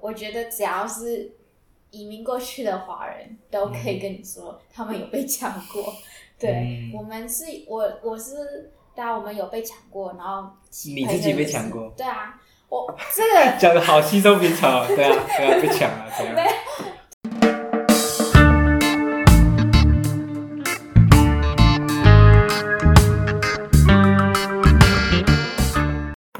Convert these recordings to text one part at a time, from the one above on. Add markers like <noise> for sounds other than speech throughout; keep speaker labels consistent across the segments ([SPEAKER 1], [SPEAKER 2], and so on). [SPEAKER 1] 我觉得只要是移民过去的华人都可以跟你说，他们有被抢过。 <laughs> 对、
[SPEAKER 2] 嗯
[SPEAKER 1] 我们是，我我是，当然我们有被抢过，然后
[SPEAKER 2] 你自己被抢过
[SPEAKER 1] 对啊，我这个
[SPEAKER 2] <laughs> 讲的好稀松平常哦，对啊，对啊，被抢啊，
[SPEAKER 1] <laughs>
[SPEAKER 2] 对
[SPEAKER 1] 没
[SPEAKER 2] 啊
[SPEAKER 1] 有。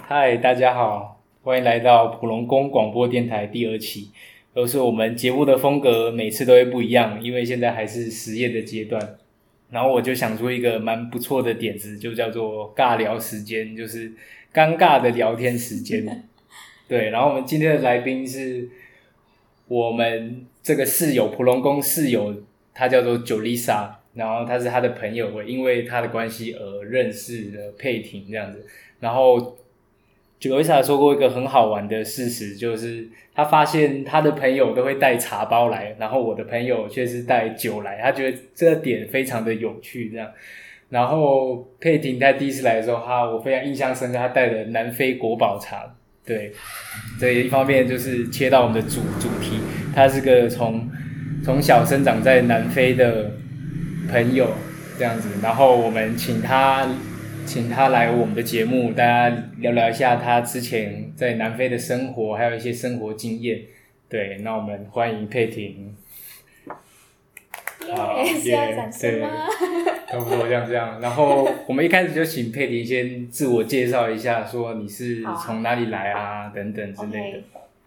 [SPEAKER 2] 嗨，大家好，欢迎来到普隆宫广播电台第二期。都是我们节目的风格每次都会不一样，因为现在还是实验的阶段。然后我就想出一个蛮不错的点子，就叫做尬聊时间，就是尴尬的聊天时间。对，然后我们今天的来宾是我们这个室友普隆宫室友，他叫做 Jolisa，然后他是他的朋友，我因为他的关系而认识了佩婷这样子。然后 Jolisa 说过一个很好玩的事实，就是他发现他的朋友都会带茶包来，然后我的朋友却是带酒来，他觉得这点非常的有趣这样。然后佩婷在第一次来的时候，哈，我非常印象深刻，她带的南非国宝茶，对，这一方面就是切到我们的主主题，他是个从从小生长在南非的朋友这样子，然后我们请他请他来我们的节目，大家聊聊一下他之前在南非的生活，还有一些生活经验。对，那我们欢迎佩婷， <laughs> 好
[SPEAKER 1] 耶是要
[SPEAKER 2] 耶
[SPEAKER 1] 掌声吗？
[SPEAKER 2] 差不多像这样。然后我们一开始就请佩婷先自我介绍一下，说你是
[SPEAKER 1] 好啊
[SPEAKER 2] 从哪里来啊，等
[SPEAKER 1] <laughs>
[SPEAKER 2] 等之类的
[SPEAKER 1] OK，。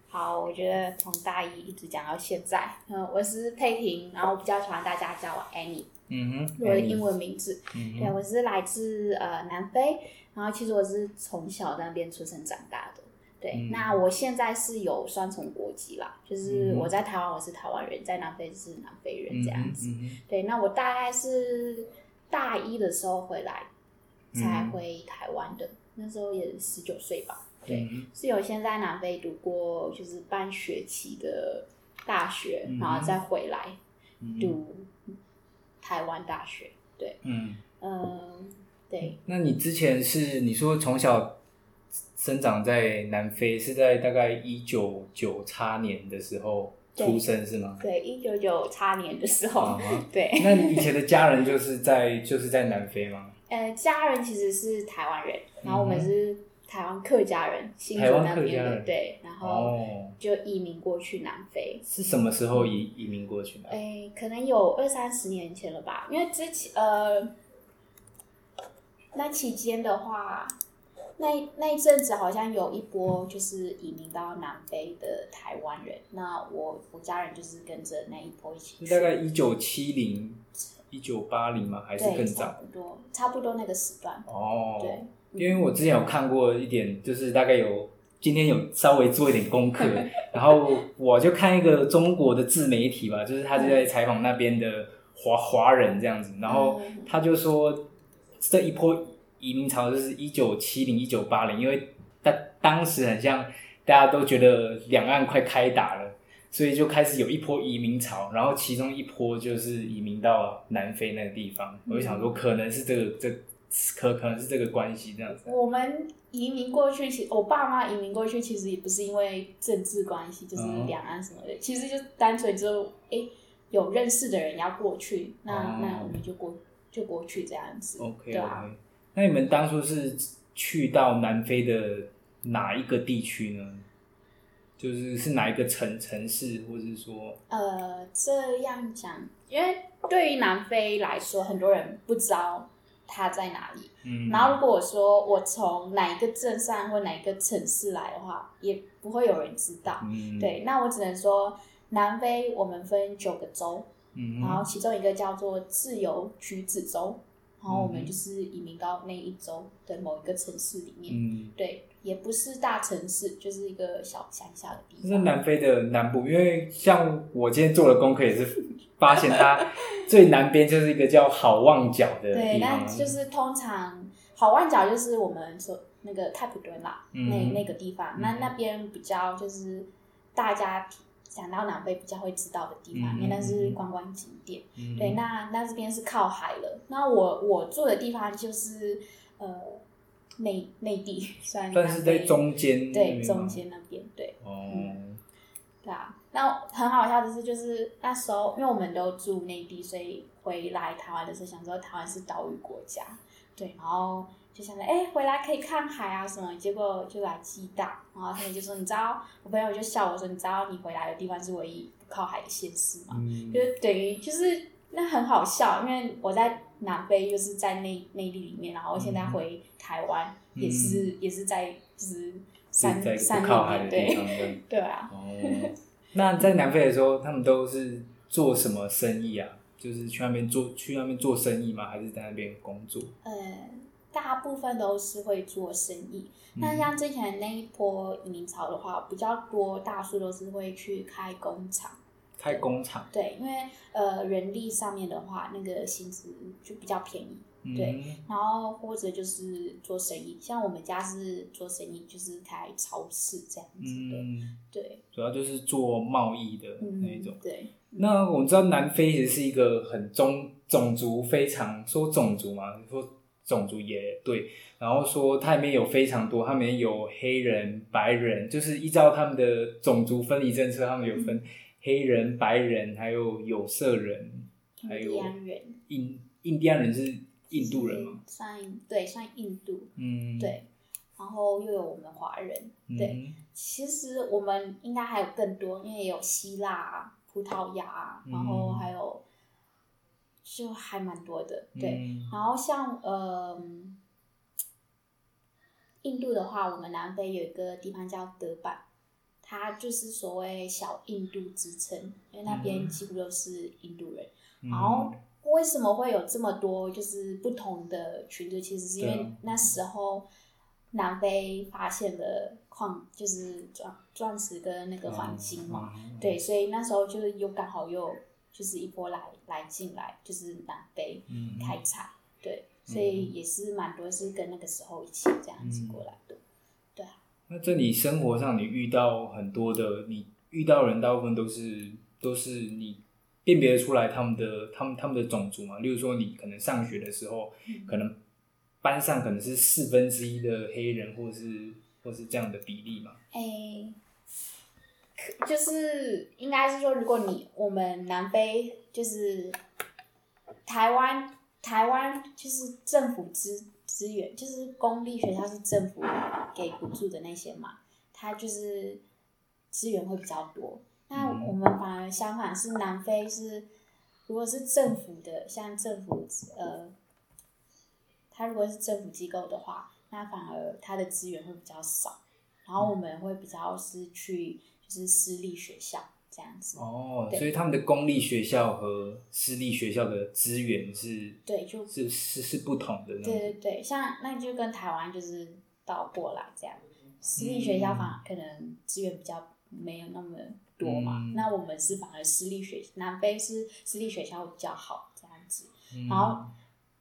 [SPEAKER 1] 好，我觉得从大一一直讲到现在，嗯，我是佩婷，然后我比较喜欢大家叫我 Annie，
[SPEAKER 2] 嗯哼，
[SPEAKER 1] 我的英文名字。
[SPEAKER 2] 嗯哼
[SPEAKER 1] 对，我是来自呃南非，然后其实我是从小在那边出生长大的。对，
[SPEAKER 2] 嗯
[SPEAKER 1] 那我现在是有双重国籍啦，就是
[SPEAKER 2] 嗯
[SPEAKER 1] 我在台湾我是台湾人，在南非是南非人这样子。
[SPEAKER 2] 嗯哼
[SPEAKER 1] 对，那我大概是大一的时候回来，才
[SPEAKER 2] 嗯
[SPEAKER 1] 回台湾的，那时候也十九岁吧。对，
[SPEAKER 2] 嗯
[SPEAKER 1] 是有先在南非读过就是半学期的大学，
[SPEAKER 2] 嗯
[SPEAKER 1] 然后再回来
[SPEAKER 2] 哼，
[SPEAKER 1] 读台湾大学。对，
[SPEAKER 2] 嗯，
[SPEAKER 1] 嗯，对，
[SPEAKER 2] 那你之前是你说从小生长在南非，是在大概一九九叉年的时候
[SPEAKER 1] 对
[SPEAKER 2] 出生是吗？
[SPEAKER 1] 对，一九九叉年的时候，
[SPEAKER 2] 啊哈，
[SPEAKER 1] 对，
[SPEAKER 2] 那你以前的家人就是在就是在南非吗？
[SPEAKER 1] 呃，家人其实是台湾人，然后我
[SPEAKER 2] 嗯
[SPEAKER 1] 们
[SPEAKER 2] 哼
[SPEAKER 1] 是台湾客家人，新竹
[SPEAKER 2] 台湾
[SPEAKER 1] 那
[SPEAKER 2] 客
[SPEAKER 1] 边
[SPEAKER 2] 家
[SPEAKER 1] 的，
[SPEAKER 2] 人
[SPEAKER 1] 对，然后
[SPEAKER 2] 哦，
[SPEAKER 1] 就移民过去南非。
[SPEAKER 2] 是什么时候移移民过去的？
[SPEAKER 1] 诶，可能有二三十年前了吧，因为之前呃，那期间的话，那一那一阵子好像有一波就是移民到南非的台湾人，那我我家人就是跟着那一波一起
[SPEAKER 2] 是
[SPEAKER 1] 去，
[SPEAKER 2] 大概一九七零、一九八零吗？还是更
[SPEAKER 1] 对，差
[SPEAKER 2] 早？
[SPEAKER 1] 不多差不多那个时段，
[SPEAKER 2] 哦，
[SPEAKER 1] 对。嗯
[SPEAKER 2] 因为我之前有看过一点，就是大概有今天有稍微做一点功课，然后我就看一个中国的自媒体吧，就是他就在采访那边的华华人这样子，然后
[SPEAKER 1] 嗯
[SPEAKER 2] 他就说这一波移民潮就是一九七零一九八零，因为当当时很像大家都觉得两岸快开打了。所以就开始有一波移民潮，然后其中一波就是移民到南非那个地方。我就想说，可能是这个这可可能是这个关系这样子。
[SPEAKER 1] 我们移民过去，其我爸妈移民过去，其实也不是因为政治关系，就是
[SPEAKER 2] 嗯
[SPEAKER 1] 两岸什么的，其实就单纯就诶有认识的人要过去，那、
[SPEAKER 2] 哦
[SPEAKER 1] 那我们就过就过去这样子。
[SPEAKER 2] OK
[SPEAKER 1] 对啊
[SPEAKER 2] OK，那你们当初是去到南非的哪一个地区呢？就是是哪一个城城市，或是说，
[SPEAKER 1] 呃，这样讲，因为对于南非来说，很多人不知道它在哪里。
[SPEAKER 2] 嗯，
[SPEAKER 1] 然后如果我说我从哪一个镇上或哪一个城市来的话，也不会有人知道。
[SPEAKER 2] 嗯，
[SPEAKER 1] 对，那我只能说，南非我们分九个州。
[SPEAKER 2] 嗯，
[SPEAKER 1] 然后其中一个叫做自由橘子州，然后我
[SPEAKER 2] 嗯
[SPEAKER 1] 们就是移民到那一州的某一个城市里面，
[SPEAKER 2] 嗯，
[SPEAKER 1] 对，也不是大城市，就是一个小乡下的地
[SPEAKER 2] 就是
[SPEAKER 1] 方。
[SPEAKER 2] 南非的南部，因为像我今天做的功课也是发
[SPEAKER 1] <laughs>
[SPEAKER 2] 现它最南边就是一个叫好望角的
[SPEAKER 1] 对，
[SPEAKER 2] 地
[SPEAKER 1] 那
[SPEAKER 2] 方，啊
[SPEAKER 1] 就是通常好望角就是我们说那个太普敦啦，
[SPEAKER 2] 嗯
[SPEAKER 1] 那那个地方，那
[SPEAKER 2] 嗯
[SPEAKER 1] 那边比较就是大家想到南非比较会知道的地方，因为那是
[SPEAKER 2] 嗯
[SPEAKER 1] 观光景点。
[SPEAKER 2] 嗯
[SPEAKER 1] 对，那那这边是靠海了。那我我住的地方就是呃内内地，算 <laughs>
[SPEAKER 2] 嗯但是在中间那边
[SPEAKER 1] 对
[SPEAKER 2] 吗，
[SPEAKER 1] 中间那边对。
[SPEAKER 2] 哦
[SPEAKER 1] 嗯，对啊，那很好笑的是，就是那时候因为我们都住内地，所以回来台湾的时候，想说台湾是岛屿国家，对，然后就想着哎、回来可以看海啊什么，结果就来鸡蛋，然后他们就说你知道，我朋友就笑我说你知道你回来的地方是唯一不靠海的县市吗？
[SPEAKER 2] 嗯
[SPEAKER 1] 就是等于就是那很好笑，因为我在南非就是在内内地里面，然后现在回台湾
[SPEAKER 2] 嗯
[SPEAKER 1] 也是、也是在就是
[SPEAKER 2] 是
[SPEAKER 1] 山
[SPEAKER 2] 在
[SPEAKER 1] 山
[SPEAKER 2] 不
[SPEAKER 1] 里
[SPEAKER 2] 靠海
[SPEAKER 1] 面，
[SPEAKER 2] 的地
[SPEAKER 1] 对
[SPEAKER 2] 方。这样
[SPEAKER 1] 对啊，
[SPEAKER 2] 哦，那在南非的时候，他们都是做什么生意啊？就是去那边做去那边做生意吗？还是在那边工作？嗯
[SPEAKER 1] 呃，大部分都是会做生意。
[SPEAKER 2] 嗯
[SPEAKER 1] 那像之前那一波移民潮的话，比较多大数都是会去开工厂。
[SPEAKER 2] 开工厂，
[SPEAKER 1] 对，因为呃人力上面的话，那个薪资就比较便宜，
[SPEAKER 2] 嗯
[SPEAKER 1] 对，然后或者就是做生意，像我们家是做生意，就是开超市这样子的，
[SPEAKER 2] 嗯，
[SPEAKER 1] 对，
[SPEAKER 2] 主要就是做贸易的
[SPEAKER 1] 嗯，
[SPEAKER 2] 那一种。
[SPEAKER 1] 对，
[SPEAKER 2] 那我们知道南非其实是一个很种种族非常说种族嘛，说种族也对，然后说它里面有非常多，它里面有黑人、白人，就是依照他们的种族分离政策，他们有分黑人、白人，还有有色人，还
[SPEAKER 1] 印
[SPEAKER 2] 有
[SPEAKER 1] 第安人，
[SPEAKER 2] 印印第安人是印度人嘛，
[SPEAKER 1] 算对，算印度，
[SPEAKER 2] 嗯，
[SPEAKER 1] 对，然后又有我们华人，
[SPEAKER 2] 嗯，
[SPEAKER 1] 对其实我们应该还有更多，因为有希腊、啊、葡萄牙、啊，然后
[SPEAKER 2] 嗯
[SPEAKER 1] 还有就还蛮多的，对，
[SPEAKER 2] 嗯，
[SPEAKER 1] 然后像呃，印度的话，我们南非有一个地方叫德版，它就是所谓小印度之称，因为那边
[SPEAKER 2] 嗯
[SPEAKER 1] 几乎都是印度人。
[SPEAKER 2] 嗯
[SPEAKER 1] 然后为什么会有这么多就是不同的群队？其实是因
[SPEAKER 2] 对
[SPEAKER 1] 为
[SPEAKER 2] 啊
[SPEAKER 1] 那时候南非发现了矿，就是钻钻石跟那个黄金嘛，，
[SPEAKER 2] 嗯，
[SPEAKER 1] 对，所以那时候就是又刚好又就是一波来来进来，就是南非。
[SPEAKER 2] 嗯，
[SPEAKER 1] 开采，对，所以也是蛮多是跟那个时候一起这样子过来的。
[SPEAKER 2] 那在你生活上，你遇到很多的，你遇到的人大部分都是都是你辨别得出来他们的他们他们的种族嘛？例如说，你可能上学的时候，
[SPEAKER 1] 嗯
[SPEAKER 2] 可能班上可能是四分之一的黑人，或是或是这样的比例嘛？
[SPEAKER 1] 哎、可就是应该是说，如果你我们南非就是台湾，台湾就是政府资资源，就是公立学校是政府给补助的那些嘛，它就是资源会比较多。那
[SPEAKER 2] 嗯
[SPEAKER 1] 我们反而相反是南非是，如果是政府的，像政府呃，它如果是政府机构的话，那反而它的资源会比较少，然
[SPEAKER 2] 嗯
[SPEAKER 1] 后我们会比较是去就是私立学校这样子，
[SPEAKER 2] 哦，
[SPEAKER 1] 对
[SPEAKER 2] 所以他们的公立学校和私立学校的资源是
[SPEAKER 1] 对，就对
[SPEAKER 2] 是是是不同的那种。
[SPEAKER 1] 对对，像那就跟台湾就是倒过来这样，私立学
[SPEAKER 2] 嗯
[SPEAKER 1] 校反而可能资源比较没有那么多嘛，
[SPEAKER 2] 嗯
[SPEAKER 1] 那我们是反而私立学南非是私立学校比较好这样子，
[SPEAKER 2] 嗯
[SPEAKER 1] 然后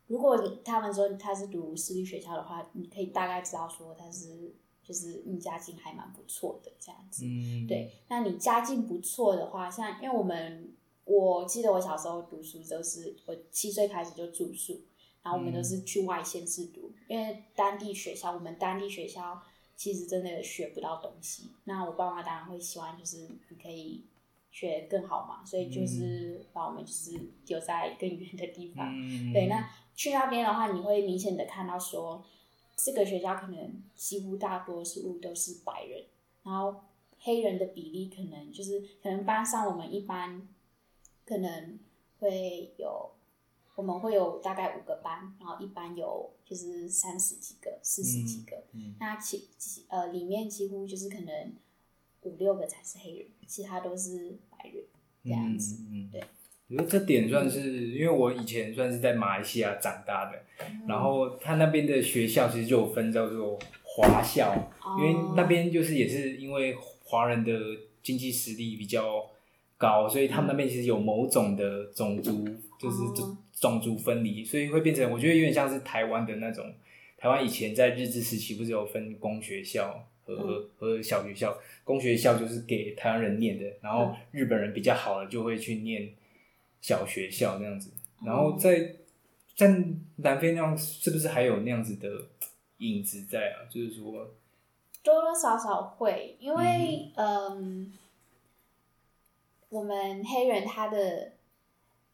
[SPEAKER 1] 如果你他们说他是读私立学校的话，你可以大概知道说他是就是嗯家境还蛮不错的这样子。
[SPEAKER 2] 嗯，
[SPEAKER 1] 对，那你家境不错的话，像因为我们我记得我小时候读书都是我七岁开始就住宿，然后我们都
[SPEAKER 2] 嗯
[SPEAKER 1] 是去外县市读，因为当地学校我们当地学校其实真的学不到东西。那我爸妈当然会希望就是你可以学更好嘛，所以
[SPEAKER 2] 嗯
[SPEAKER 1] 就是把我们就是留在更远的地方。
[SPEAKER 2] 嗯，
[SPEAKER 1] 对，那去那边的话，你会明显的看到说，这个学校可能几乎大多数都是白人，然后黑人的比例可能就是可能班上我们一般可能会有。我们会有大概五个班，然后一班有就是三十几个、四十几个，
[SPEAKER 2] 嗯
[SPEAKER 1] 那其其呃里面几乎就是可能五六个才是黑人，其他都是白人这样子。
[SPEAKER 2] 嗯，嗯
[SPEAKER 1] 对。
[SPEAKER 2] 我觉得这点算是，因为我以前算是在马来西亚长大的，嗯然后他那边的学校其实就有分叫做华校，哦因为那边就是也是因为华人的经济实力比较高，所以他们那边其实有某种的种族，就是
[SPEAKER 1] 哦
[SPEAKER 2] 种族分离，所以会变成我觉得有点像是台湾的那种。台湾以前在日治时期不是有分公学校和、
[SPEAKER 1] 嗯
[SPEAKER 2] 和小学校，公学校就是给台湾人念的，然后日本人比较好的就会去念小学校那样子。
[SPEAKER 1] 哦
[SPEAKER 2] 然后在在南非那样，是不是还有那样子的影子在啊？就是说，
[SPEAKER 1] 多多少少会，因为嗯我们黑人他的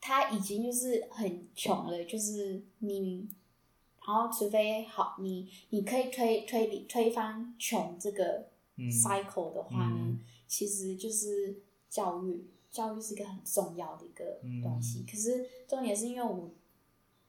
[SPEAKER 1] 他已经就是很穷了，就是你，然后除非好你你可以推推理推翻穷这个
[SPEAKER 2] 嗯
[SPEAKER 1] cycle 的话呢，
[SPEAKER 2] 嗯
[SPEAKER 1] 其实就是教育，教育是一个很重要的一个
[SPEAKER 2] 嗯
[SPEAKER 1] 东西。可是重点是因为我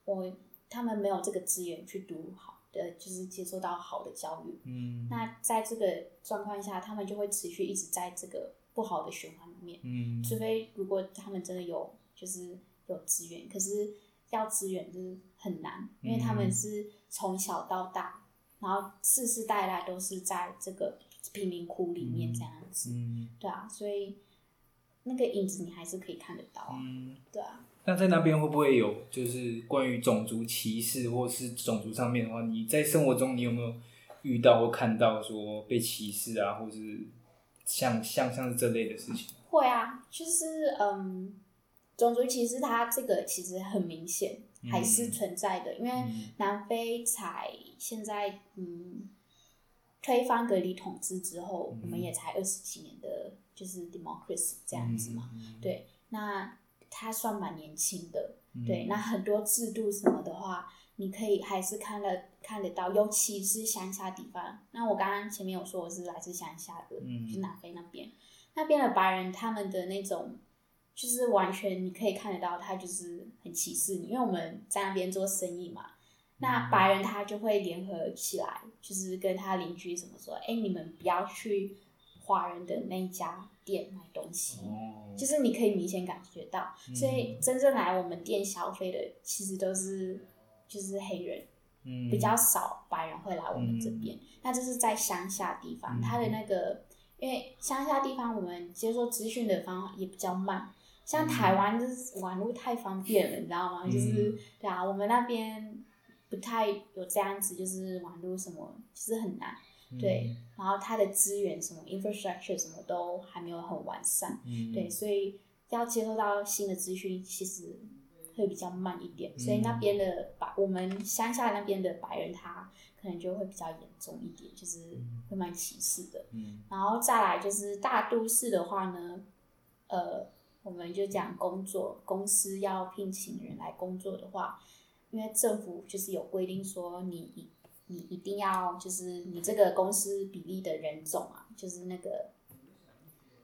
[SPEAKER 1] 我他们没有这个资源去读好的，就是接受到好的教育，
[SPEAKER 2] 嗯
[SPEAKER 1] 那在这个状况下，他们就会持续一直在这个不好的循环里面。
[SPEAKER 2] 嗯
[SPEAKER 1] 除非如果他们真的有就是有资源，可是要资源就是很难，因为他
[SPEAKER 2] 嗯
[SPEAKER 1] 们是从小到大，然后世世代代都是在这个贫民窟里面这样子，
[SPEAKER 2] 嗯
[SPEAKER 1] 对啊，所以那个影子你还是可以看得到啊，
[SPEAKER 2] 嗯，
[SPEAKER 1] 对啊，
[SPEAKER 2] 那在那边会不会有就是关于种族歧视或是种族上面的话，你在生活中你有没有遇到或看到说被歧视啊，或是像像像是这类的事情？
[SPEAKER 1] 会啊，就是嗯，种族歧视它这个其实很明显
[SPEAKER 2] 嗯
[SPEAKER 1] 还是存在的，因为
[SPEAKER 2] 嗯
[SPEAKER 1] 南非才现在嗯推翻隔离统治之后，
[SPEAKER 2] 嗯
[SPEAKER 1] 我们也才二十几年的，就是 democracy 这样子嘛。，
[SPEAKER 2] 嗯
[SPEAKER 1] 对那他算蛮年轻的，
[SPEAKER 2] 嗯
[SPEAKER 1] 对。那很多制度什么的话，你可以还是看得看得到，尤其是乡下地方。那我刚刚前面有说我是来自乡下的，
[SPEAKER 2] 嗯
[SPEAKER 1] 就是南非那边，那边的白人他们的那种。就是完全你可以看得到，他就是很歧视你，因为我们在那边做生意嘛，那白
[SPEAKER 2] 嗯
[SPEAKER 1] 人他就会联合起来，就是跟他邻居怎么说？哎、你们不要去华人的那一家店买东西，
[SPEAKER 2] 哦，
[SPEAKER 1] 就是你可以明显感觉到。
[SPEAKER 2] 嗯
[SPEAKER 1] 所以真正来我们店消费的，其实都是就是黑人，
[SPEAKER 2] 嗯
[SPEAKER 1] 比较少白人会来我们这边。那这是在乡下地方，
[SPEAKER 2] 嗯
[SPEAKER 1] 他的那个因为乡下地方我们接受资讯的方法也比较慢。像台湾就是网络太方便了，你知道吗？就是
[SPEAKER 2] 嗯
[SPEAKER 1] 对啊，我们那边不太有这样子，就是网络什么其实很难，
[SPEAKER 2] 嗯
[SPEAKER 1] 对。然后它的资源什么 infrastructure 什么都还没有很完善，
[SPEAKER 2] 嗯
[SPEAKER 1] 对，所以要接收到新的资讯其实会比较慢一点，所以
[SPEAKER 2] 嗯
[SPEAKER 1] 那边的白，我们乡下那边的白人他可能就会比较严重一点，就是会蛮歧视的。
[SPEAKER 2] 嗯
[SPEAKER 1] 然后再来就是大都市的话呢，呃，我们就讲工作，公司要聘请人来工作的话，因为政府就是有规定说你一你一定要就是你这个公司比例的人种啊，就是那个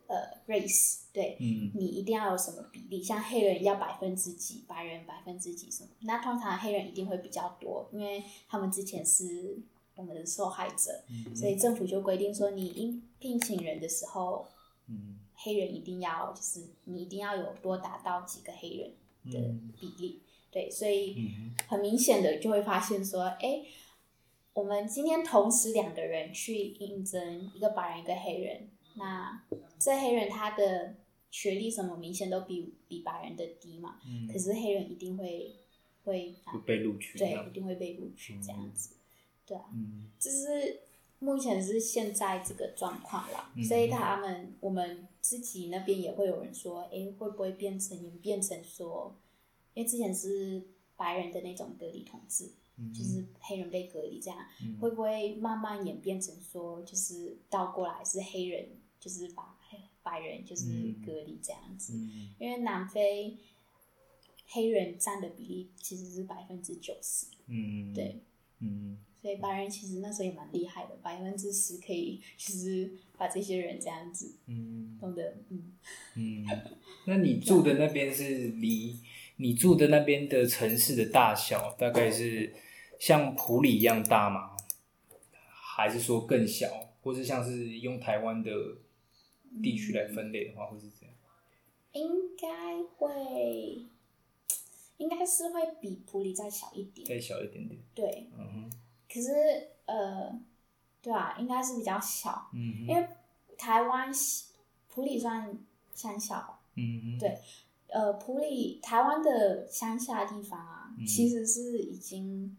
[SPEAKER 1] 呃 race 对。
[SPEAKER 2] 嗯
[SPEAKER 1] 你一定要有什么比例，像黑人要百分之几，白人百分之几什么？那通常黑人一定会比较多，因为他们之前是我们的受害者，
[SPEAKER 2] 嗯
[SPEAKER 1] 所以政府就规定说，你应聘请人的时候，
[SPEAKER 2] 嗯
[SPEAKER 1] 黑人一定要就是你一定要有多达到几个黑人的
[SPEAKER 2] 嗯
[SPEAKER 1] 比例，对，所以
[SPEAKER 2] 嗯
[SPEAKER 1] 很明显的就会发现说，哎，我们今天同时两个人去应征一个白人一个黑人，那这黑人他的学历什么明显都比比白人的低嘛，
[SPEAKER 2] 嗯，
[SPEAKER 1] 可是黑人一定会会拿
[SPEAKER 2] 就被录取这
[SPEAKER 1] 对
[SPEAKER 2] 样，
[SPEAKER 1] 一定会被录取这样子，对啊。
[SPEAKER 2] 嗯
[SPEAKER 1] 就是目前是现在这个状况啦，
[SPEAKER 2] 嗯
[SPEAKER 1] 所以他们我们自己那边也会有人说，诶，会不会变成你们变成说，因为之前是白人的那种隔离统治，
[SPEAKER 2] 嗯
[SPEAKER 1] 就是黑人被隔离这样，
[SPEAKER 2] 嗯
[SPEAKER 1] 会不会慢慢演变成说，就是倒过来是黑人，就是把黑白人就是
[SPEAKER 2] 嗯
[SPEAKER 1] 隔离这样子，
[SPEAKER 2] 嗯
[SPEAKER 1] 因为南非黑人占的比例其实是百分之九十，
[SPEAKER 2] 嗯
[SPEAKER 1] 对。
[SPEAKER 2] 嗯
[SPEAKER 1] 所以白人其实那时候也蛮厉害的，百分之十可以就是把这些人这样子
[SPEAKER 2] 嗯
[SPEAKER 1] 弄得嗯，
[SPEAKER 2] 嗯，那你住的那边是离你住的那边的城市的大小大概是像普里一样大吗？还是说更小，或是像是用台湾的地区来分类的话，会是这样？
[SPEAKER 1] 应该会，应该是会比普里再小一点，
[SPEAKER 2] 再小一点点，
[SPEAKER 1] 对。
[SPEAKER 2] 嗯哼
[SPEAKER 1] 可是呃，对啊，应该是比较小，
[SPEAKER 2] 嗯
[SPEAKER 1] 因
[SPEAKER 2] 哼
[SPEAKER 1] 为台湾西普里算乡下，
[SPEAKER 2] 嗯哼，
[SPEAKER 1] 对呃，普里台湾的乡下地方啊，
[SPEAKER 2] 嗯
[SPEAKER 1] 其实是已经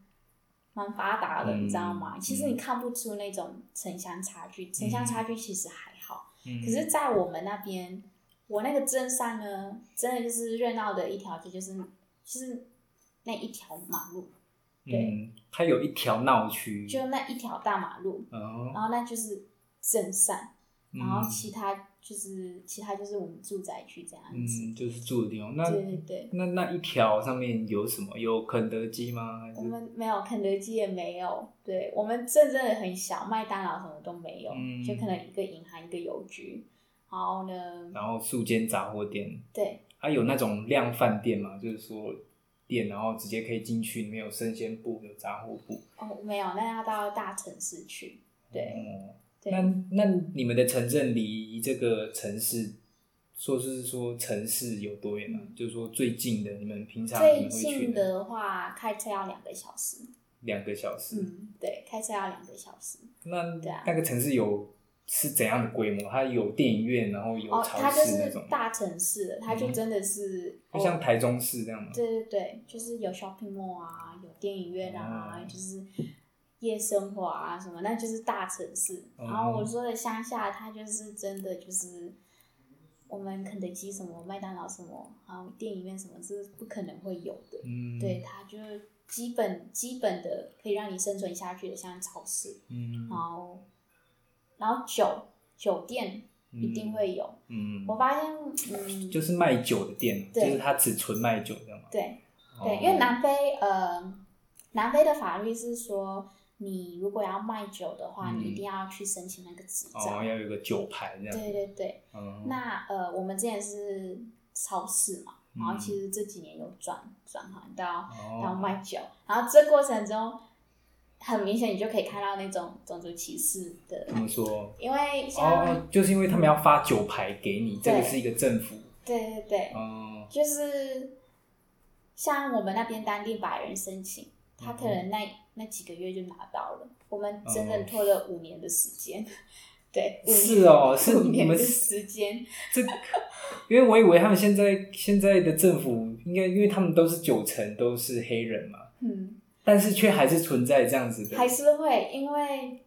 [SPEAKER 1] 蛮发达了，
[SPEAKER 2] 嗯
[SPEAKER 1] 你知道吗？其实你
[SPEAKER 2] 嗯
[SPEAKER 1] 看不出那种城乡差距，城乡差距其实还好。
[SPEAKER 2] 嗯
[SPEAKER 1] 可是，在我们那边，我那个镇上呢，真的就是热闹的一条街，就是就是那一条马路，对
[SPEAKER 2] 嗯，它有一条闹区，
[SPEAKER 1] 就那一条大马路，
[SPEAKER 2] 哦，
[SPEAKER 1] 然后那就是镇上，
[SPEAKER 2] 嗯
[SPEAKER 1] 然后其他就是其他就是我们住宅区这样子。
[SPEAKER 2] 嗯，就是住的地方。那
[SPEAKER 1] 对对对，
[SPEAKER 2] 那那一条上面有什么？有肯德基吗？还
[SPEAKER 1] 我
[SPEAKER 2] 是
[SPEAKER 1] 们没有肯德基也没有，对我们镇真的很小，麦当劳什么都没有，
[SPEAKER 2] 嗯
[SPEAKER 1] 就可能一个银行一个邮局，然后呢，
[SPEAKER 2] 然后素间杂货店，
[SPEAKER 1] 对
[SPEAKER 2] 它、有那种量贩店嘛，就是说店，然后直接可以进去，里面有生鲜部，有杂货部。
[SPEAKER 1] 哦没有，那要到大城市去，对
[SPEAKER 2] 哦、
[SPEAKER 1] 对。
[SPEAKER 2] 那那你们的城镇离这个城市，说是说城市有多远呢、
[SPEAKER 1] 嗯
[SPEAKER 2] 就是说最近的，你们平常你
[SPEAKER 1] 最
[SPEAKER 2] 们会去
[SPEAKER 1] 近的话，开车要两个小时。
[SPEAKER 2] 两个小时。
[SPEAKER 1] 嗯，对，开车要两个小时。
[SPEAKER 2] 那
[SPEAKER 1] 对啊
[SPEAKER 2] 那个城市有是怎样的规模？它有电影院，然后有
[SPEAKER 1] 哦，
[SPEAKER 2] 超
[SPEAKER 1] 它就
[SPEAKER 2] 市那
[SPEAKER 1] 是
[SPEAKER 2] 种，嗯
[SPEAKER 1] 大城市的，它就真的是，
[SPEAKER 2] 就像
[SPEAKER 1] 哦
[SPEAKER 2] 台中市这样吗？
[SPEAKER 1] 对对对，就是有 shopping mall 啊，有电影院啊，
[SPEAKER 2] 哦
[SPEAKER 1] 就是夜生活啊什么，那就是大城市。
[SPEAKER 2] 哦
[SPEAKER 1] 然后我说的乡下，它就是真的就是我们肯德基什么、麦当劳什么，然后电影院什么是不可能会有的。
[SPEAKER 2] 嗯，
[SPEAKER 1] 对，，它就是基本基本的可以让你生存下去的，像超市，
[SPEAKER 2] 嗯
[SPEAKER 1] 然，后然后酒酒店
[SPEAKER 2] 嗯
[SPEAKER 1] 一定，会有。
[SPEAKER 2] 嗯，
[SPEAKER 1] 我发现，嗯，
[SPEAKER 2] 就是卖酒的店，就
[SPEAKER 1] 对
[SPEAKER 2] 是它只纯卖酒，这样吗？
[SPEAKER 1] 对
[SPEAKER 2] 哦
[SPEAKER 1] 对，因为南非呃，南非的法律是说，你如果要卖酒的话，
[SPEAKER 2] 嗯
[SPEAKER 1] 你一定要去申请那个执
[SPEAKER 2] 哦
[SPEAKER 1] 照。
[SPEAKER 2] 要有个酒牌这样，
[SPEAKER 1] 对对对，
[SPEAKER 2] 嗯，
[SPEAKER 1] 那呃，我们之前是超市嘛，然后其实这几年有转转行到到
[SPEAKER 2] 嗯哦，
[SPEAKER 1] 卖酒，然后这过程中，很明显你就可以看到那种种族歧视的，
[SPEAKER 2] 怎么说？
[SPEAKER 1] 因为像
[SPEAKER 2] 嗯哦，就是因为他们要发酒牌给你，这
[SPEAKER 1] 对
[SPEAKER 2] 个是一个政府，
[SPEAKER 1] 对对对，
[SPEAKER 2] 哦，
[SPEAKER 1] 就是像我们那边当地白人申请，
[SPEAKER 2] 嗯
[SPEAKER 1] 他可能那、那几个月就拿到了，我们整整拖了五年的时间， <laughs> 对，五年
[SPEAKER 2] 嗯是哦，
[SPEAKER 1] <laughs>
[SPEAKER 2] 是
[SPEAKER 1] 五
[SPEAKER 2] 你
[SPEAKER 1] 年
[SPEAKER 2] 们
[SPEAKER 1] 的时间，
[SPEAKER 2] 这，因为我以为他们现在现在的政府应该，因为他们都是九成都是黑人嘛，
[SPEAKER 1] 嗯，
[SPEAKER 2] 但是却还是存在这样子的，
[SPEAKER 1] 还是会因为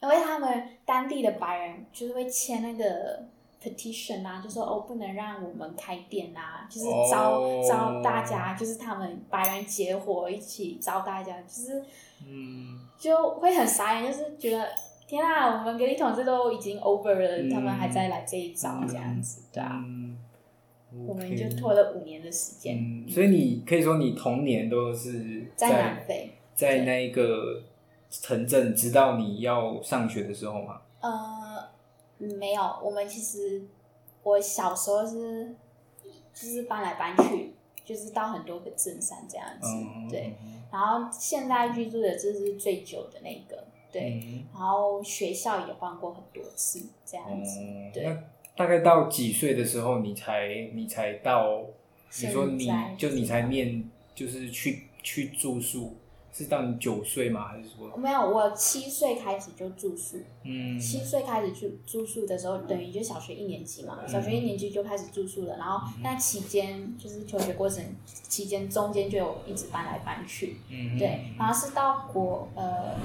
[SPEAKER 1] 因为他们当地的白人就是会签那个。petition 啊，就说哦，不能让我们开店啊，就是招、
[SPEAKER 2] 哦
[SPEAKER 1] 招大家，就是他们白人结伙一起招大家，就是
[SPEAKER 2] 嗯，
[SPEAKER 1] 就会很傻眼，就是觉得天啊，我们给你统治都已经 over 了，
[SPEAKER 2] 嗯
[SPEAKER 1] 他们还在来这一招这样子，对啊，
[SPEAKER 2] 嗯，
[SPEAKER 1] 我们
[SPEAKER 2] OK
[SPEAKER 1] 就拖了五年的时间、
[SPEAKER 2] 嗯，所以你可以说你童年都是
[SPEAKER 1] 在
[SPEAKER 2] 在
[SPEAKER 1] 南非，
[SPEAKER 2] 在那一个城镇，直到你要上学的时候嘛。
[SPEAKER 1] 呃，没有，我们其实我小时候是就是搬来搬去，就是到很多个镇上这样子，
[SPEAKER 2] 嗯，
[SPEAKER 1] 对，然后现在居住的就是最久的那个，对，
[SPEAKER 2] 嗯，
[SPEAKER 1] 然后学校也换过很多次这
[SPEAKER 2] 哦
[SPEAKER 1] 样子，，对
[SPEAKER 2] 那大概到几岁的时候，你才你才到？你说你
[SPEAKER 1] 现在
[SPEAKER 2] 就你才念，就是去去住宿，是到你九岁吗？还是说，
[SPEAKER 1] 没有，我七岁开始就住宿，
[SPEAKER 2] 嗯，
[SPEAKER 1] 七岁开始住住宿的时候，等于就小学一年级嘛，
[SPEAKER 2] 嗯
[SPEAKER 1] 小学一年级就开始住宿了。然后那期间就是求学过程期间，中间就有一直搬来搬去，
[SPEAKER 2] 嗯，
[SPEAKER 1] 对。然后是到国呃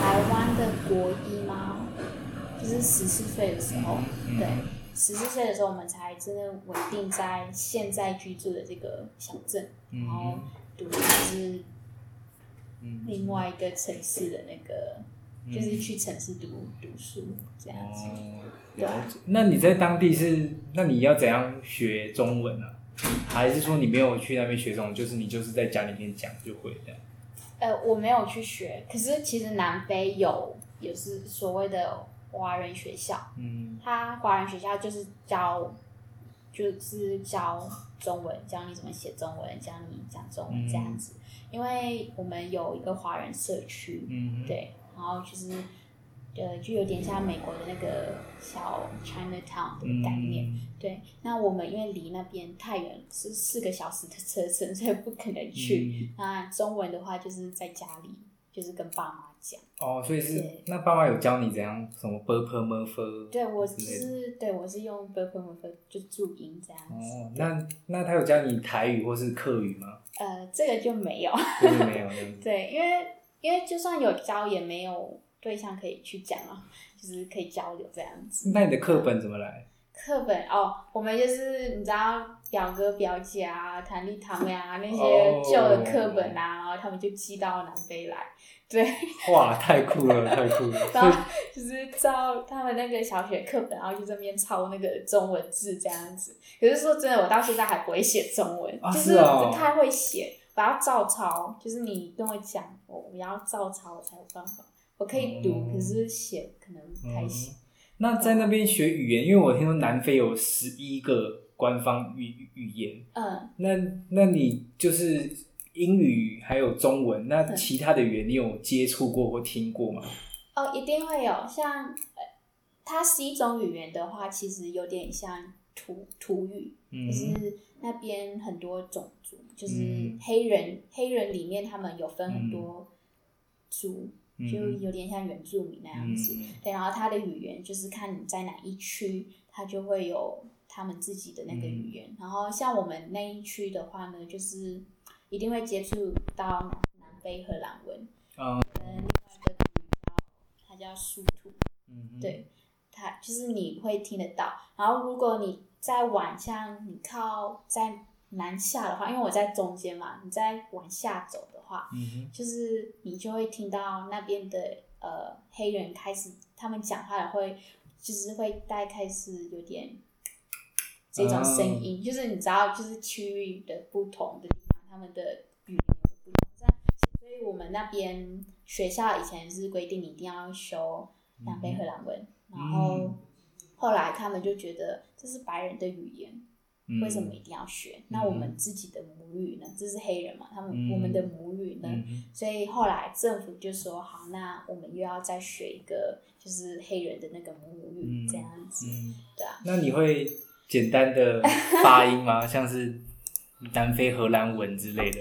[SPEAKER 1] 台湾的国一吗？就是十四岁的时候，
[SPEAKER 2] 嗯
[SPEAKER 1] 对，十四岁的时候我们才真的稳定在现在居住的这个小镇，然后
[SPEAKER 2] 嗯
[SPEAKER 1] 读就是
[SPEAKER 2] 嗯，
[SPEAKER 1] 另外一个城市的那个，就是去城市读读书这样子。
[SPEAKER 2] 哦，
[SPEAKER 1] 对啊
[SPEAKER 2] 了解。那你在当地是，那你要怎样学中文呢、还是说你没有去那边学中文，就是你就是在家里面讲就会这样？
[SPEAKER 1] 呃，我没有去学，可是其实南非有也是所谓的华人学校，
[SPEAKER 2] 嗯
[SPEAKER 1] 它华人学校就是教，就是教中文，教你怎么写中文，教你讲中文
[SPEAKER 2] 嗯
[SPEAKER 1] 这样子。因为我们有一个华人社区，
[SPEAKER 2] 嗯，，
[SPEAKER 1] 对，然后就是呃，就有点像美国的那个小 Chinatown 的
[SPEAKER 2] 嗯，
[SPEAKER 1] 概念。对，那我们因为离那边太远，是四个小时的车程，所以不可能去。
[SPEAKER 2] 嗯
[SPEAKER 1] 那中文的话，就是在家里，就是跟爸妈讲。
[SPEAKER 2] 哦，所以是
[SPEAKER 1] 对
[SPEAKER 2] 那爸妈有教你怎样什么 burp m u r
[SPEAKER 1] 对我
[SPEAKER 2] 之
[SPEAKER 1] 就
[SPEAKER 2] 类的。
[SPEAKER 1] 是对我是用 b u r p l e 就注音这样子。
[SPEAKER 2] 哦，那那他有教你台语或是客语
[SPEAKER 1] <laughs>
[SPEAKER 2] 吗？
[SPEAKER 1] 呃，这个就没有。 <laughs>
[SPEAKER 2] 就是没有这样子。
[SPEAKER 1] 对，因为因为就算有教，也没有对象可以去讲啊，就是可以交流这样子。
[SPEAKER 2] 那你的课本怎么来？
[SPEAKER 1] 课本哦，我们就是你知道表哥表姐啊、堂弟堂妹啊那些
[SPEAKER 2] 哦
[SPEAKER 1] 旧的课本啊，然后他们就寄到南非来，对，
[SPEAKER 2] 哇，太酷了，太酷
[SPEAKER 1] <laughs>
[SPEAKER 2] 了！
[SPEAKER 1] 然
[SPEAKER 2] 所以
[SPEAKER 1] 后就是照他们那个小学课本，然后就这边抄那个中文字这样子。可是说真的，我到现在还不会写中文，
[SPEAKER 2] 啊
[SPEAKER 1] 就是
[SPEAKER 2] 哦
[SPEAKER 1] 不太会写，我要照抄。就是你跟我讲，我我要照抄，我才有办法。我可以读，
[SPEAKER 2] 嗯
[SPEAKER 1] 可是写可能不太行。
[SPEAKER 2] 那在那边学语言，因为我听说南非有十一个官方语语言，
[SPEAKER 1] 嗯，
[SPEAKER 2] 那那你就是英语还有中文，那其他的语言你有接触过或听过吗？
[SPEAKER 1] 哦，一定会有。像呃它是一种语言的话，其实有点像土土语，
[SPEAKER 2] 嗯
[SPEAKER 1] 就，是那边很多种族，就是
[SPEAKER 2] 嗯
[SPEAKER 1] 黑人，黑人里面他们有分很多族，
[SPEAKER 2] 嗯
[SPEAKER 1] 就有点像原住民那样子。对，然后他的语言就是看你在哪一区，他就会有他们自己的那个
[SPEAKER 2] 嗯
[SPEAKER 1] 语言。然后像我们那一区的话呢，就是一定会接触到南南非荷兰文，
[SPEAKER 2] 嗯
[SPEAKER 1] 跟另外一个语叫它叫苏图，
[SPEAKER 2] 嗯，
[SPEAKER 1] 对，它就是你会听得到。然后如果你再往下，你靠在南下的话，因为我在中间嘛，你再往下走的话，
[SPEAKER 2] 嗯哼，
[SPEAKER 1] 就是你就会听到那边的呃黑人开始他们讲话了会，就是会大概开始有点这种声
[SPEAKER 2] 嗯
[SPEAKER 1] 音，就是你知道，就是区域的不同的地方，他们的语言也不同。这样所以我们那边学校以前是规定你一定要修南非荷兰文，然后
[SPEAKER 2] 嗯
[SPEAKER 1] 后来他们就觉得这是白人的语言，
[SPEAKER 2] 嗯
[SPEAKER 1] 为什么一？定要学？那我们自己的母语呢？这是黑人嘛，他们、
[SPEAKER 2] 嗯
[SPEAKER 1] 我们的母语呢？
[SPEAKER 2] 嗯哼，
[SPEAKER 1] 所以后来政府就说好，那我们又要再学一个就是黑人的那个母语、
[SPEAKER 2] 嗯
[SPEAKER 1] 这样子，
[SPEAKER 2] 嗯，
[SPEAKER 1] 对啊，
[SPEAKER 2] 那你会简单的发音吗？ <laughs> 像是南非荷兰文
[SPEAKER 1] <laughs>
[SPEAKER 2] 之类的，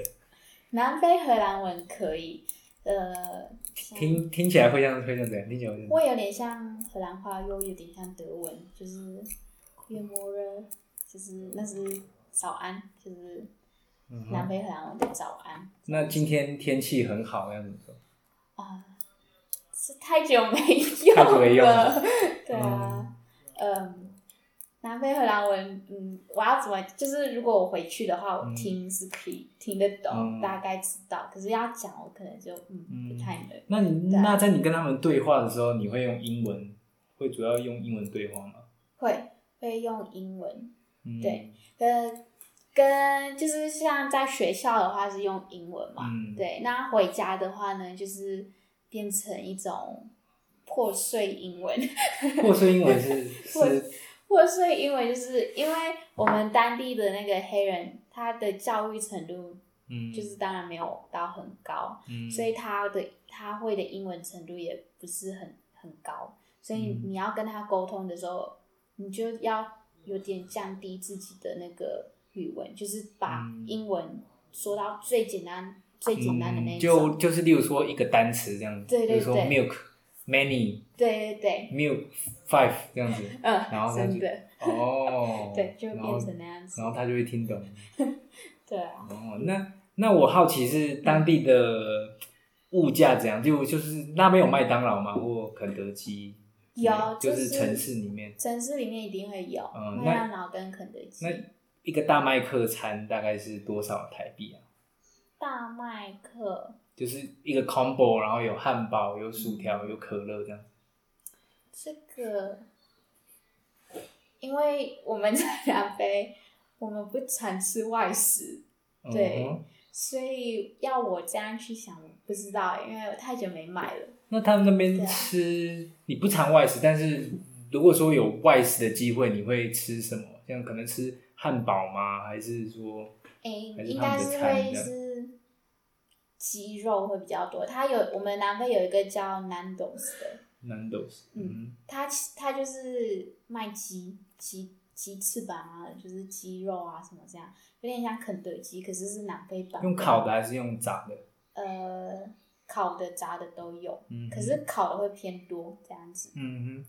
[SPEAKER 1] 南非荷兰文可以，呃，像
[SPEAKER 2] 听听起来会像会像怎样？听起来会像
[SPEAKER 1] 会有点像荷兰话，又有点像德文，就是约莫热，就是那是早安，就是
[SPEAKER 2] 嗯
[SPEAKER 1] 南
[SPEAKER 2] 哼，
[SPEAKER 1] 非荷兰文的早安
[SPEAKER 2] 那今天天气很好，要怎么说？
[SPEAKER 1] 啊、是太久没用
[SPEAKER 2] 太久没用了
[SPEAKER 1] 了， <laughs> 对啊。嗯，南非荷兰文，嗯，我要怎么？就是如果我回去的话，我
[SPEAKER 2] 嗯
[SPEAKER 1] 听是可以听得懂，
[SPEAKER 2] 嗯
[SPEAKER 1] 大概知道。可是要讲，我可能就嗯
[SPEAKER 2] 嗯
[SPEAKER 1] 不太能。
[SPEAKER 2] 那你
[SPEAKER 1] 对啊
[SPEAKER 2] 那在你跟他们对话的时候，你会用英文，会主要用英文对话吗？
[SPEAKER 1] 会会用英文，
[SPEAKER 2] 嗯、
[SPEAKER 1] 对，跟跟就是像在学校的话是用英文嘛，
[SPEAKER 2] 嗯
[SPEAKER 1] 对。那回家的话呢，就是变成一种破碎英文。
[SPEAKER 2] <laughs> 或是英
[SPEAKER 1] <laughs>
[SPEAKER 2] 文是
[SPEAKER 1] 或
[SPEAKER 2] 是
[SPEAKER 1] 破碎英文就是因为我们当地的那个黑人，他的教育程度
[SPEAKER 2] 嗯，
[SPEAKER 1] 就是当然没有到很高，
[SPEAKER 2] 嗯，
[SPEAKER 1] 所以他的他会的英文程度也不是很很高，所以
[SPEAKER 2] 嗯
[SPEAKER 1] 你要跟他沟通的时候，你就要有点降低自己的那个语文，就是把
[SPEAKER 2] 嗯
[SPEAKER 1] 英文说到最简单、最简单的那
[SPEAKER 2] 嗯
[SPEAKER 1] 一种。
[SPEAKER 2] 就就是例如说一个单词这样子，
[SPEAKER 1] 对对
[SPEAKER 2] 比如说
[SPEAKER 1] 对
[SPEAKER 2] milk many
[SPEAKER 1] 对对对，
[SPEAKER 2] milk five
[SPEAKER 1] <laughs>
[SPEAKER 2] 这样子，然后
[SPEAKER 1] 嗯，
[SPEAKER 2] 他就
[SPEAKER 1] 真的，，
[SPEAKER 2] 哦
[SPEAKER 1] 对，就会
[SPEAKER 2] 然后
[SPEAKER 1] 变成那样子
[SPEAKER 2] 然。后他就会听懂。
[SPEAKER 1] 对啊，
[SPEAKER 2] 哦，那那我好奇是当地的物价怎样？就就是那边有麦当劳吗？或肯德基？
[SPEAKER 1] 有
[SPEAKER 2] 就
[SPEAKER 1] 就是是
[SPEAKER 2] 城市里面。
[SPEAKER 1] 城市里面一定会有
[SPEAKER 2] 嗯
[SPEAKER 1] 麦当劳跟肯德基
[SPEAKER 2] 那。一个大麦克餐大概是多少台币啊？
[SPEAKER 1] 大麦克
[SPEAKER 2] 就是一个 combo，然后有汉堡、有
[SPEAKER 1] 嗯
[SPEAKER 2] 薯条、有可乐这样。
[SPEAKER 1] 这个，因为我们 <laughs> 在南非，我们不常吃外食，对
[SPEAKER 2] 嗯哼
[SPEAKER 1] 所以要我这样去想，我不知道，因为我太久没买了。
[SPEAKER 2] 那他们那
[SPEAKER 1] 对啊
[SPEAKER 2] 边吃，你不常外食，但是如果说有外食的机会，你会吃什么？像可能吃汉堡吗？还是说，
[SPEAKER 1] 诶，
[SPEAKER 2] 还是
[SPEAKER 1] 应该
[SPEAKER 2] 他们的
[SPEAKER 1] 是
[SPEAKER 2] 餐
[SPEAKER 1] 会
[SPEAKER 2] 这样
[SPEAKER 1] 是鸡肉会比较多。它有我们南非有一个叫 Nando's 的，
[SPEAKER 2] 难都是？嗯
[SPEAKER 1] 嗯它其它就是卖鸡鸡鸡翅膀啊，就是鸡肉啊什么这样，有点像肯德基，可是是南非版。
[SPEAKER 2] 用烤的还是用炸的？
[SPEAKER 1] 呃，烤的、炸的都有，
[SPEAKER 2] 嗯，
[SPEAKER 1] 可是，烤的会偏多这样子。
[SPEAKER 2] 嗯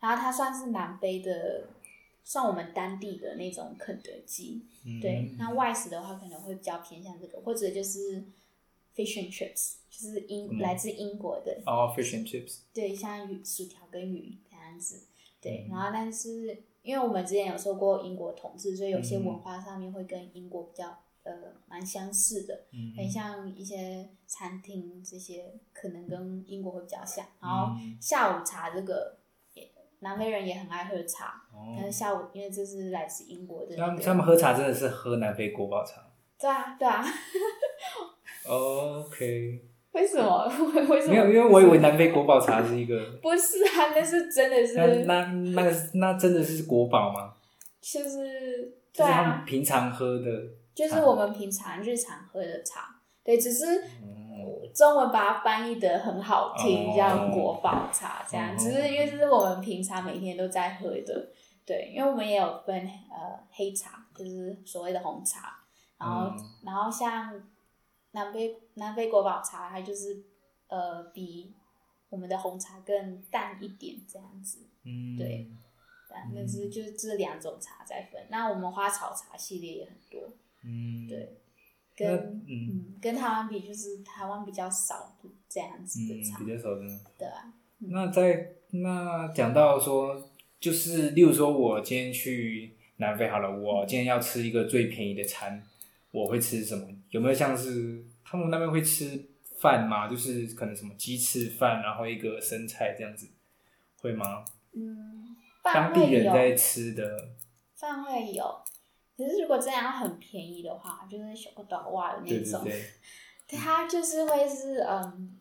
[SPEAKER 1] 然后它算是南非的，算我们当地的那种肯德基。
[SPEAKER 2] 哼，
[SPEAKER 1] 对，
[SPEAKER 2] 嗯
[SPEAKER 1] 那外食的话可能会比较偏向这个，或者就是 fish and chips，就是英、
[SPEAKER 2] 嗯
[SPEAKER 1] 来自英国的，
[SPEAKER 2] 哦，fish and chips，
[SPEAKER 1] 对，像鱼、薯条跟鱼这样子。对，
[SPEAKER 2] 嗯
[SPEAKER 1] 然后但是因为我们之前有受过英国统治，所以有些
[SPEAKER 2] 嗯
[SPEAKER 1] 文化上面会跟英国比较呃蛮相似的，
[SPEAKER 2] 嗯
[SPEAKER 1] 很像一些餐厅这些可能跟英国会比较像。然后
[SPEAKER 2] 嗯
[SPEAKER 1] 下午茶这个也南非人也很爱喝茶，
[SPEAKER 2] 哦
[SPEAKER 1] 但是下午因为这是来自英国的
[SPEAKER 2] 他
[SPEAKER 1] 那
[SPEAKER 2] 们他
[SPEAKER 1] 个，
[SPEAKER 2] 们喝茶真的是喝南非国宝茶。
[SPEAKER 1] 对啊对啊， <laughs>
[SPEAKER 2] OK，
[SPEAKER 1] 为什么？ <laughs> 为为什么？
[SPEAKER 2] 没有，因为我以为南非国宝茶是一个，
[SPEAKER 1] 不是啊，那是真的
[SPEAKER 2] 那
[SPEAKER 1] 是
[SPEAKER 2] 那那个那真的是国宝吗？
[SPEAKER 1] 就是
[SPEAKER 2] 就
[SPEAKER 1] 对
[SPEAKER 2] 是他
[SPEAKER 1] 啊
[SPEAKER 2] 们，平常喝的。
[SPEAKER 1] 就是
[SPEAKER 2] 啊
[SPEAKER 1] 我们平常日常喝的茶，对，只是
[SPEAKER 2] 嗯
[SPEAKER 1] 中文把它翻译的很好
[SPEAKER 2] 哦
[SPEAKER 1] 听，叫国宝茶这样，
[SPEAKER 2] 哦
[SPEAKER 1] 只是因为这是我们平常每天都在喝的，对，因为我们也有分呃黑茶，就是所谓的红茶，然后、
[SPEAKER 2] 嗯
[SPEAKER 1] 然后像南非南非国宝茶，它就是呃比我们的红茶更淡一点这样子，
[SPEAKER 2] 嗯，
[SPEAKER 1] 对对啊，那是就是这两种茶在分，那我们花草茶系列也很多，
[SPEAKER 2] 嗯，
[SPEAKER 1] 对，
[SPEAKER 2] 那，
[SPEAKER 1] 跟。
[SPEAKER 2] 嗯
[SPEAKER 1] 嗯，跟台湾比，就是台湾比较少这样子的
[SPEAKER 2] 嗯
[SPEAKER 1] 茶，
[SPEAKER 2] 比较少真的。
[SPEAKER 1] 对啊，
[SPEAKER 2] 那在那讲到说，就是例如说，我今天去南非好了，我今天要吃一个最便宜的餐，我会吃什么？有没有像是他们那边会吃饭吗？就是可能什么鸡翅饭，然后一个生菜这样子，会吗？
[SPEAKER 1] 嗯，
[SPEAKER 2] 当
[SPEAKER 1] 饭
[SPEAKER 2] 地
[SPEAKER 1] 会
[SPEAKER 2] 人在
[SPEAKER 1] 有，
[SPEAKER 2] 吃的，
[SPEAKER 1] 饭会有。可是如果真的要很便宜的话，就是小个短袜的那
[SPEAKER 2] 对
[SPEAKER 1] 种，
[SPEAKER 2] 对对，
[SPEAKER 1] 它就是会是嗯，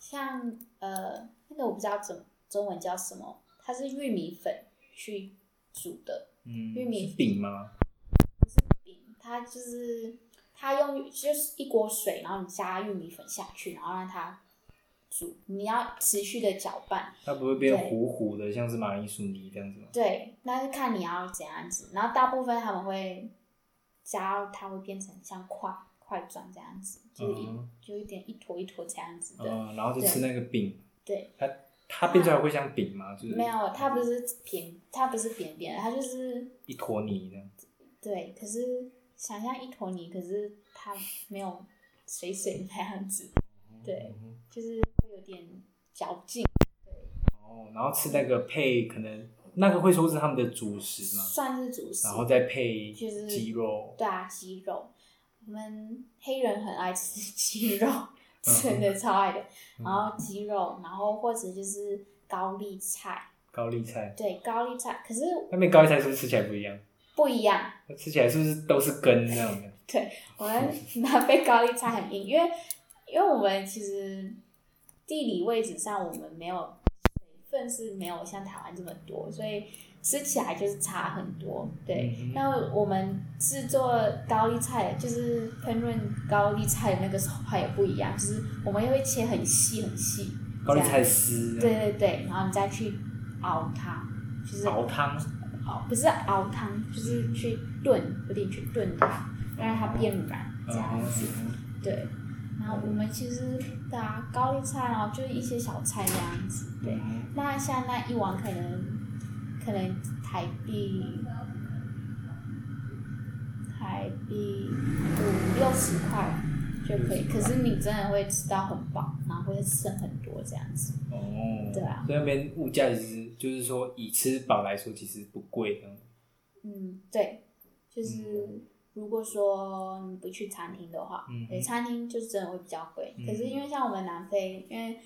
[SPEAKER 1] 像呃那个我不知道怎中文叫什么，它是玉米粉去煮的
[SPEAKER 2] 嗯，
[SPEAKER 1] 玉米
[SPEAKER 2] 是饼吗？
[SPEAKER 1] 饼，它就是它用就是一锅水，然后你加玉米粉下去，然后让它煮，你要持续的搅拌。
[SPEAKER 2] 它不会变
[SPEAKER 1] 对
[SPEAKER 2] 糊糊的，像是马铃薯泥这样子吗？
[SPEAKER 1] 对，那是看你要怎样子。然后大部分他们会加，它会变成像块块状这样子，就是一、
[SPEAKER 2] 嗯
[SPEAKER 1] 就一点一坨一坨这样子的。
[SPEAKER 2] 嗯，然后就吃那个饼，
[SPEAKER 1] 对，啊
[SPEAKER 2] 它它变出来会像饼吗？就是
[SPEAKER 1] 没有，它不是扁，它不是扁扁的，它就是
[SPEAKER 2] 一坨泥这样。
[SPEAKER 1] 对。可是想象一坨泥，可是它没有水水那样子，对
[SPEAKER 2] 嗯哼
[SPEAKER 1] 就是会有点嚼劲，
[SPEAKER 2] 哦，然后吃那个配可能那个会说是他们的主食嘛，
[SPEAKER 1] 算是主食
[SPEAKER 2] 然。后再配
[SPEAKER 1] 就是
[SPEAKER 2] 鸡肉，
[SPEAKER 1] 对啊，鸡肉，我们黑人很爱吃鸡肉，真的超爱的。然后鸡肉，然后或者就是高丽菜，
[SPEAKER 2] 高丽菜。
[SPEAKER 1] 对，高丽菜，可是
[SPEAKER 2] 那边高丽菜是不是吃起来不一样？
[SPEAKER 1] 不一样。
[SPEAKER 2] 它吃起来是不是都是根那
[SPEAKER 1] <laughs>
[SPEAKER 2] 种的？
[SPEAKER 1] 我们南非高丽菜很硬，因为因为我们其实地理位置上我们没有水分是没有像台湾这么多，所以吃起来就是差很多。对
[SPEAKER 2] 嗯哼，
[SPEAKER 1] 那我们制作高丽菜就是烹饪高丽菜的那个手法也不一样，就是我们也会切很细很细，
[SPEAKER 2] 高丽菜丝，
[SPEAKER 1] 啊对，对对，然后你再去熬它，就是
[SPEAKER 2] 熬汤，
[SPEAKER 1] 熬不是熬汤，就是去炖，有点去炖它，让它变软这样子。
[SPEAKER 2] 嗯
[SPEAKER 1] 对，然后我们其实对啊，高丽菜然后就是一些小菜这样子。对，
[SPEAKER 2] 嗯
[SPEAKER 1] 那像那一碗可能可能台币台币五六十块就可以，可是你真的会吃到很饱，然后会剩很多这样子。
[SPEAKER 2] 哦，
[SPEAKER 1] 对啊
[SPEAKER 2] 所以那边物价其实就是说以吃饱来说，其实不贵的。
[SPEAKER 1] 嗯，对，就是如果说你不去餐厅的话，
[SPEAKER 2] 嗯
[SPEAKER 1] 对，餐厅就是真的会比较贵。可是
[SPEAKER 2] 嗯
[SPEAKER 1] 因为像我们南非，因为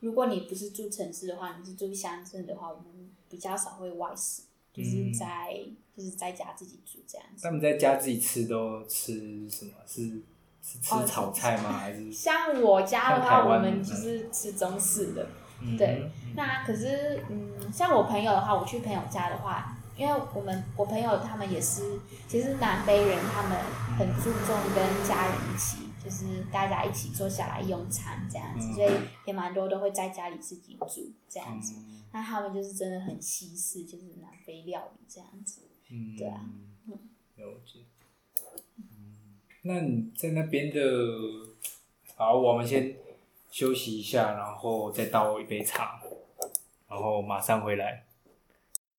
[SPEAKER 1] 如果你不是住城市的话，你是住乡镇的话，我们比较少会外食，就是
[SPEAKER 2] 嗯
[SPEAKER 1] 在、就是在家自己煮这样子
[SPEAKER 2] 他。们在家自己吃都吃什么？是是吃
[SPEAKER 1] 哦
[SPEAKER 2] 炒菜吗？还是
[SPEAKER 1] 像我家的
[SPEAKER 2] 像
[SPEAKER 1] 话，
[SPEAKER 2] 台
[SPEAKER 1] 我
[SPEAKER 2] 湾
[SPEAKER 1] 们就
[SPEAKER 2] 嗯
[SPEAKER 1] 是吃中式的，
[SPEAKER 2] 嗯
[SPEAKER 1] 对那可是，嗯，像我朋友的话，我去朋友家的话，因为我们我朋友他们也是，其实南非人他们很注重跟家人一起，就是大家一起坐下来用餐这样子，
[SPEAKER 2] 嗯
[SPEAKER 1] 所以也蛮多都会在家里自己煮这样子。
[SPEAKER 2] 嗯
[SPEAKER 1] 那他们就是真的很西式，就是南非料理这样子。
[SPEAKER 2] 嗯，
[SPEAKER 1] 对啊，
[SPEAKER 2] 了解。嗯，那你在那边的，好，我们先休息一下，然后再倒一杯茶，然后马上回来。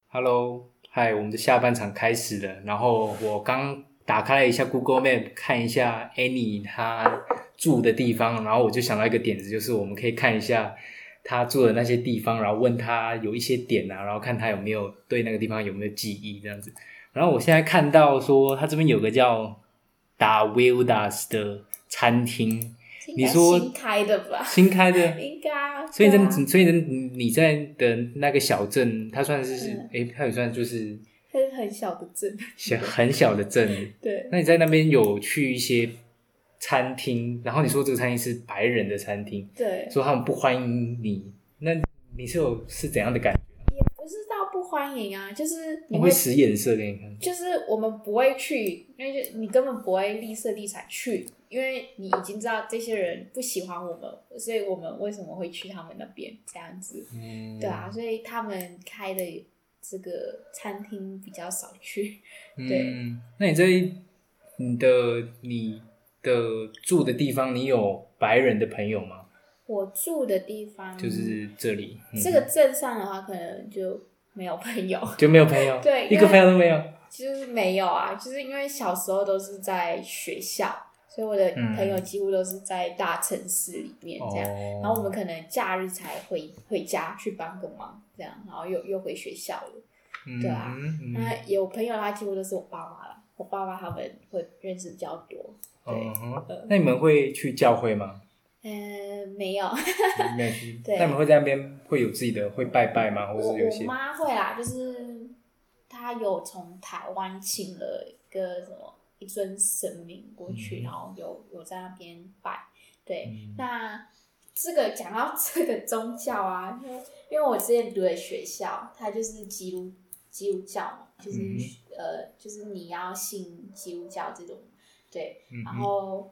[SPEAKER 2] Hello，嗨，我们的下半场开始了。然后我刚打开了一下 Google Map，看一下 Annie 她住的地方，然后我就想到一个点子，就是我们可以看一下她住的那些地方，然后问她有一些点啊，然后看她有没有对那个地方有没有记忆这样子。然后我现在看到说，它这边有个叫打 Wildas 的餐厅，
[SPEAKER 1] 是应该
[SPEAKER 2] 你说
[SPEAKER 1] 新开的吧？ <laughs>
[SPEAKER 2] 新开的，
[SPEAKER 1] 应该啊，
[SPEAKER 2] 所以
[SPEAKER 1] 对
[SPEAKER 2] 呢，
[SPEAKER 1] 啊
[SPEAKER 2] 所以呢，你在的那个小镇，它算是
[SPEAKER 1] 嗯
[SPEAKER 2] 诶，它也算就是
[SPEAKER 1] 很很小的镇，
[SPEAKER 2] 小很小的镇。
[SPEAKER 1] 对，
[SPEAKER 2] 那你在那边有去一些餐厅，然后你说这个餐厅是白人的餐厅，
[SPEAKER 1] 对，
[SPEAKER 2] 说他们不欢迎你，那你是有是怎样的感觉？
[SPEAKER 1] 也不是到不欢迎啊，就是你
[SPEAKER 2] 我
[SPEAKER 1] 会
[SPEAKER 2] 会使眼色给你看，
[SPEAKER 1] 就是我们不会去，因为就你根本不会立色立彩去，因为你已经知道这些人不喜欢我们，所以我们为什么会去他们那边这样子？
[SPEAKER 2] 嗯，
[SPEAKER 1] 对啊，，所以他们开的这个餐厅比较少去。 <laughs> 对
[SPEAKER 2] 嗯，那你在你的你的住的地方，你有白人的朋友吗？
[SPEAKER 1] 我住的地方
[SPEAKER 2] 就是这里，嗯、
[SPEAKER 1] 嗯这个镇上的话，可能就没有朋友， <laughs>
[SPEAKER 2] 就没有朋友，
[SPEAKER 1] 对因为
[SPEAKER 2] 一个朋友都没有。
[SPEAKER 1] 就是没有啊，就是因为小时候都是在学校，所以我的
[SPEAKER 2] 嗯
[SPEAKER 1] 朋友几乎都是在大城市里面这样。
[SPEAKER 2] 哦
[SPEAKER 1] 然后我们可能假日才回回家去帮个忙，这样，然后又又回学校了。对啊
[SPEAKER 2] 嗯
[SPEAKER 1] 那有朋友他几乎都是我爸妈了，我爸妈他们会认识比较多。对
[SPEAKER 2] 嗯，哼
[SPEAKER 1] 呃
[SPEAKER 2] 那你们会去教会吗？ <laughs>
[SPEAKER 1] 嗯、没有，
[SPEAKER 2] 没有去。
[SPEAKER 1] 对
[SPEAKER 2] 那你们会在那边会有自己的会拜拜吗？或
[SPEAKER 1] 我
[SPEAKER 2] 者是有一
[SPEAKER 1] 我
[SPEAKER 2] 些
[SPEAKER 1] 妈会啦，就是她有从台湾请了一个什么一尊神明过去，
[SPEAKER 2] 嗯
[SPEAKER 1] 然后有有在那边拜。对，
[SPEAKER 2] 嗯
[SPEAKER 1] 那这个讲到这个宗教啊，因为因为我之前读的学校，它就是基督基督教嘛，就是、
[SPEAKER 2] 嗯
[SPEAKER 1] 呃，就是你要信基督教这种，对，
[SPEAKER 2] 嗯
[SPEAKER 1] 然后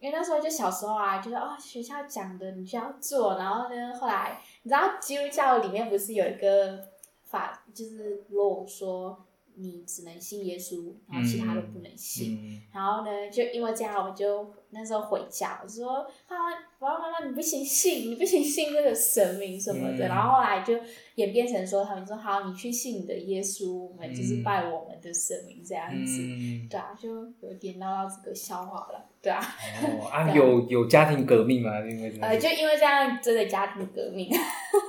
[SPEAKER 1] 因为那时候就小时候啊，就是哦学校讲的你就要做，然后呢后来你知道基督教里面不是有一个法，就是如果说你只能信耶稣，然后其他都不能信。
[SPEAKER 2] 嗯
[SPEAKER 1] 然后呢，就因为这样，我就那时候回家，我说啊，爸爸妈妈，你不行信，你不行信这个神明什么的。
[SPEAKER 2] 嗯
[SPEAKER 1] 然后后来就演变成说，他们说好，你去信你的耶稣，我们就是
[SPEAKER 2] 嗯
[SPEAKER 1] 拜我们的神明这样子。
[SPEAKER 2] 嗯
[SPEAKER 1] 对啊，就有点唠到这个笑话了，对啊，
[SPEAKER 2] 哦啊，有有家庭革命吗？因为这个
[SPEAKER 1] 呃，就因为这样，真的家庭革命， <laughs>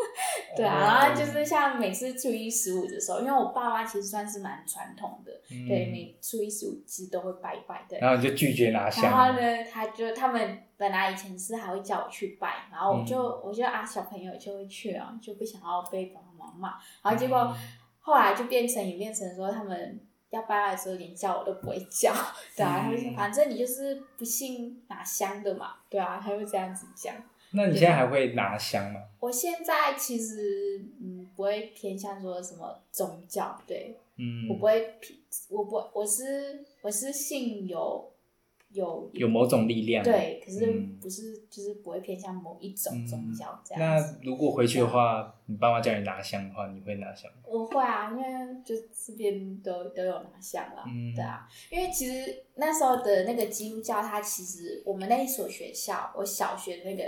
[SPEAKER 1] 对啊，
[SPEAKER 2] 哦
[SPEAKER 1] 然后就是像每次初一十五的时候，因为我爸妈其实算是蛮传统的，
[SPEAKER 2] 嗯
[SPEAKER 1] 对，每初一十五其实都会拜拜的。
[SPEAKER 2] 然后你就拒绝拿
[SPEAKER 1] 然后
[SPEAKER 2] 下。
[SPEAKER 1] 呢，他就他们本来以前是还会叫我去拜，然后我就、
[SPEAKER 2] 嗯
[SPEAKER 1] 我就啊小朋友就会去啊，就不想要被爸爸妈妈骂，然后结果、
[SPEAKER 2] 嗯
[SPEAKER 1] 后来就变成也变成说他们要拜拜的时候连叫我都不会叫， <laughs> 对啊，
[SPEAKER 2] 嗯
[SPEAKER 1] 他们说反正你就是不信哪香的嘛，对啊，他会这样子讲。
[SPEAKER 2] 那你现在还会拿香吗？
[SPEAKER 1] 我现在其实嗯不会偏向说什么宗教，对
[SPEAKER 2] 嗯
[SPEAKER 1] 我不会偏，我不我是我是信有有
[SPEAKER 2] 有某种力量。。
[SPEAKER 1] 对，可是
[SPEAKER 2] 嗯
[SPEAKER 1] 不是就是不会偏向某一种宗教这样子。
[SPEAKER 2] 那如果回去的话，你爸妈叫你拿香的话，你会拿香吗？
[SPEAKER 1] 我会啊，因为就这边都都有拿下啦，
[SPEAKER 2] 嗯
[SPEAKER 1] 对啊，因为其实那时候的那个基督教，它其实我们那一所学校，我小学那个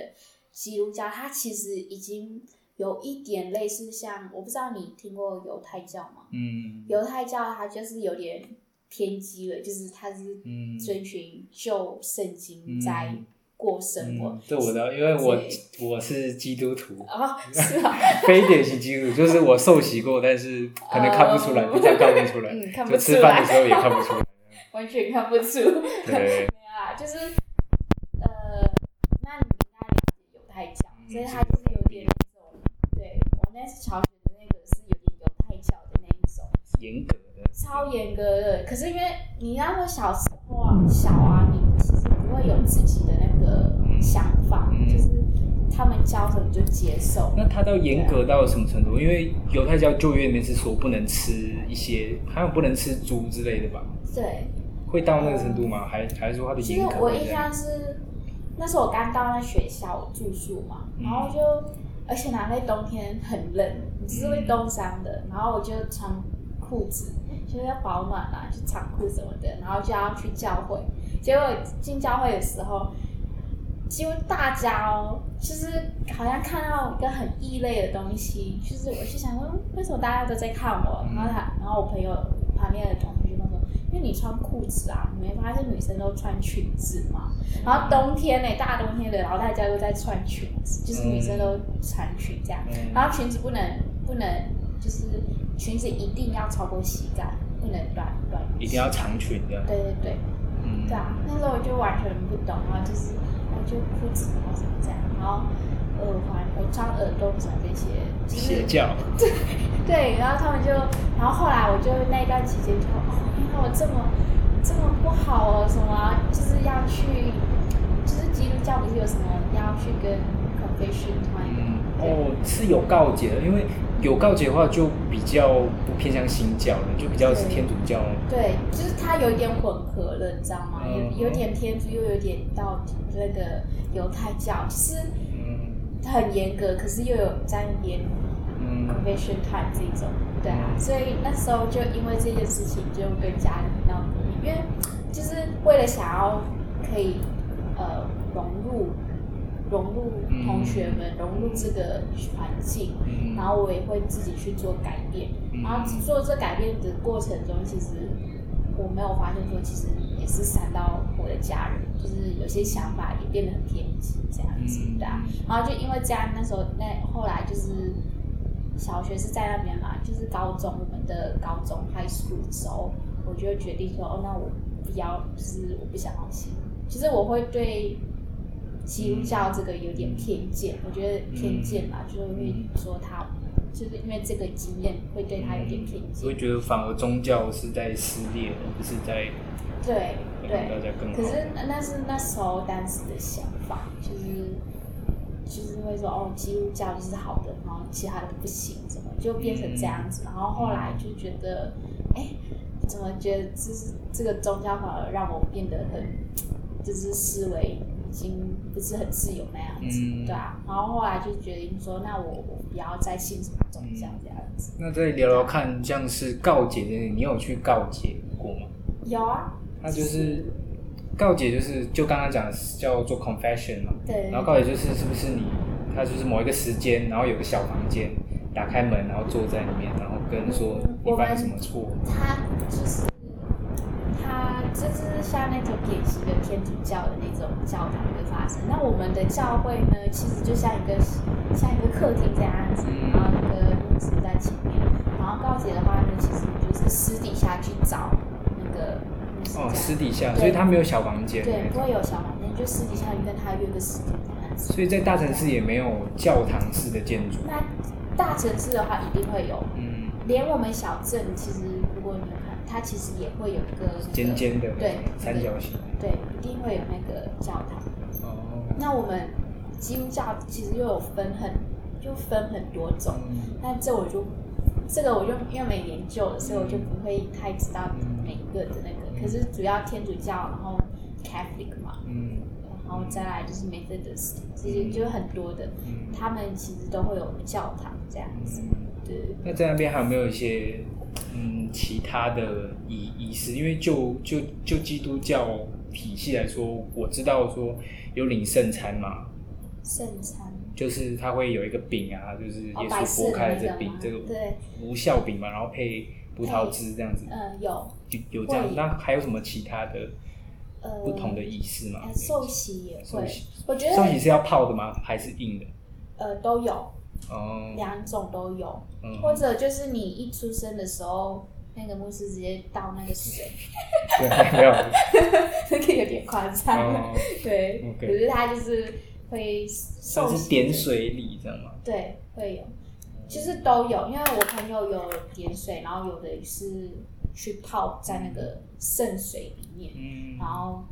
[SPEAKER 1] 基督教，它其实已经有一点类似像，我不知道你听过犹太教吗？
[SPEAKER 2] 嗯，
[SPEAKER 1] 犹太教它就是有点偏激了，就是它是
[SPEAKER 2] 嗯
[SPEAKER 1] 遵循旧圣经
[SPEAKER 2] 嗯
[SPEAKER 1] 在过生活
[SPEAKER 2] 嗯，，这我知道，因为我
[SPEAKER 1] 对
[SPEAKER 2] 我是基督徒，
[SPEAKER 1] <laughs> 哦，是啊，
[SPEAKER 2] 非典型基督徒，就是我受洗过，但是可能看不出来，
[SPEAKER 1] 哦
[SPEAKER 2] 比较看不出
[SPEAKER 1] <laughs>
[SPEAKER 2] 来，
[SPEAKER 1] 嗯看不
[SPEAKER 2] 就
[SPEAKER 1] 出
[SPEAKER 2] 吃饭
[SPEAKER 1] 来
[SPEAKER 2] 的时候也看不出来。
[SPEAKER 1] <laughs> 完全看不出。<laughs>
[SPEAKER 2] 对，
[SPEAKER 1] 没有啦，就是呃，那你应该了解犹太教，
[SPEAKER 2] 嗯
[SPEAKER 1] 所以它就是有点那种，对我那次小学的那个是有点犹太教的那一种，
[SPEAKER 2] 严格的，
[SPEAKER 1] <laughs> 超严格的。可是因为你那时候小时候啊，小啊，你其实不会有自己的那个想法，
[SPEAKER 2] 嗯
[SPEAKER 1] 就是他们教什么就接受。
[SPEAKER 2] 那他到严格到什么程度？因为犹太教旧约里面是说不能吃一些，他们不能吃猪之类的吧？
[SPEAKER 1] 对，
[SPEAKER 2] 会到那个程度吗？还还是说他的
[SPEAKER 1] 其实
[SPEAKER 2] 严格？
[SPEAKER 1] 我印象是，那时候我刚到那学校住宿嘛，然后就，而且南非冬天很冷，你是会冻伤的。然后我就穿裤子，就是要保暖啊，就长裤什么的，然后就要去教会。结果进教会的时候，几乎大家哦，就是好像看到一个很异类的东西，就是我就想说，嗯为什么大家都在看我？
[SPEAKER 2] 嗯
[SPEAKER 1] 然后他，然后我朋友旁边的同学就跟我说，因为你穿裤子啊，你没发现女生都穿裙子吗？然后冬天呢、大冬天的，然后大家都在穿裙子，就是女生都穿裙这样，
[SPEAKER 2] 嗯
[SPEAKER 1] 然后裙子不能不能，就是裙子一定要超过膝盖，不能短短，
[SPEAKER 2] 一定要长裙的，
[SPEAKER 1] 对对对。
[SPEAKER 2] 嗯
[SPEAKER 1] 对啊，那时候我就完全不懂，然后就是我就裤子然后什么这样，然后耳环，我穿耳洞什么这些，就是
[SPEAKER 2] 邪教，
[SPEAKER 1] 对，然后他们就，然后后来我就那一段期间就，哦，原来我这么这么不好哦，什么啊就是要去，就是基督教不是有什么要去跟 confession 团，
[SPEAKER 2] 嗯，哦，是有告解的，因为有告解的话就比较不偏向新教了，就比较是天主教。
[SPEAKER 1] 对，就是它有点混合了，你知道吗？
[SPEAKER 2] 嗯
[SPEAKER 1] 有有点天主，又有点到那个犹太教，就是
[SPEAKER 2] 嗯
[SPEAKER 1] 很严格，可是又有沾一点
[SPEAKER 2] 嗯，
[SPEAKER 1] confession time 这种，对啊，所以那时候就因为这件事情就跟家里闹革命，因为就是为了想要可以呃融入融入
[SPEAKER 2] 嗯
[SPEAKER 1] 同学们，融入这个环境，
[SPEAKER 2] 嗯
[SPEAKER 1] 然后我也会自己去做改变，
[SPEAKER 2] 嗯
[SPEAKER 1] 然后做这改变的过程中，其实我没有发现说，其实也是闪到我的家人，就是有些想法也变得很偏激这样子
[SPEAKER 2] 嗯
[SPEAKER 1] 的、啊。然后就因为这样，那时候那后来就是小学是在那边嘛，就是高中我们的高中 high school 的时候，我就会决定说，哦，那我不要，就是我不想要信。其实我会对基督教这个有点偏见，我觉得
[SPEAKER 2] 嗯
[SPEAKER 1] 偏见嘛，就是会说他，就是因为这个经验会对他有点偏
[SPEAKER 2] 我嗯会
[SPEAKER 1] 见。
[SPEAKER 2] 觉得反而宗教是在撕裂，而不是在
[SPEAKER 1] 对
[SPEAKER 2] 让大
[SPEAKER 1] 对，
[SPEAKER 2] 家更好。
[SPEAKER 1] 可是那那是那时候当时的想法，就是就是会说哦，基督教就是好的，然后其他的不行，怎么就变成这样子？然后后来就觉得，哎，怎么觉得就是这个宗教反而让我变得很，就是思维已经不是很自由那样子，
[SPEAKER 2] 嗯
[SPEAKER 1] 对啊。然后后来就决定说，那我我不要再信什么宗教这样子。
[SPEAKER 2] 那再聊聊看，像是告解这些，你有去告解过吗？
[SPEAKER 1] 有啊，
[SPEAKER 2] 它就是告解，就是就刚刚讲的是叫做 confession 嘛，
[SPEAKER 1] 对，
[SPEAKER 2] 然后告解就是是不是你，它就是某一个时间，然后有个小房间，打开门，然后坐在里面，然后跟说你犯了什么错，
[SPEAKER 1] 他就是他就是像那种典型的天主教的那种教堂会发生。那我们的教会呢，其实就像一个像一个客厅这样子，
[SPEAKER 2] 嗯
[SPEAKER 1] 然后一个牧师在前面，然后告解的话呢，其实就是私底下去找那个牧师这样
[SPEAKER 2] 哦，私底下，
[SPEAKER 1] 对
[SPEAKER 2] 所以它没有小房间，
[SPEAKER 1] 对，不会有小房间，就私底下你跟他约个时间这样子。
[SPEAKER 2] 所以在大城市也没有教堂式的建筑，
[SPEAKER 1] 那大城市的话，一定会有。
[SPEAKER 2] 嗯，
[SPEAKER 1] 连我们小镇，其实如果你们看，它其实也会有一个、那个、
[SPEAKER 2] 尖尖的，
[SPEAKER 1] 对
[SPEAKER 2] 三角形，
[SPEAKER 1] 对，一定会有那个教堂。
[SPEAKER 2] 哦，
[SPEAKER 1] 那我们基督教其实又有分很，就分很多种。
[SPEAKER 2] 嗯
[SPEAKER 1] 那这我就，这个我就因为没研究了，所以我就不会太知道每一个的那个。可是主要天主教，然后 Catholic 嘛，
[SPEAKER 2] 嗯
[SPEAKER 1] 然后再来就是 Methodist，这些就很多的，
[SPEAKER 2] 嗯
[SPEAKER 1] 他们其实都会有教堂这样子。
[SPEAKER 2] 嗯。
[SPEAKER 1] 对，
[SPEAKER 2] 那在那边还有没有一些嗯其他的仪仪式？因为就就就基督教体系来说，我知道说有领圣餐嘛，
[SPEAKER 1] 圣餐。
[SPEAKER 2] 就是它会有一个饼啊，就是耶
[SPEAKER 1] 哦，白
[SPEAKER 2] 稣
[SPEAKER 1] 色
[SPEAKER 2] 剥
[SPEAKER 1] 的
[SPEAKER 2] 开
[SPEAKER 1] 那
[SPEAKER 2] 这
[SPEAKER 1] 个
[SPEAKER 2] 饼
[SPEAKER 1] 吗，？
[SPEAKER 2] 这个
[SPEAKER 1] 对，
[SPEAKER 2] 无效饼嘛，然后配葡萄汁这样子，
[SPEAKER 1] 嗯，有，
[SPEAKER 2] 有有这样。
[SPEAKER 1] 会
[SPEAKER 2] 那还有什么其他的
[SPEAKER 1] 呃，
[SPEAKER 2] 不同的仪式吗
[SPEAKER 1] 呃，？寿喜也
[SPEAKER 2] 寿
[SPEAKER 1] 会
[SPEAKER 2] 喜，
[SPEAKER 1] 我觉
[SPEAKER 2] 寿喜
[SPEAKER 1] 得
[SPEAKER 2] 是要泡的吗？还是硬的？
[SPEAKER 1] 呃都有，
[SPEAKER 2] 哦，
[SPEAKER 1] 两种都有，
[SPEAKER 2] 嗯，
[SPEAKER 1] 或者就是你一出生的时候，那个牧师直接倒那个水， <laughs>
[SPEAKER 2] 对， <laughs> 没有，
[SPEAKER 1] 这个有点夸张了，
[SPEAKER 2] 哦，
[SPEAKER 1] 对，可
[SPEAKER 2] OK
[SPEAKER 1] 是他就是会寿
[SPEAKER 2] 算是
[SPEAKER 1] 喜
[SPEAKER 2] 点，水礼这样吗？
[SPEAKER 1] 对，会有，就是都有，因为我朋友有点水，然后有的是去泡在那个圣水里面，
[SPEAKER 2] 嗯
[SPEAKER 1] 然后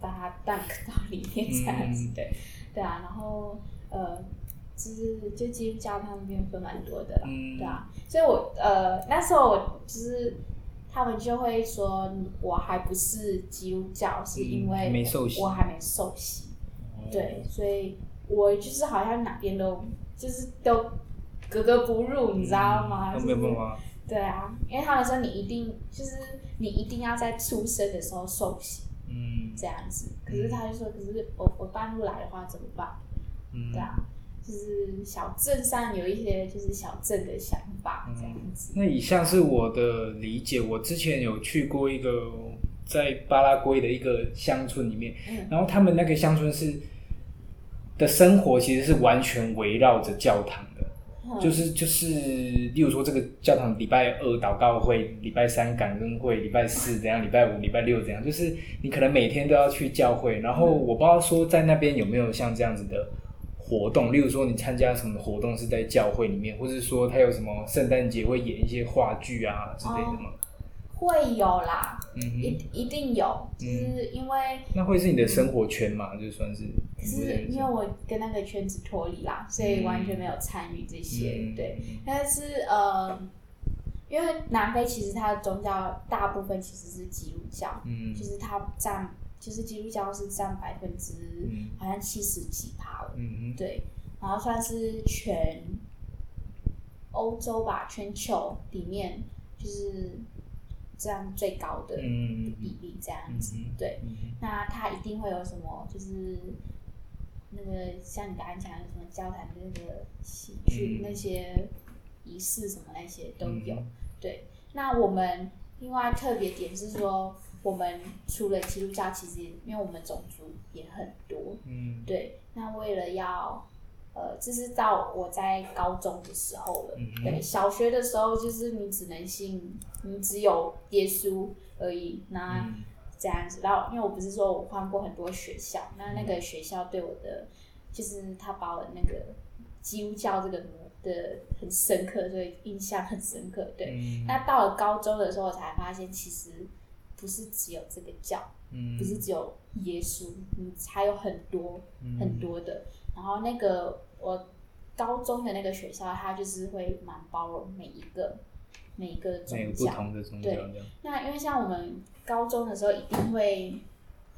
[SPEAKER 1] 把它 dunk 到里面这样子，
[SPEAKER 2] 嗯
[SPEAKER 1] 对对啊，然后呃，就是就基督教他们那边分蛮多的啦，
[SPEAKER 2] 嗯
[SPEAKER 1] 对啊，所以我呃那时候我就是他们就会说我还不是基督教，是因
[SPEAKER 2] 嗯还没
[SPEAKER 1] 为
[SPEAKER 2] 受洗
[SPEAKER 1] 我还没受洗，
[SPEAKER 2] 哦
[SPEAKER 1] 对，啊所以我就是好像哪边都就是都格格不入，你知道吗？
[SPEAKER 2] 哦都没有
[SPEAKER 1] 就是
[SPEAKER 2] 办法，
[SPEAKER 1] 对啊，因为他们说你一定就是你一定要在出生的时候受洗
[SPEAKER 2] 嗯
[SPEAKER 1] 这样子，可是他就说，可是我我半路来的话怎么办？
[SPEAKER 2] 嗯
[SPEAKER 1] 对啊，就是小镇上有一些就是小镇的想法这样子。
[SPEAKER 2] 那以下是我的理解，我之前有去过一个在巴拉圭的一个乡村里面，
[SPEAKER 1] 嗯
[SPEAKER 2] 然后他们那个乡村是的生活其实是完全围绕着教堂的，
[SPEAKER 1] 嗯
[SPEAKER 2] 就是就是，例如说这个教堂礼拜二祷告会，礼拜三感恩会，礼拜四怎样，礼拜五、礼拜六怎样，就是你可能每天都要去教会。然后
[SPEAKER 1] 嗯
[SPEAKER 2] 我不知道说在那边有没有像这样子的活动，例如说你参加什么活动是在教会里面，或是说他有什么圣诞节会演一些话剧啊之类的吗？
[SPEAKER 1] 会有啦，
[SPEAKER 2] 嗯
[SPEAKER 1] 哦一
[SPEAKER 2] 哼，
[SPEAKER 1] 一定有，就
[SPEAKER 2] 嗯
[SPEAKER 1] 是因为
[SPEAKER 2] 那会是你的生活圈嘛？就算是，
[SPEAKER 1] 可是因为我跟那个圈子脱离啦，所以完全没有参与这些，
[SPEAKER 2] 嗯
[SPEAKER 1] 对。但是呃，因为南非其实它的宗教大部分其实是基督教，
[SPEAKER 2] 嗯
[SPEAKER 1] 就是它占，就是基督教是占百分之
[SPEAKER 2] 嗯
[SPEAKER 1] 好像七十几趴了，
[SPEAKER 2] 嗯哼，
[SPEAKER 1] 对，然后算是全欧洲吧，全球里面就是这样最高的
[SPEAKER 2] 嗯
[SPEAKER 1] 比例这样
[SPEAKER 2] 嗯
[SPEAKER 1] 子，
[SPEAKER 2] 哼
[SPEAKER 1] 对。
[SPEAKER 2] 嗯哼
[SPEAKER 1] 那它一定会有什么，就是那个像你刚才讲的什么交谈的那个喜剧、
[SPEAKER 2] 嗯
[SPEAKER 1] 那些仪式什么那些都有。
[SPEAKER 2] 嗯
[SPEAKER 1] 对，那我们另外特别点是说，我们除了基督教，其实因为我们种族也很多，
[SPEAKER 2] 嗯
[SPEAKER 1] 对，那为了要。呃，这是到我在高中的时候了。
[SPEAKER 2] 嗯哼
[SPEAKER 1] 对，小学的时候就是你只能信，你只有耶稣而已。那、
[SPEAKER 2] 嗯
[SPEAKER 1] 这样子。然后，因为我不是说我换过很多学校，那那
[SPEAKER 2] 嗯
[SPEAKER 1] 个学校对我的，就是他把我那个基督教这个模的很深刻，所以印象很深刻。对，
[SPEAKER 2] 嗯
[SPEAKER 1] 那到了高中的时候，我才发现其实不是只有这个教，
[SPEAKER 2] 嗯
[SPEAKER 1] 不是只有耶稣，你还有很多
[SPEAKER 2] 嗯
[SPEAKER 1] 很多的。然后那个我高中的那个学校，它就是会蛮包容每一个每一个
[SPEAKER 2] 每个
[SPEAKER 1] 宗
[SPEAKER 2] 不
[SPEAKER 1] 教。
[SPEAKER 2] 同的宗教
[SPEAKER 1] 对
[SPEAKER 2] 这样。
[SPEAKER 1] 那因为像我们高中的时候，一定会，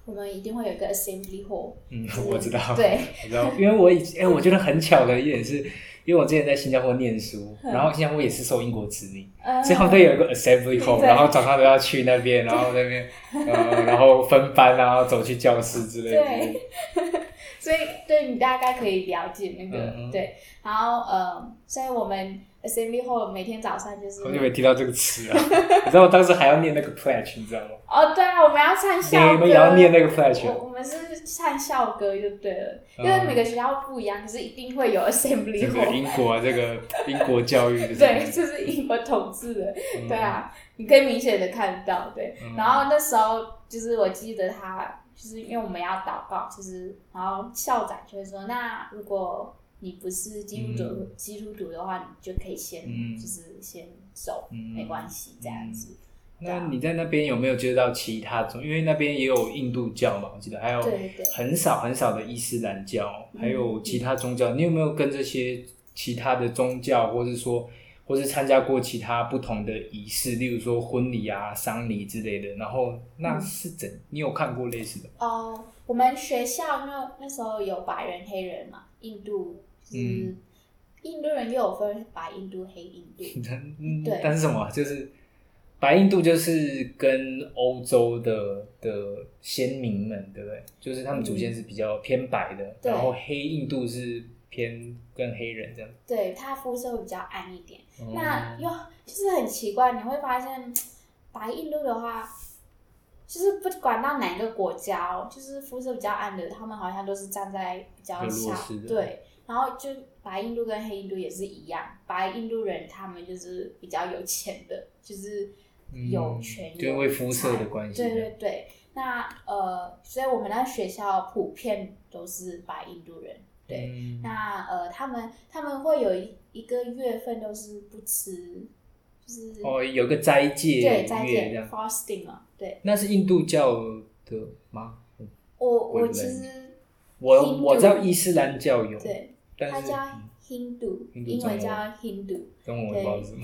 [SPEAKER 1] 我们一定会有一个 assembly hall，
[SPEAKER 2] 嗯 <laughs>
[SPEAKER 1] 就是，
[SPEAKER 2] 我知道， <laughs>
[SPEAKER 1] 对，
[SPEAKER 2] 我知道，因为我以哎、我觉得很巧的一 <laughs> 点是，因为我之前在新加坡念书，
[SPEAKER 1] 嗯
[SPEAKER 2] 然后新加坡也是受英国殖民，
[SPEAKER 1] 呃
[SPEAKER 2] 所以他们都有一个 assembly hall，
[SPEAKER 1] 对
[SPEAKER 2] 然后早上都要去那
[SPEAKER 1] <laughs>
[SPEAKER 2] 边，然后那边呃，然后分班啊，然后走去教室之类的。
[SPEAKER 1] 所以对你大概可以了解那个，
[SPEAKER 2] 嗯哼
[SPEAKER 1] 对，然后呃，所以我们 assembly hall 每天早上就是，
[SPEAKER 2] 好久没听到这个词了，你知道我当时还要念那个 pledge，你知道吗？
[SPEAKER 1] 哦，对啊，我们要唱校歌，
[SPEAKER 2] 你们也要念那个 pledge，
[SPEAKER 1] 我我们是唱校歌就对了，因为每个学校不一样，可是一定
[SPEAKER 2] <laughs>
[SPEAKER 1] 会有
[SPEAKER 2] 这
[SPEAKER 1] assembly
[SPEAKER 2] 个
[SPEAKER 1] hall，
[SPEAKER 2] 嗯英国啊，这个英国教育就是
[SPEAKER 1] 对，这是英国统治的，
[SPEAKER 2] 嗯
[SPEAKER 1] 对啊，你可以明显的看到，对。
[SPEAKER 2] 嗯
[SPEAKER 1] 然后那时候就是我记得他，就是因为我们要祷告，就是然后校长就会说，那如果你不是基督徒，基督徒的话，你就可以先、
[SPEAKER 2] 嗯
[SPEAKER 1] 就是先走，
[SPEAKER 2] 嗯
[SPEAKER 1] 没关系这样子。对
[SPEAKER 2] 那
[SPEAKER 1] 啊
[SPEAKER 2] 你在那边有没有接触到其他种？因为那边也有印度教嘛，我记得还有
[SPEAKER 1] 对对嗯对
[SPEAKER 2] 很少很少的伊斯兰教，还有其他宗教。你有没有跟这些其他的宗教，或是说，或是参加过其他不同的仪式，例如说婚礼啊、丧礼之类的？然后
[SPEAKER 1] 嗯
[SPEAKER 2] 那是怎？你有看过类似的？
[SPEAKER 1] 哦、我们学校那那时候有白人、黑人嘛，印度
[SPEAKER 2] 嗯
[SPEAKER 1] 就是、印度人又有分白印度、黑印
[SPEAKER 2] <laughs>
[SPEAKER 1] 度，
[SPEAKER 2] 嗯
[SPEAKER 1] 对，
[SPEAKER 2] 但是什么？就是白印度就是跟欧洲的的先民们，对不对？就是他们祖先是比较偏白的，
[SPEAKER 1] 对
[SPEAKER 2] 然后黑印度是偏跟黑人这样。
[SPEAKER 1] 对他肤色会比较暗一点。
[SPEAKER 2] 哦
[SPEAKER 1] 那又就是很奇怪，你会发现嗯白印度的话，就是不管到哪一个国家哦，就是肤色比较暗的，他们好像都是站在比较
[SPEAKER 2] 比较弱
[SPEAKER 1] 下
[SPEAKER 2] 势的
[SPEAKER 1] 对，然后就白印度跟黑印度也是一样，白印度人他们就是比较有钱的，就是有
[SPEAKER 2] 嗯
[SPEAKER 1] 权有
[SPEAKER 2] 就因为肤色的
[SPEAKER 1] 财
[SPEAKER 2] 关系，
[SPEAKER 1] 对对对，那呃，所以我们那学校普遍都是白印度人，对。
[SPEAKER 2] 嗯
[SPEAKER 1] 那呃，他们他们会有一一个月份都是不吃，就是、
[SPEAKER 2] 哦，有个斋戒
[SPEAKER 1] 对斋
[SPEAKER 2] 月这
[SPEAKER 1] 戒
[SPEAKER 2] 样，
[SPEAKER 1] fasting 嘛，对
[SPEAKER 2] 那是印度教的吗？
[SPEAKER 1] 我
[SPEAKER 2] 我
[SPEAKER 1] 我
[SPEAKER 2] 以
[SPEAKER 1] 其
[SPEAKER 2] 为
[SPEAKER 1] 实
[SPEAKER 2] 我
[SPEAKER 1] 印度
[SPEAKER 2] 我知道伊斯兰教有，
[SPEAKER 1] 对，它
[SPEAKER 2] 但是
[SPEAKER 1] 叫
[SPEAKER 2] 嗯
[SPEAKER 1] Hindu，
[SPEAKER 2] Hindu
[SPEAKER 1] 英文
[SPEAKER 2] 中文
[SPEAKER 1] 叫 Hindu，
[SPEAKER 2] 中文我不知道是什么，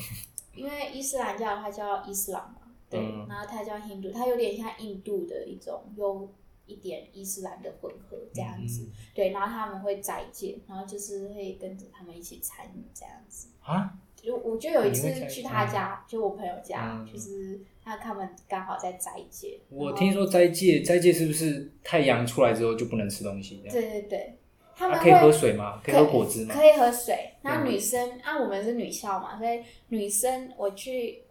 [SPEAKER 1] 因为伊斯兰教它叫伊斯兰嘛，对，
[SPEAKER 2] 嗯
[SPEAKER 1] 然后它叫 Hindu，它有点像印度的一种有一点伊斯兰的混合这
[SPEAKER 2] 嗯
[SPEAKER 1] 样子，对，然后他们会斋戒，然后就是会跟着他们一起参与这样子。
[SPEAKER 2] 啊，
[SPEAKER 1] 就我就有一次
[SPEAKER 2] 你会在
[SPEAKER 1] 去他家，就我朋友家，
[SPEAKER 2] 嗯
[SPEAKER 1] 就是他他们刚好在斋戒。
[SPEAKER 2] 我
[SPEAKER 1] 然后
[SPEAKER 2] 听说斋戒，斋戒是不是太阳出来之后就不能吃东西这样？
[SPEAKER 1] 对对对，他们
[SPEAKER 2] 啊，
[SPEAKER 1] 会、
[SPEAKER 2] 可以喝水吗？可以喝果汁吗？
[SPEAKER 1] 可以喝水。那
[SPEAKER 2] 嗯
[SPEAKER 1] 女生、啊，我们是女校嘛，所以女生我去，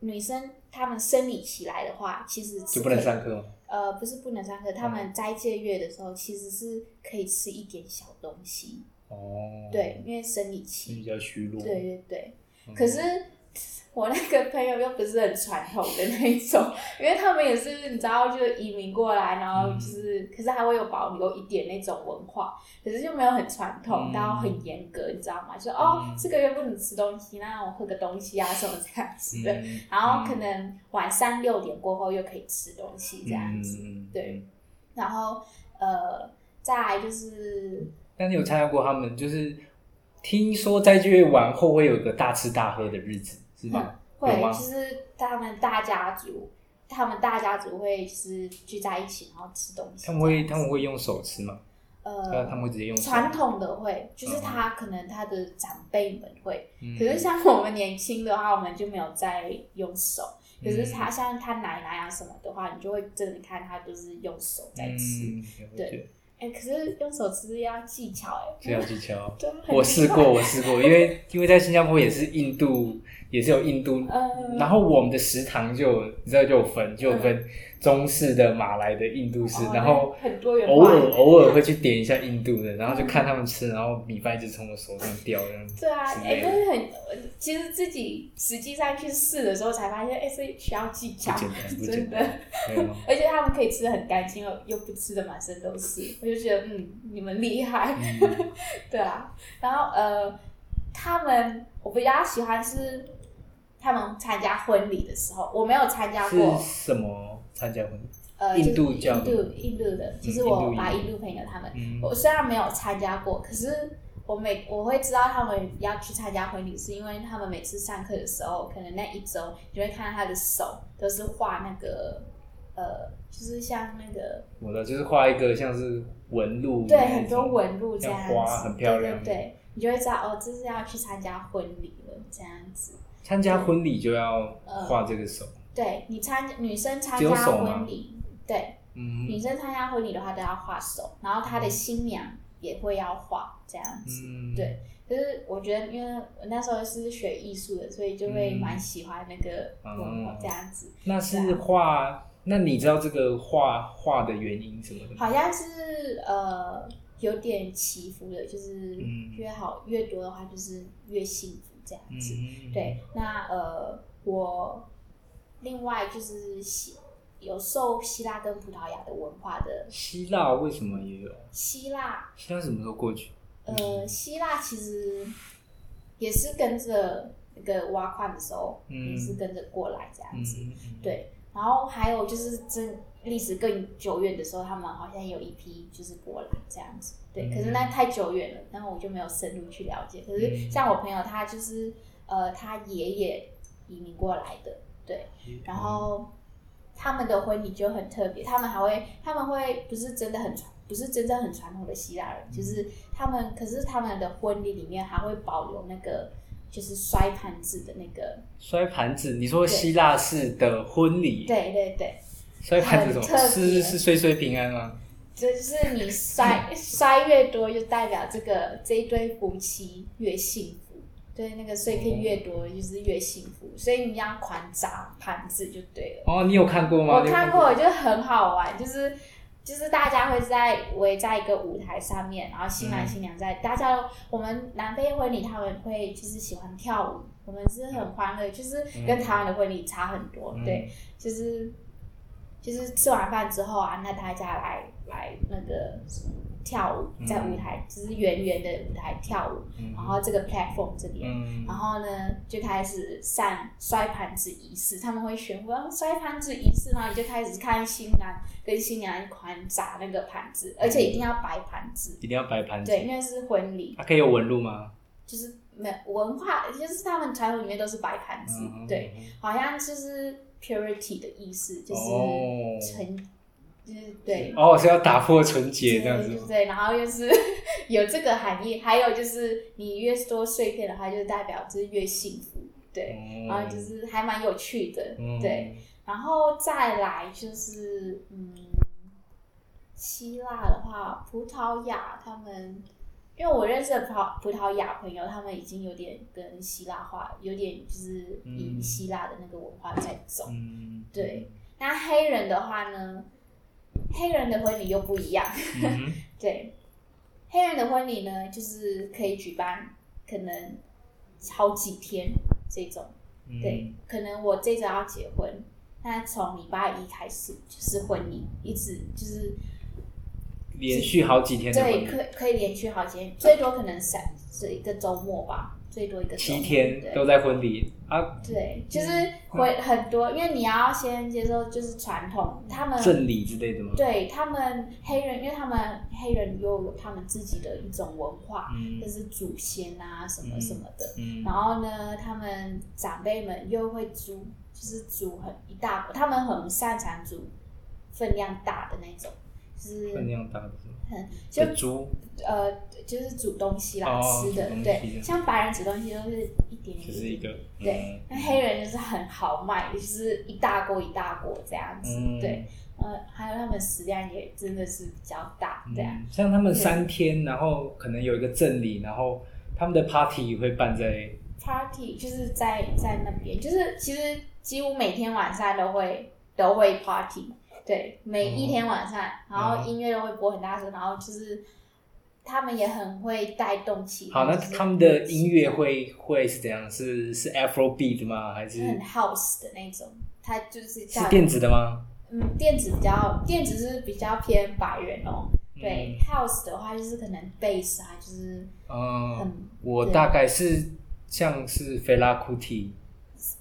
[SPEAKER 1] 女生她们生理期来的话，其实是
[SPEAKER 2] 就不能
[SPEAKER 1] 可以
[SPEAKER 2] 上课吗？嗯
[SPEAKER 1] 呃，不是不能上课，她们斋戒月的时候其实是可以吃一点小东西。
[SPEAKER 2] 哦，
[SPEAKER 1] 对，因为生理
[SPEAKER 2] 你
[SPEAKER 1] 期，
[SPEAKER 2] 比较虚弱，
[SPEAKER 1] 对对对。
[SPEAKER 2] 嗯，
[SPEAKER 1] 可是我那个朋友又不是很传统的那一种， <laughs> 因为他们也是你知道，就是移民过来，然
[SPEAKER 2] 嗯
[SPEAKER 1] 后就是，可是还会有保留一点那种文化，可是就没有很传统，
[SPEAKER 2] 嗯
[SPEAKER 1] 然后很严格，你知道吗？就哦
[SPEAKER 2] 嗯，
[SPEAKER 1] 这个月不能吃东西，那我喝个东西啊什么这样子的，
[SPEAKER 2] 嗯
[SPEAKER 1] 然后可能晚上六点过后又可以吃东西这样子，，
[SPEAKER 2] 嗯嗯
[SPEAKER 1] 对然后呃，再来就是
[SPEAKER 2] 但是有参加过他们，就是听说在就业完后会有个大吃大喝的日子，是吗？有
[SPEAKER 1] 会，
[SPEAKER 2] 吗
[SPEAKER 1] 就是他们大家族，他们大家族会就是聚在一起，然后吃东西。
[SPEAKER 2] 他们会他们会用手吃吗？呃，他
[SPEAKER 1] 呃，
[SPEAKER 2] 们会直接用手
[SPEAKER 1] 传统的会，就是
[SPEAKER 2] 嗯
[SPEAKER 1] 他可能他的长辈们会，
[SPEAKER 2] 嗯
[SPEAKER 1] 可是像我们年轻的话，我们就没有在用手。可是他
[SPEAKER 2] 嗯
[SPEAKER 1] 像他奶奶啊什么的话，你就会真的看他就是用手在吃。
[SPEAKER 2] 嗯，
[SPEAKER 1] 对哎、可是用手吃要技巧哎、
[SPEAKER 2] 这要
[SPEAKER 1] <laughs>
[SPEAKER 2] 技巧。
[SPEAKER 1] 真的很
[SPEAKER 2] 啊我试过，我试过，因为因为在新加坡也是印度，也是有印度，
[SPEAKER 1] 嗯
[SPEAKER 2] 然后我们的食堂就有你知道就有分，就有分中式的、马来的、印度式，
[SPEAKER 1] 哦
[SPEAKER 2] 然后
[SPEAKER 1] 很多元化
[SPEAKER 2] 偶尔偶尔会去点一下印度的，然后就看他们吃，然后米饭一直从我手上掉这样子。
[SPEAKER 1] 嗯对啊，
[SPEAKER 2] 之
[SPEAKER 1] 哎、
[SPEAKER 2] 类的
[SPEAKER 1] 但是很，呃其实自己实际上去试的时候才发现，哎、是需要技巧
[SPEAKER 2] 不，简
[SPEAKER 1] <laughs>
[SPEAKER 2] 单，不
[SPEAKER 1] 真
[SPEAKER 2] 简
[SPEAKER 1] 的
[SPEAKER 2] 单，对吗？
[SPEAKER 1] 而且他们可以吃的很干净，又又不吃的满身都是，我就觉得，嗯，你们厉害，
[SPEAKER 2] 嗯
[SPEAKER 1] <laughs> 对啊。然后呃，他们我比较喜欢是他们参加婚礼的时候，我没有参加过
[SPEAKER 2] 是，什么参加婚礼？
[SPEAKER 1] 呃，
[SPEAKER 2] 印度
[SPEAKER 1] 就是
[SPEAKER 2] 教
[SPEAKER 1] 印
[SPEAKER 2] 的嗯
[SPEAKER 1] 度印度的，就是
[SPEAKER 2] 印
[SPEAKER 1] 我
[SPEAKER 2] 度裔
[SPEAKER 1] 把印度朋友他们，
[SPEAKER 2] 嗯
[SPEAKER 1] 我虽然没有参加过，可是我每我会知道他们要去参加婚礼，是因为他们每次上课的时候，可能那一周你就会看到他的手都是画那个呃，就是像那个
[SPEAKER 2] 我的就是画一个像是纹路那
[SPEAKER 1] 对
[SPEAKER 2] 种，
[SPEAKER 1] 很多纹路这样
[SPEAKER 2] 像
[SPEAKER 1] 子，
[SPEAKER 2] 花很漂亮
[SPEAKER 1] 对对对，你就会知道哦，这是要去参加婚礼了这样子。
[SPEAKER 2] 参加婚礼就要
[SPEAKER 1] 嗯
[SPEAKER 2] 画这个手，
[SPEAKER 1] 对你参女生参
[SPEAKER 2] 只有
[SPEAKER 1] 加
[SPEAKER 2] 手吗
[SPEAKER 1] 婚礼，对女
[SPEAKER 2] 嗯
[SPEAKER 1] 生参加婚礼的话都要画手，然后她的新娘也会要画这样子。
[SPEAKER 2] 嗯，
[SPEAKER 1] 对就是我觉得，因为我那时候是学艺术的，所以就会蛮喜欢那个文化
[SPEAKER 2] 嗯
[SPEAKER 1] 这样子。
[SPEAKER 2] 那是
[SPEAKER 1] 啊
[SPEAKER 2] 画。那你知道这个画画的原因什么的吗？
[SPEAKER 1] 好像是呃有点起伏的，就是
[SPEAKER 2] 嗯
[SPEAKER 1] 越好越多的话，就是越幸福这样子。
[SPEAKER 2] 嗯，
[SPEAKER 1] 对，那呃我另外就是希有受希腊跟葡萄牙的文化的
[SPEAKER 2] 希腊为什么也有？
[SPEAKER 1] 希腊
[SPEAKER 2] 希腊什么时候过去？嗯
[SPEAKER 1] 呃，希腊其实也是跟着那个挖矿的时候，
[SPEAKER 2] 嗯
[SPEAKER 1] 也是跟着过来这样
[SPEAKER 2] 嗯
[SPEAKER 1] 子。，
[SPEAKER 2] 嗯，
[SPEAKER 1] 对，然后还有就是真历史更久远的时候，他们好像有一批就是过来这样子。对，
[SPEAKER 2] 嗯
[SPEAKER 1] 可是那太久远了，然后我就没有深入去了解。可是
[SPEAKER 2] 嗯
[SPEAKER 1] 像我朋友他就是呃，他爷爷移民过来的，对，
[SPEAKER 2] 嗯
[SPEAKER 1] 然后他们的婚礼就很特别，他们还会，他们会不是真的很传，不是真正很传统的希腊
[SPEAKER 2] 嗯
[SPEAKER 1] 人，就是他们，可是他们的婚礼里面还会保留那个就是摔盘子的那个，
[SPEAKER 2] 摔盘子，你说希腊式的婚礼，
[SPEAKER 1] 对对对，
[SPEAKER 2] 摔盘子什
[SPEAKER 1] 很特
[SPEAKER 2] 么？
[SPEAKER 1] 别
[SPEAKER 2] 是是岁岁平安吗？
[SPEAKER 1] 这就是你摔摔越多，就代表这个这一对夫妻越幸福。对，那个碎片越多，就是越幸福，所以你要狂砸盘子就对了。
[SPEAKER 2] 哦，你有看过吗？
[SPEAKER 1] 我看过，就是很好玩，就是就是大家会在围在一个舞台上面，然后新郎
[SPEAKER 2] 嗯
[SPEAKER 1] 新娘在，大家都我们南非婚礼他们会就是喜欢跳舞，我们是很欢乐，就是跟
[SPEAKER 2] 嗯
[SPEAKER 1] 台湾的婚礼差很多，
[SPEAKER 2] 嗯
[SPEAKER 1] 对，就是就是吃完饭之后啊，那大家来来那个跳舞，在舞
[SPEAKER 2] 嗯
[SPEAKER 1] 台、就是圆圆的舞台跳舞，
[SPEAKER 2] 你有
[SPEAKER 1] 然
[SPEAKER 2] 看过，嗯
[SPEAKER 1] 后这个 platform 这边。
[SPEAKER 2] 嗯
[SPEAKER 1] 然后呢，就开始上摔盘子仪式，他们会宣布要摔盘子仪式，然后你就开始看新郎跟新娘狂砸那个盘子，而且一定要摆盘子，
[SPEAKER 2] 一定要摆盘子，啊
[SPEAKER 1] 对，因为是婚礼，
[SPEAKER 2] 它可以有纹路吗？
[SPEAKER 1] 就是没文化，就是他们传统里面都是摆盘子，
[SPEAKER 2] 嗯
[SPEAKER 1] 对，，好像就是 purity 的意思，就是
[SPEAKER 2] 哦
[SPEAKER 1] 纯，就是对。
[SPEAKER 2] 哦，是要打破纯洁
[SPEAKER 1] 对
[SPEAKER 2] 这样子
[SPEAKER 1] 对
[SPEAKER 2] 吗，
[SPEAKER 1] 对，然后又是有这个含义，还有就是你越多碎片的话，就是代表就是越幸福，对。然
[SPEAKER 2] 哦
[SPEAKER 1] 后啊就是还蛮有趣的，
[SPEAKER 2] 嗯
[SPEAKER 1] 对。然后再来就是，嗯，希腊的话，葡萄牙他们，因为我认识的葡萄葡萄牙朋友，他们已经有点跟希腊化，有点就是以
[SPEAKER 2] 嗯
[SPEAKER 1] 希腊的那个文化在走。
[SPEAKER 2] 嗯，
[SPEAKER 1] 对那黑人的话呢，黑人的婚礼又不一样，
[SPEAKER 2] 嗯哼，
[SPEAKER 1] 对，黑人的婚礼呢，就是可以举办可能好几天这种。
[SPEAKER 2] 嗯
[SPEAKER 1] 对，，可能我这周要结婚，那从礼拜一开始就是婚礼，一直就是
[SPEAKER 2] 连续好几天的婚
[SPEAKER 1] 对，
[SPEAKER 2] 礼，
[SPEAKER 1] 可可以连续好几天，最多可能三是一个周末吧，最多一个周
[SPEAKER 2] 七
[SPEAKER 1] 末
[SPEAKER 2] 天
[SPEAKER 1] 对
[SPEAKER 2] 都嗯在婚礼啊，
[SPEAKER 1] 对，就是会很多，因为你要先接受就是传统，他们
[SPEAKER 2] 正礼之类的吗？
[SPEAKER 1] 嗯对他们黑人，因为他们黑人又有他们自己的一种文化，
[SPEAKER 2] 嗯
[SPEAKER 1] 就是祖先啊什么
[SPEAKER 2] 嗯
[SPEAKER 1] 什么的，
[SPEAKER 2] 嗯
[SPEAKER 1] 然后呢，他们长辈们又会煮，就是煮很一大，他们很擅长煮分量大的那种，就是
[SPEAKER 2] 分量大的是吗
[SPEAKER 1] 嗯就
[SPEAKER 2] 就猪
[SPEAKER 1] 呃就是煮东西啦，
[SPEAKER 2] 哦
[SPEAKER 1] 吃的
[SPEAKER 2] 煮东西
[SPEAKER 1] 对，像白人煮东西都是一点点，
[SPEAKER 2] 就是一个嗯
[SPEAKER 1] 对，那黑人就是很豪迈，就是一大锅一大锅这样子，
[SPEAKER 2] 嗯
[SPEAKER 1] 对，呃，还有他们食量也真的是比较大，对啊，
[SPEAKER 2] 嗯，像他们三天，然后可能有一个正礼，然后他们的 party 会办在
[SPEAKER 1] 嗯 party 就是在在那边，就是其实几乎每天晚上都会都会 party，对，每一天晚上，然
[SPEAKER 2] 嗯
[SPEAKER 1] 后音乐都会播很大声，然后就是他们也很会带动气氛。
[SPEAKER 2] 好，那
[SPEAKER 1] 就是
[SPEAKER 2] 他们的音乐会会是怎样？是是 Afro beat 吗？还是
[SPEAKER 1] 很 house 的那种，他就是
[SPEAKER 2] 是
[SPEAKER 1] 在
[SPEAKER 2] 电子的吗？
[SPEAKER 1] 嗯电子比较电子是比较偏白人哦，对、
[SPEAKER 2] 嗯
[SPEAKER 1] house 的话就是可能 bass 啊，就是
[SPEAKER 2] 嗯，
[SPEAKER 1] 很
[SPEAKER 2] 我
[SPEAKER 1] 对
[SPEAKER 2] 大概是像是 Fela Kuti，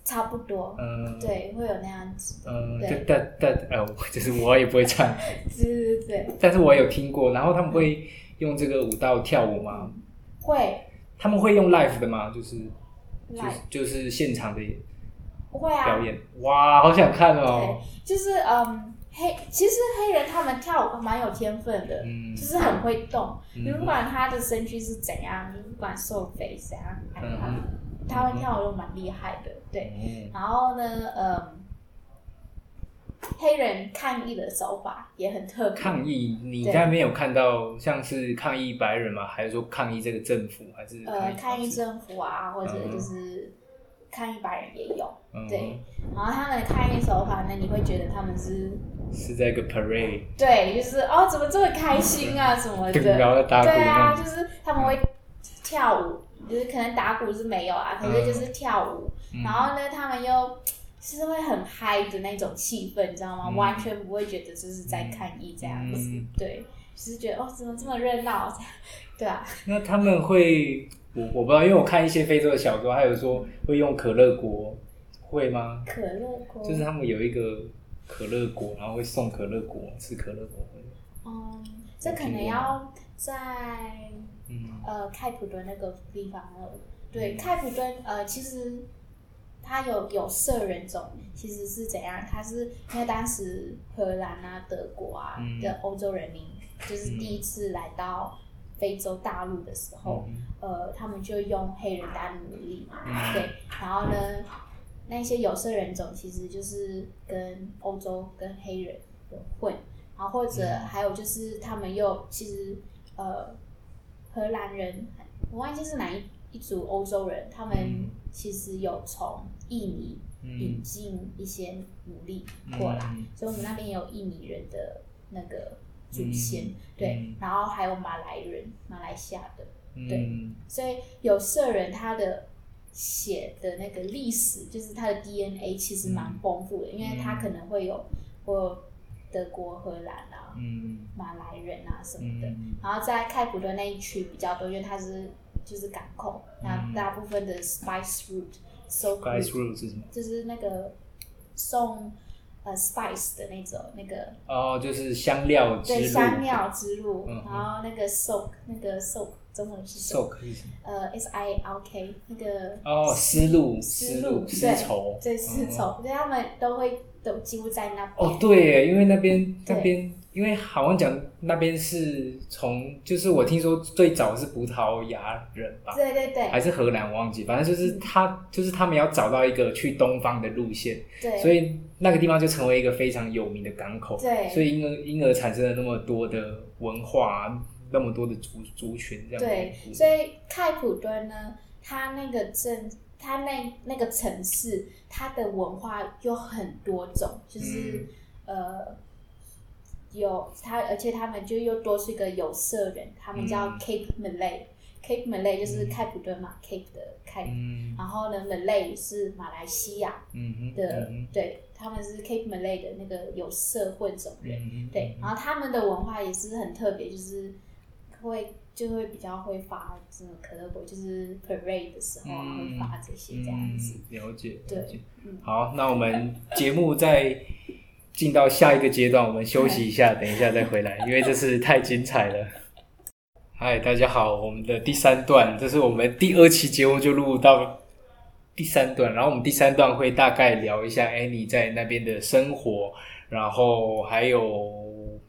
[SPEAKER 1] 差不多，
[SPEAKER 2] 嗯，，
[SPEAKER 1] 对，会有那样子的，
[SPEAKER 2] 嗯，
[SPEAKER 1] 对
[SPEAKER 2] 但但但哎，我 <laughs> 就是我也不会唱，
[SPEAKER 1] 对对对，
[SPEAKER 2] 但是我有听过。然后他们会用这个舞蹈跳舞吗？
[SPEAKER 1] 嗯会
[SPEAKER 2] 他们会用 live 的吗？就是就
[SPEAKER 1] live
[SPEAKER 2] 是就是现场的
[SPEAKER 1] 会啊，
[SPEAKER 2] 表演，哇，好想看哦！
[SPEAKER 1] 对，就是嗯，黑其实黑人他们跳舞蛮有天分的，
[SPEAKER 2] 嗯
[SPEAKER 1] 就是很会动。
[SPEAKER 2] 嗯
[SPEAKER 1] 你不管他的身躯是怎样，你不管瘦肥怎样，他、他会跳舞都蛮厉害的。对，
[SPEAKER 2] 嗯
[SPEAKER 1] 然后呢，嗯，黑人抗议的手法也很特别。
[SPEAKER 2] 抗议，你
[SPEAKER 1] 对
[SPEAKER 2] 在那边有看到像是抗议白人吗？还是说抗议这个政府？还是
[SPEAKER 1] 呃，抗
[SPEAKER 2] 抗
[SPEAKER 1] 议
[SPEAKER 2] 议政
[SPEAKER 1] 政府啊，或者
[SPEAKER 2] 嗯
[SPEAKER 1] 就是抗议白人也有。
[SPEAKER 2] 嗯
[SPEAKER 1] 对，然后他们的抗议手法呢，你会觉得他们是
[SPEAKER 2] 嗯是在一个 parade，
[SPEAKER 1] 对，就是哦，怎么这么开心
[SPEAKER 2] 嗯
[SPEAKER 1] 啊什么的。
[SPEAKER 2] <laughs> 然后在打鼓
[SPEAKER 1] 对啊，
[SPEAKER 2] 那
[SPEAKER 1] 就
[SPEAKER 2] 样，嗯
[SPEAKER 1] 是他们会跳舞，就是可能打鼓是没有啊，可是就是跳舞，
[SPEAKER 2] 嗯
[SPEAKER 1] 然后呢，他们又是会很嗨的那种气氛，你知道吗？
[SPEAKER 2] 嗯
[SPEAKER 1] 完全不会觉得就是在抗议这样子，
[SPEAKER 2] 嗯
[SPEAKER 1] 对，就是觉得哦，怎么这么热闹？对啊， <laughs>
[SPEAKER 2] 那他们会，我我不知道，因为我看一些非洲的小说，还有说会用可乐果，会吗？
[SPEAKER 1] 可乐锅，
[SPEAKER 2] 就是他们有一个可乐果，然后会送可乐果，吃可乐果会，
[SPEAKER 1] 嗯，这可能要在
[SPEAKER 2] 嗯
[SPEAKER 1] 呃开普敦那个地方了。对，开普敦呃，其实它有有色人种，其实是怎样？它是因为当时荷兰啊、德国啊、
[SPEAKER 2] 嗯
[SPEAKER 1] 的欧洲人民，就是第一次来到非洲大陆的时候，
[SPEAKER 2] 嗯
[SPEAKER 1] 呃，他们就用黑人当奴隶，
[SPEAKER 2] 嗯
[SPEAKER 1] 对，然后呢，那些有色人种其实就是跟欧洲跟黑人有混，然后或者
[SPEAKER 2] 嗯
[SPEAKER 1] 还有就是他们又其实呃，荷兰人，我忘记是哪一一组欧洲人，他们
[SPEAKER 2] 嗯
[SPEAKER 1] 其实有从印尼引
[SPEAKER 2] 嗯
[SPEAKER 1] 进一些奴隶
[SPEAKER 2] 嗯
[SPEAKER 1] 过来，所以我们那边有印尼人的那个祖先，
[SPEAKER 2] 嗯
[SPEAKER 1] 对
[SPEAKER 2] 嗯，
[SPEAKER 1] 然后还有马来人，马来西亚的，
[SPEAKER 2] 嗯
[SPEAKER 1] 所以有色人他的血的那个历史，就是他的 DNA 其实蛮丰富的，因为他可能会有或德国、荷兰啊、
[SPEAKER 2] 嗯
[SPEAKER 1] 马来人啊什么的。
[SPEAKER 2] 嗯，
[SPEAKER 1] 然后在开普敦那一区比较多，因为它是就是港口，那
[SPEAKER 2] 嗯
[SPEAKER 1] 大部分的 spice route、so
[SPEAKER 2] g u y s rule 是什么？
[SPEAKER 1] 就是那个送呃 spice 的那种那个
[SPEAKER 2] 哦，就是香料之
[SPEAKER 1] 对
[SPEAKER 2] 路，
[SPEAKER 1] 香料之路，
[SPEAKER 2] 嗯
[SPEAKER 1] 然后那个 soak 那个 soak 中文是什么？
[SPEAKER 2] 受可以什么？
[SPEAKER 1] 呃 S I L K 那个
[SPEAKER 2] 哦，丝路，丝
[SPEAKER 1] 丝
[SPEAKER 2] 路，
[SPEAKER 1] 路
[SPEAKER 2] 丝
[SPEAKER 1] 对
[SPEAKER 2] 绸，
[SPEAKER 1] 对丝
[SPEAKER 2] 嗯。
[SPEAKER 1] 绸，对他们都会都几乎在那边。
[SPEAKER 2] 哦，对耶，因为那边
[SPEAKER 1] 对
[SPEAKER 2] 那边，因为好像讲那边是从，就是我听说最早是葡萄牙人吧，
[SPEAKER 1] 对对嗯
[SPEAKER 2] 还
[SPEAKER 1] 对
[SPEAKER 2] 是荷兰，我忘记，反正就是他，就是他们要找到一个去东方的路线，
[SPEAKER 1] 对，
[SPEAKER 2] 所
[SPEAKER 1] 以
[SPEAKER 2] 以那个地方就成为一个非常有名的港口，
[SPEAKER 1] 对
[SPEAKER 2] 所以因而因而产生了那么多的文化啊，那么多的族族群这样子。
[SPEAKER 1] 对，所以开普敦呢，它那个镇，它那那个城市，
[SPEAKER 2] 嗯
[SPEAKER 1] 它的文化有很多种，就是、呃，有他，而且他们就又多出一个有色人，他们叫
[SPEAKER 2] 嗯
[SPEAKER 1] Cape Malay。Cape Malay 就是开普敦嘛，Cape 的开。
[SPEAKER 2] 嗯
[SPEAKER 1] 然后呢，Malay 是马来西亚
[SPEAKER 2] 嗯哼
[SPEAKER 1] 的，
[SPEAKER 2] 嗯
[SPEAKER 1] 对，他们是 Cape Malay 的那个有色混种
[SPEAKER 2] 哼
[SPEAKER 1] 人。
[SPEAKER 2] 嗯哼
[SPEAKER 1] 对，然后他们的文化也是很特别，就是会就会比较会发这个可乐果，就是 parade 的时候啊、
[SPEAKER 2] 嗯
[SPEAKER 1] 会发这些这样子。
[SPEAKER 2] 嗯、了解，
[SPEAKER 1] 对
[SPEAKER 2] 了解
[SPEAKER 1] 嗯。
[SPEAKER 2] 好，那我们节目再进到下一个阶段，我们休息一下，等一下再回来，因为这是太精彩
[SPEAKER 1] <laughs>
[SPEAKER 2] 了。嗨，大家好，我们的第三段，这是我们第二期节目就录到第三段，然后我们第三段会大概聊一下 Annie 在那边的生活，然后还有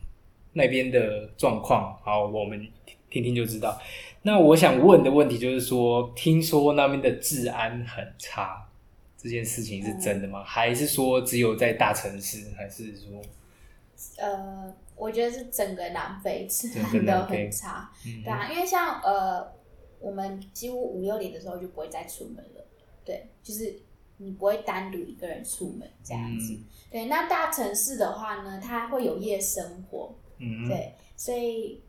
[SPEAKER 2] 那边的状况。好，我们听听就知道。那我想问的问题就是说，听说那边的治安很差，这件事情是真的
[SPEAKER 1] 嗯
[SPEAKER 2] 吗？还是说只有在大城市？还是说，
[SPEAKER 1] 呃，我觉得是整个南非治
[SPEAKER 2] 整个
[SPEAKER 1] 安都
[SPEAKER 2] 南非
[SPEAKER 1] 很差，
[SPEAKER 2] 嗯
[SPEAKER 1] 对啊，因为像呃，我们几乎五六点的时候就不会再出门了，对，就是你不会单独一个人出门这样
[SPEAKER 2] 嗯
[SPEAKER 1] 子。对，那大城市的话呢，它会有夜生活，
[SPEAKER 2] 嗯，
[SPEAKER 1] 对，所以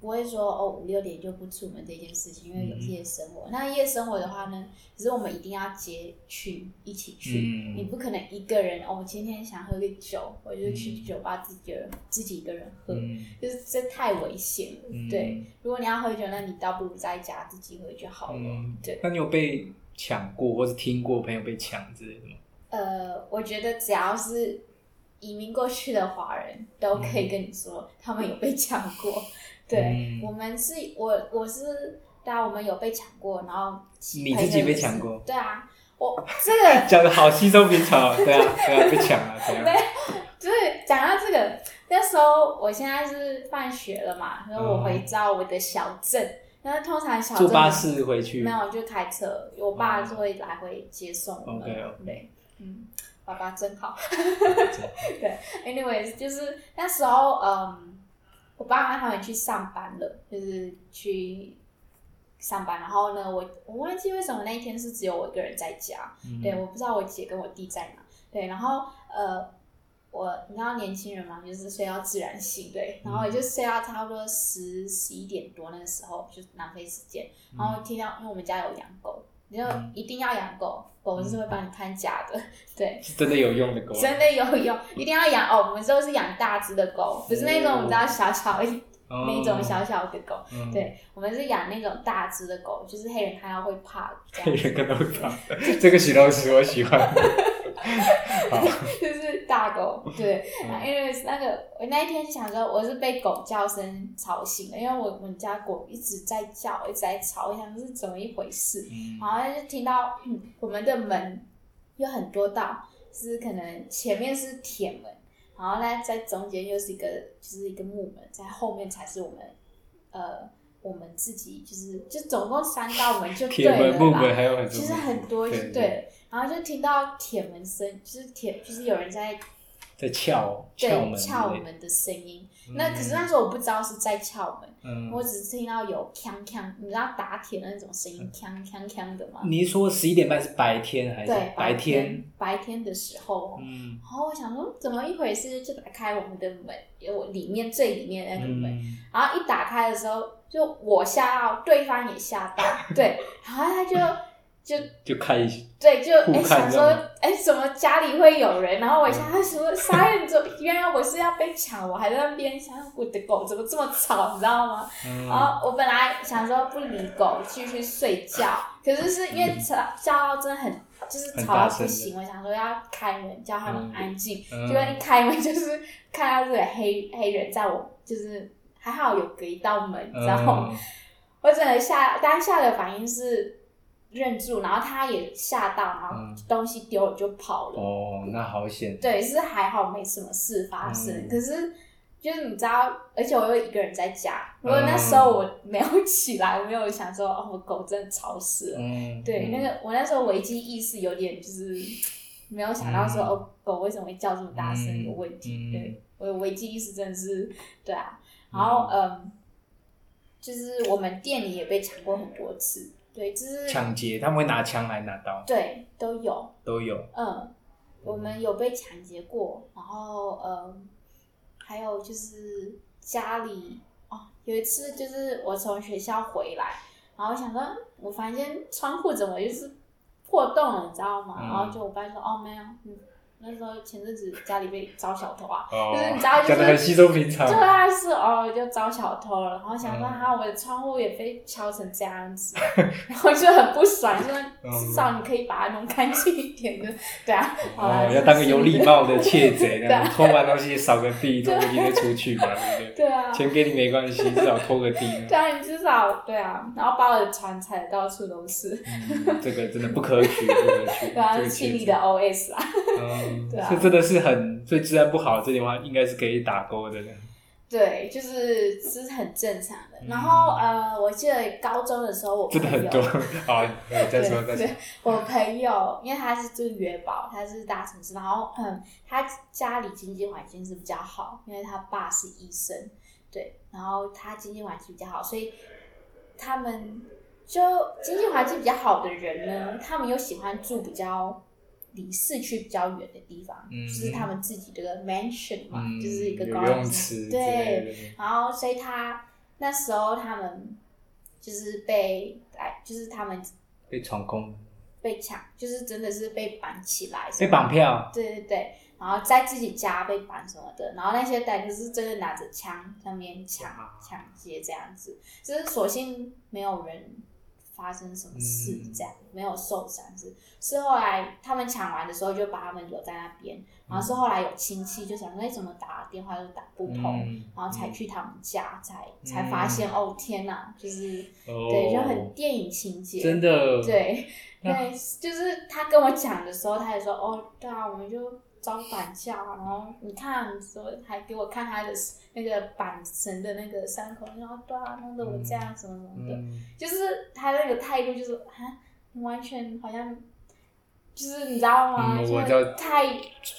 [SPEAKER 1] 不会说哦五六点就不出门这件事情，因为有
[SPEAKER 2] 嗯
[SPEAKER 1] 夜生活。那夜生活的话呢，只是我们一定要接去一起去，
[SPEAKER 2] 嗯
[SPEAKER 1] 你不可能一个人哦，我今天想喝个酒，我就去
[SPEAKER 2] 嗯
[SPEAKER 1] 酒吧自己人、自己一个人喝，
[SPEAKER 2] 嗯
[SPEAKER 1] 就是这太危险了。
[SPEAKER 2] 嗯
[SPEAKER 1] 对，如果你要喝酒，那你倒不如在家自己喝就好了。
[SPEAKER 2] 嗯
[SPEAKER 1] 对，
[SPEAKER 2] 那你有被抢过，或是听过朋友被抢之类的吗？
[SPEAKER 1] 呃，我觉得只要是移民过去的华人，都可以跟你说、他们有被抢过。对、
[SPEAKER 2] 嗯
[SPEAKER 1] 我们是，我我是，当然我们有被抢过，然后
[SPEAKER 2] 你自己被抢过
[SPEAKER 1] 朋友也是对啊，我这个
[SPEAKER 2] 讲的好稀松平常哦，对啊，对啊，被抢啊，
[SPEAKER 1] <laughs>
[SPEAKER 2] 怎
[SPEAKER 1] 对
[SPEAKER 2] 样？
[SPEAKER 1] 就是讲到这个，那时候我现在是放学了嘛，然后我回到我的小镇，那、通常小镇
[SPEAKER 2] 嗯坐巴士回去
[SPEAKER 1] 没，有就开车，我爸就会来回接送我们。
[SPEAKER 2] OK，OK
[SPEAKER 1] 对，嗯，爸爸真好。 <laughs>
[SPEAKER 2] 嗯
[SPEAKER 1] Anyways，就是那时候，嗯，我爸妈他们去上班了，就是去上班。然后呢，我我忘记为什么那一天是只有我一个人在家。
[SPEAKER 2] 嗯
[SPEAKER 1] 对，我不知道我姐跟我弟在哪。对，然后呃，我你知道年轻人嘛，就是睡到自然醒，对，然后也就睡到差不多十十一点多那个时候，就是南非时间。然后听到，因为我们家有养狗，你就
[SPEAKER 2] 嗯
[SPEAKER 1] 一定要养狗，狗是会帮你看家的， <laughs> 对。
[SPEAKER 2] 是真的有用的狗啊，
[SPEAKER 1] 真的有用，一定要养哦。我们都是养大只的狗，不是那种我们知道小小一、
[SPEAKER 2] 哦
[SPEAKER 1] 那种小小的狗。，
[SPEAKER 2] <laughs> 嗯
[SPEAKER 1] 对，我们是养那种大只的狗，就是黑人看到会怕这
[SPEAKER 2] 黑
[SPEAKER 1] 样，
[SPEAKER 2] 人跟都看，这个形容词我喜欢。好，
[SPEAKER 1] <laughs> 就是大
[SPEAKER 2] <laughs>
[SPEAKER 1] 狗。对，啊
[SPEAKER 2] 嗯
[SPEAKER 1] 因为那个我那一天想说，我是被狗叫声吵醒的，因为我我们家狗一直在叫，一直在吵，我想是怎么一回事。
[SPEAKER 2] 嗯
[SPEAKER 1] 然后就听到、嗯我们的门有很多道，就是可能前面是铁门，然后呢在中间又是一个就是一个木门，在后面才是我们呃我们自己就是就总共三道门就对
[SPEAKER 2] 铁门、木
[SPEAKER 1] 了
[SPEAKER 2] 门
[SPEAKER 1] 啦，
[SPEAKER 2] 还有很
[SPEAKER 1] <laughs>
[SPEAKER 2] 多，
[SPEAKER 1] 其实很多就
[SPEAKER 2] 对
[SPEAKER 1] 对了。然后就听到铁门声，就是铁就是有人在
[SPEAKER 2] 在撬
[SPEAKER 1] 对
[SPEAKER 2] 撬门之类的，
[SPEAKER 1] 撬门的声音。
[SPEAKER 2] 嗯
[SPEAKER 1] 那可是那时候我不知道是在撬门，
[SPEAKER 2] 嗯
[SPEAKER 1] 我只是听到有锵锵，你知道打铁的那种声音，锵锵锵的吗？
[SPEAKER 2] 你是说十一点半是白天还是
[SPEAKER 1] 对，
[SPEAKER 2] 白
[SPEAKER 1] 天
[SPEAKER 2] 天？
[SPEAKER 1] 白天的时候，
[SPEAKER 2] 嗯
[SPEAKER 1] 然后我想说怎么一回事，就打开我们的门，我里面最里面那个门，
[SPEAKER 2] 嗯，
[SPEAKER 1] 然后一打开的时候，就我吓到，对方也吓到，对，然后他就就
[SPEAKER 2] 就看一
[SPEAKER 1] 对，就
[SPEAKER 2] 互
[SPEAKER 1] 哎、
[SPEAKER 2] 看
[SPEAKER 1] 想
[SPEAKER 2] 这
[SPEAKER 1] 说
[SPEAKER 2] 样嗯
[SPEAKER 1] 哎、怎么家里会有人？然后我一下他说傻眼，怎么 <laughs> 原来我是要被抢，我还在那边想我的狗怎么这么吵，你知道吗？
[SPEAKER 2] 嗯
[SPEAKER 1] 然哦后我本来想说不理狗，继续睡觉，可是是因为吵叫到真的很，就是
[SPEAKER 2] 嗯很
[SPEAKER 1] 吵到
[SPEAKER 2] 大声
[SPEAKER 1] 不
[SPEAKER 2] 的
[SPEAKER 1] 行，我想说要开门叫他们
[SPEAKER 2] 嗯
[SPEAKER 1] 安静，
[SPEAKER 2] 嗯
[SPEAKER 1] 结果一开门就是看到这个黑黑人在我，就是还好有隔一道门，你知道吗？
[SPEAKER 2] 嗯
[SPEAKER 1] 我整个吓当下的反应是愣住，然后他也吓到，然后
[SPEAKER 2] 嗯
[SPEAKER 1] 东西丢了就跑了。
[SPEAKER 2] 哦，那好险，
[SPEAKER 1] 对，是还好没什么事发生，
[SPEAKER 2] 嗯
[SPEAKER 1] 可是就是你知道，而且我又一个人在家，
[SPEAKER 2] 嗯
[SPEAKER 1] 如果那时候我没有起来，我没有想说哦，我狗真的吵死了。
[SPEAKER 2] 嗯，
[SPEAKER 1] 对，那
[SPEAKER 2] 个
[SPEAKER 1] 个我那时候危机意识有点就是没有想到说、
[SPEAKER 2] 嗯
[SPEAKER 1] 哦，狗为什么会叫这么大声
[SPEAKER 2] 嗯
[SPEAKER 1] 有问题，
[SPEAKER 2] 嗯
[SPEAKER 1] 对我的危机意识真的是对啊，然后嗯就是我们店里也被抢过很多次，对，就是
[SPEAKER 2] 抢劫，他们会拿枪还拿刀
[SPEAKER 1] 对都有，
[SPEAKER 2] 都有，
[SPEAKER 1] 嗯，我们有被抢劫过，然后嗯，还有就是家里哦，有一次就是我从学校回来，然后我想说，我房间窗户怎么就是破洞了，你知道吗？
[SPEAKER 2] 嗯
[SPEAKER 1] 然后就我爸说，哦，没有，嗯，那时候前阵子家里被遭小偷啊，
[SPEAKER 2] 哦
[SPEAKER 1] 就是你知道就是
[SPEAKER 2] 讲的很稀松平
[SPEAKER 1] <laughs>
[SPEAKER 2] 常
[SPEAKER 1] 就，他是哦，就遭小偷了，然后想说
[SPEAKER 2] 嗯
[SPEAKER 1] 哈、我的窗户也被敲成这样
[SPEAKER 2] <laughs>
[SPEAKER 1] 子，然后就很不爽，就说
[SPEAKER 2] 嗯
[SPEAKER 1] 至少你可以把它弄干净一点的，对啊，好啦
[SPEAKER 2] 哦，要当个有礼
[SPEAKER 1] <laughs>
[SPEAKER 2] 貌的窃贼，
[SPEAKER 1] 对
[SPEAKER 2] 然
[SPEAKER 1] 啊
[SPEAKER 2] 后偷完东西扫个地，偷个地再出去嘛，对
[SPEAKER 1] <laughs>
[SPEAKER 2] 不
[SPEAKER 1] 对啊
[SPEAKER 2] 对？，钱给你没关系，至少偷个地呢。
[SPEAKER 1] <laughs> 对啊，你至少对啊，然后把我的船踩得到处都是，
[SPEAKER 2] 嗯，这个真的不可取，不可取。
[SPEAKER 1] 对啊，
[SPEAKER 2] 这
[SPEAKER 1] 是
[SPEAKER 2] 个
[SPEAKER 1] 心
[SPEAKER 2] 窃
[SPEAKER 1] 里
[SPEAKER 2] 贼
[SPEAKER 1] 的 OS 啊，
[SPEAKER 2] 嗯，
[SPEAKER 1] 对啊
[SPEAKER 2] 这真的是很对治安不好，这点话应该是可以打勾的。
[SPEAKER 1] 对，就是是很正常的。
[SPEAKER 2] 嗯
[SPEAKER 1] 然后呃，我记得高中的时候，我
[SPEAKER 2] 真的
[SPEAKER 1] 朋
[SPEAKER 2] 很
[SPEAKER 1] 友
[SPEAKER 2] 多。 <laughs> 好，呃再说再
[SPEAKER 1] 啊对
[SPEAKER 2] 说
[SPEAKER 1] 对。我朋友，因为他是住元宝，他是大城市，然后嗯，他家里经济环境是比较好，因为他爸是医生，对，然后他经济环境比较好，所以他们就经济环境比较好的人呢，他们又喜欢住比较离市区比较远的地方，
[SPEAKER 2] 嗯
[SPEAKER 1] 就是他们自己这个 mansion 嘛，
[SPEAKER 2] 嗯，
[SPEAKER 1] 就是一个
[SPEAKER 2] 游
[SPEAKER 1] 高楼
[SPEAKER 2] 泳
[SPEAKER 1] 层
[SPEAKER 2] 池之
[SPEAKER 1] 对，
[SPEAKER 2] 类的。
[SPEAKER 1] 然后所以他那时候他们就是被哎，就是他们
[SPEAKER 2] 被闯空，
[SPEAKER 1] 被抢，就是真的是被绑起来，
[SPEAKER 2] 被绑，票，
[SPEAKER 1] 对对对，然后在自己家被绑什么的，然后那些歹徒是真的拿着枪在那边抢
[SPEAKER 2] 哇
[SPEAKER 1] 抢劫这样子，就是所幸没有人发生什么事
[SPEAKER 2] 嗯
[SPEAKER 1] 这样，没有受伤是，是后来他们抢完的时候就把他们留在那边，然后
[SPEAKER 2] 嗯
[SPEAKER 1] 是后来有亲戚就想说，哎，怎么打电话都打不通，
[SPEAKER 2] 嗯
[SPEAKER 1] 然后才去他们家，才才
[SPEAKER 2] 嗯
[SPEAKER 1] 发现、哦，天哪，就是、
[SPEAKER 2] 哦
[SPEAKER 1] 对，就很电影情节，
[SPEAKER 2] 真的，
[SPEAKER 1] 对，
[SPEAKER 2] 那
[SPEAKER 1] 对，就是他跟我讲的时候，他也说哦，对啊，我们就招绑架啊，然后你看，说还给我看他的那个绑绳的那个伤口，然后对啊，弄得我这样什么什么的，
[SPEAKER 2] 嗯，
[SPEAKER 1] 就是他那个态度就是啊，完全好像就是你知道吗？
[SPEAKER 2] 嗯
[SPEAKER 1] 就
[SPEAKER 2] 我
[SPEAKER 1] 是
[SPEAKER 2] 知道
[SPEAKER 1] 太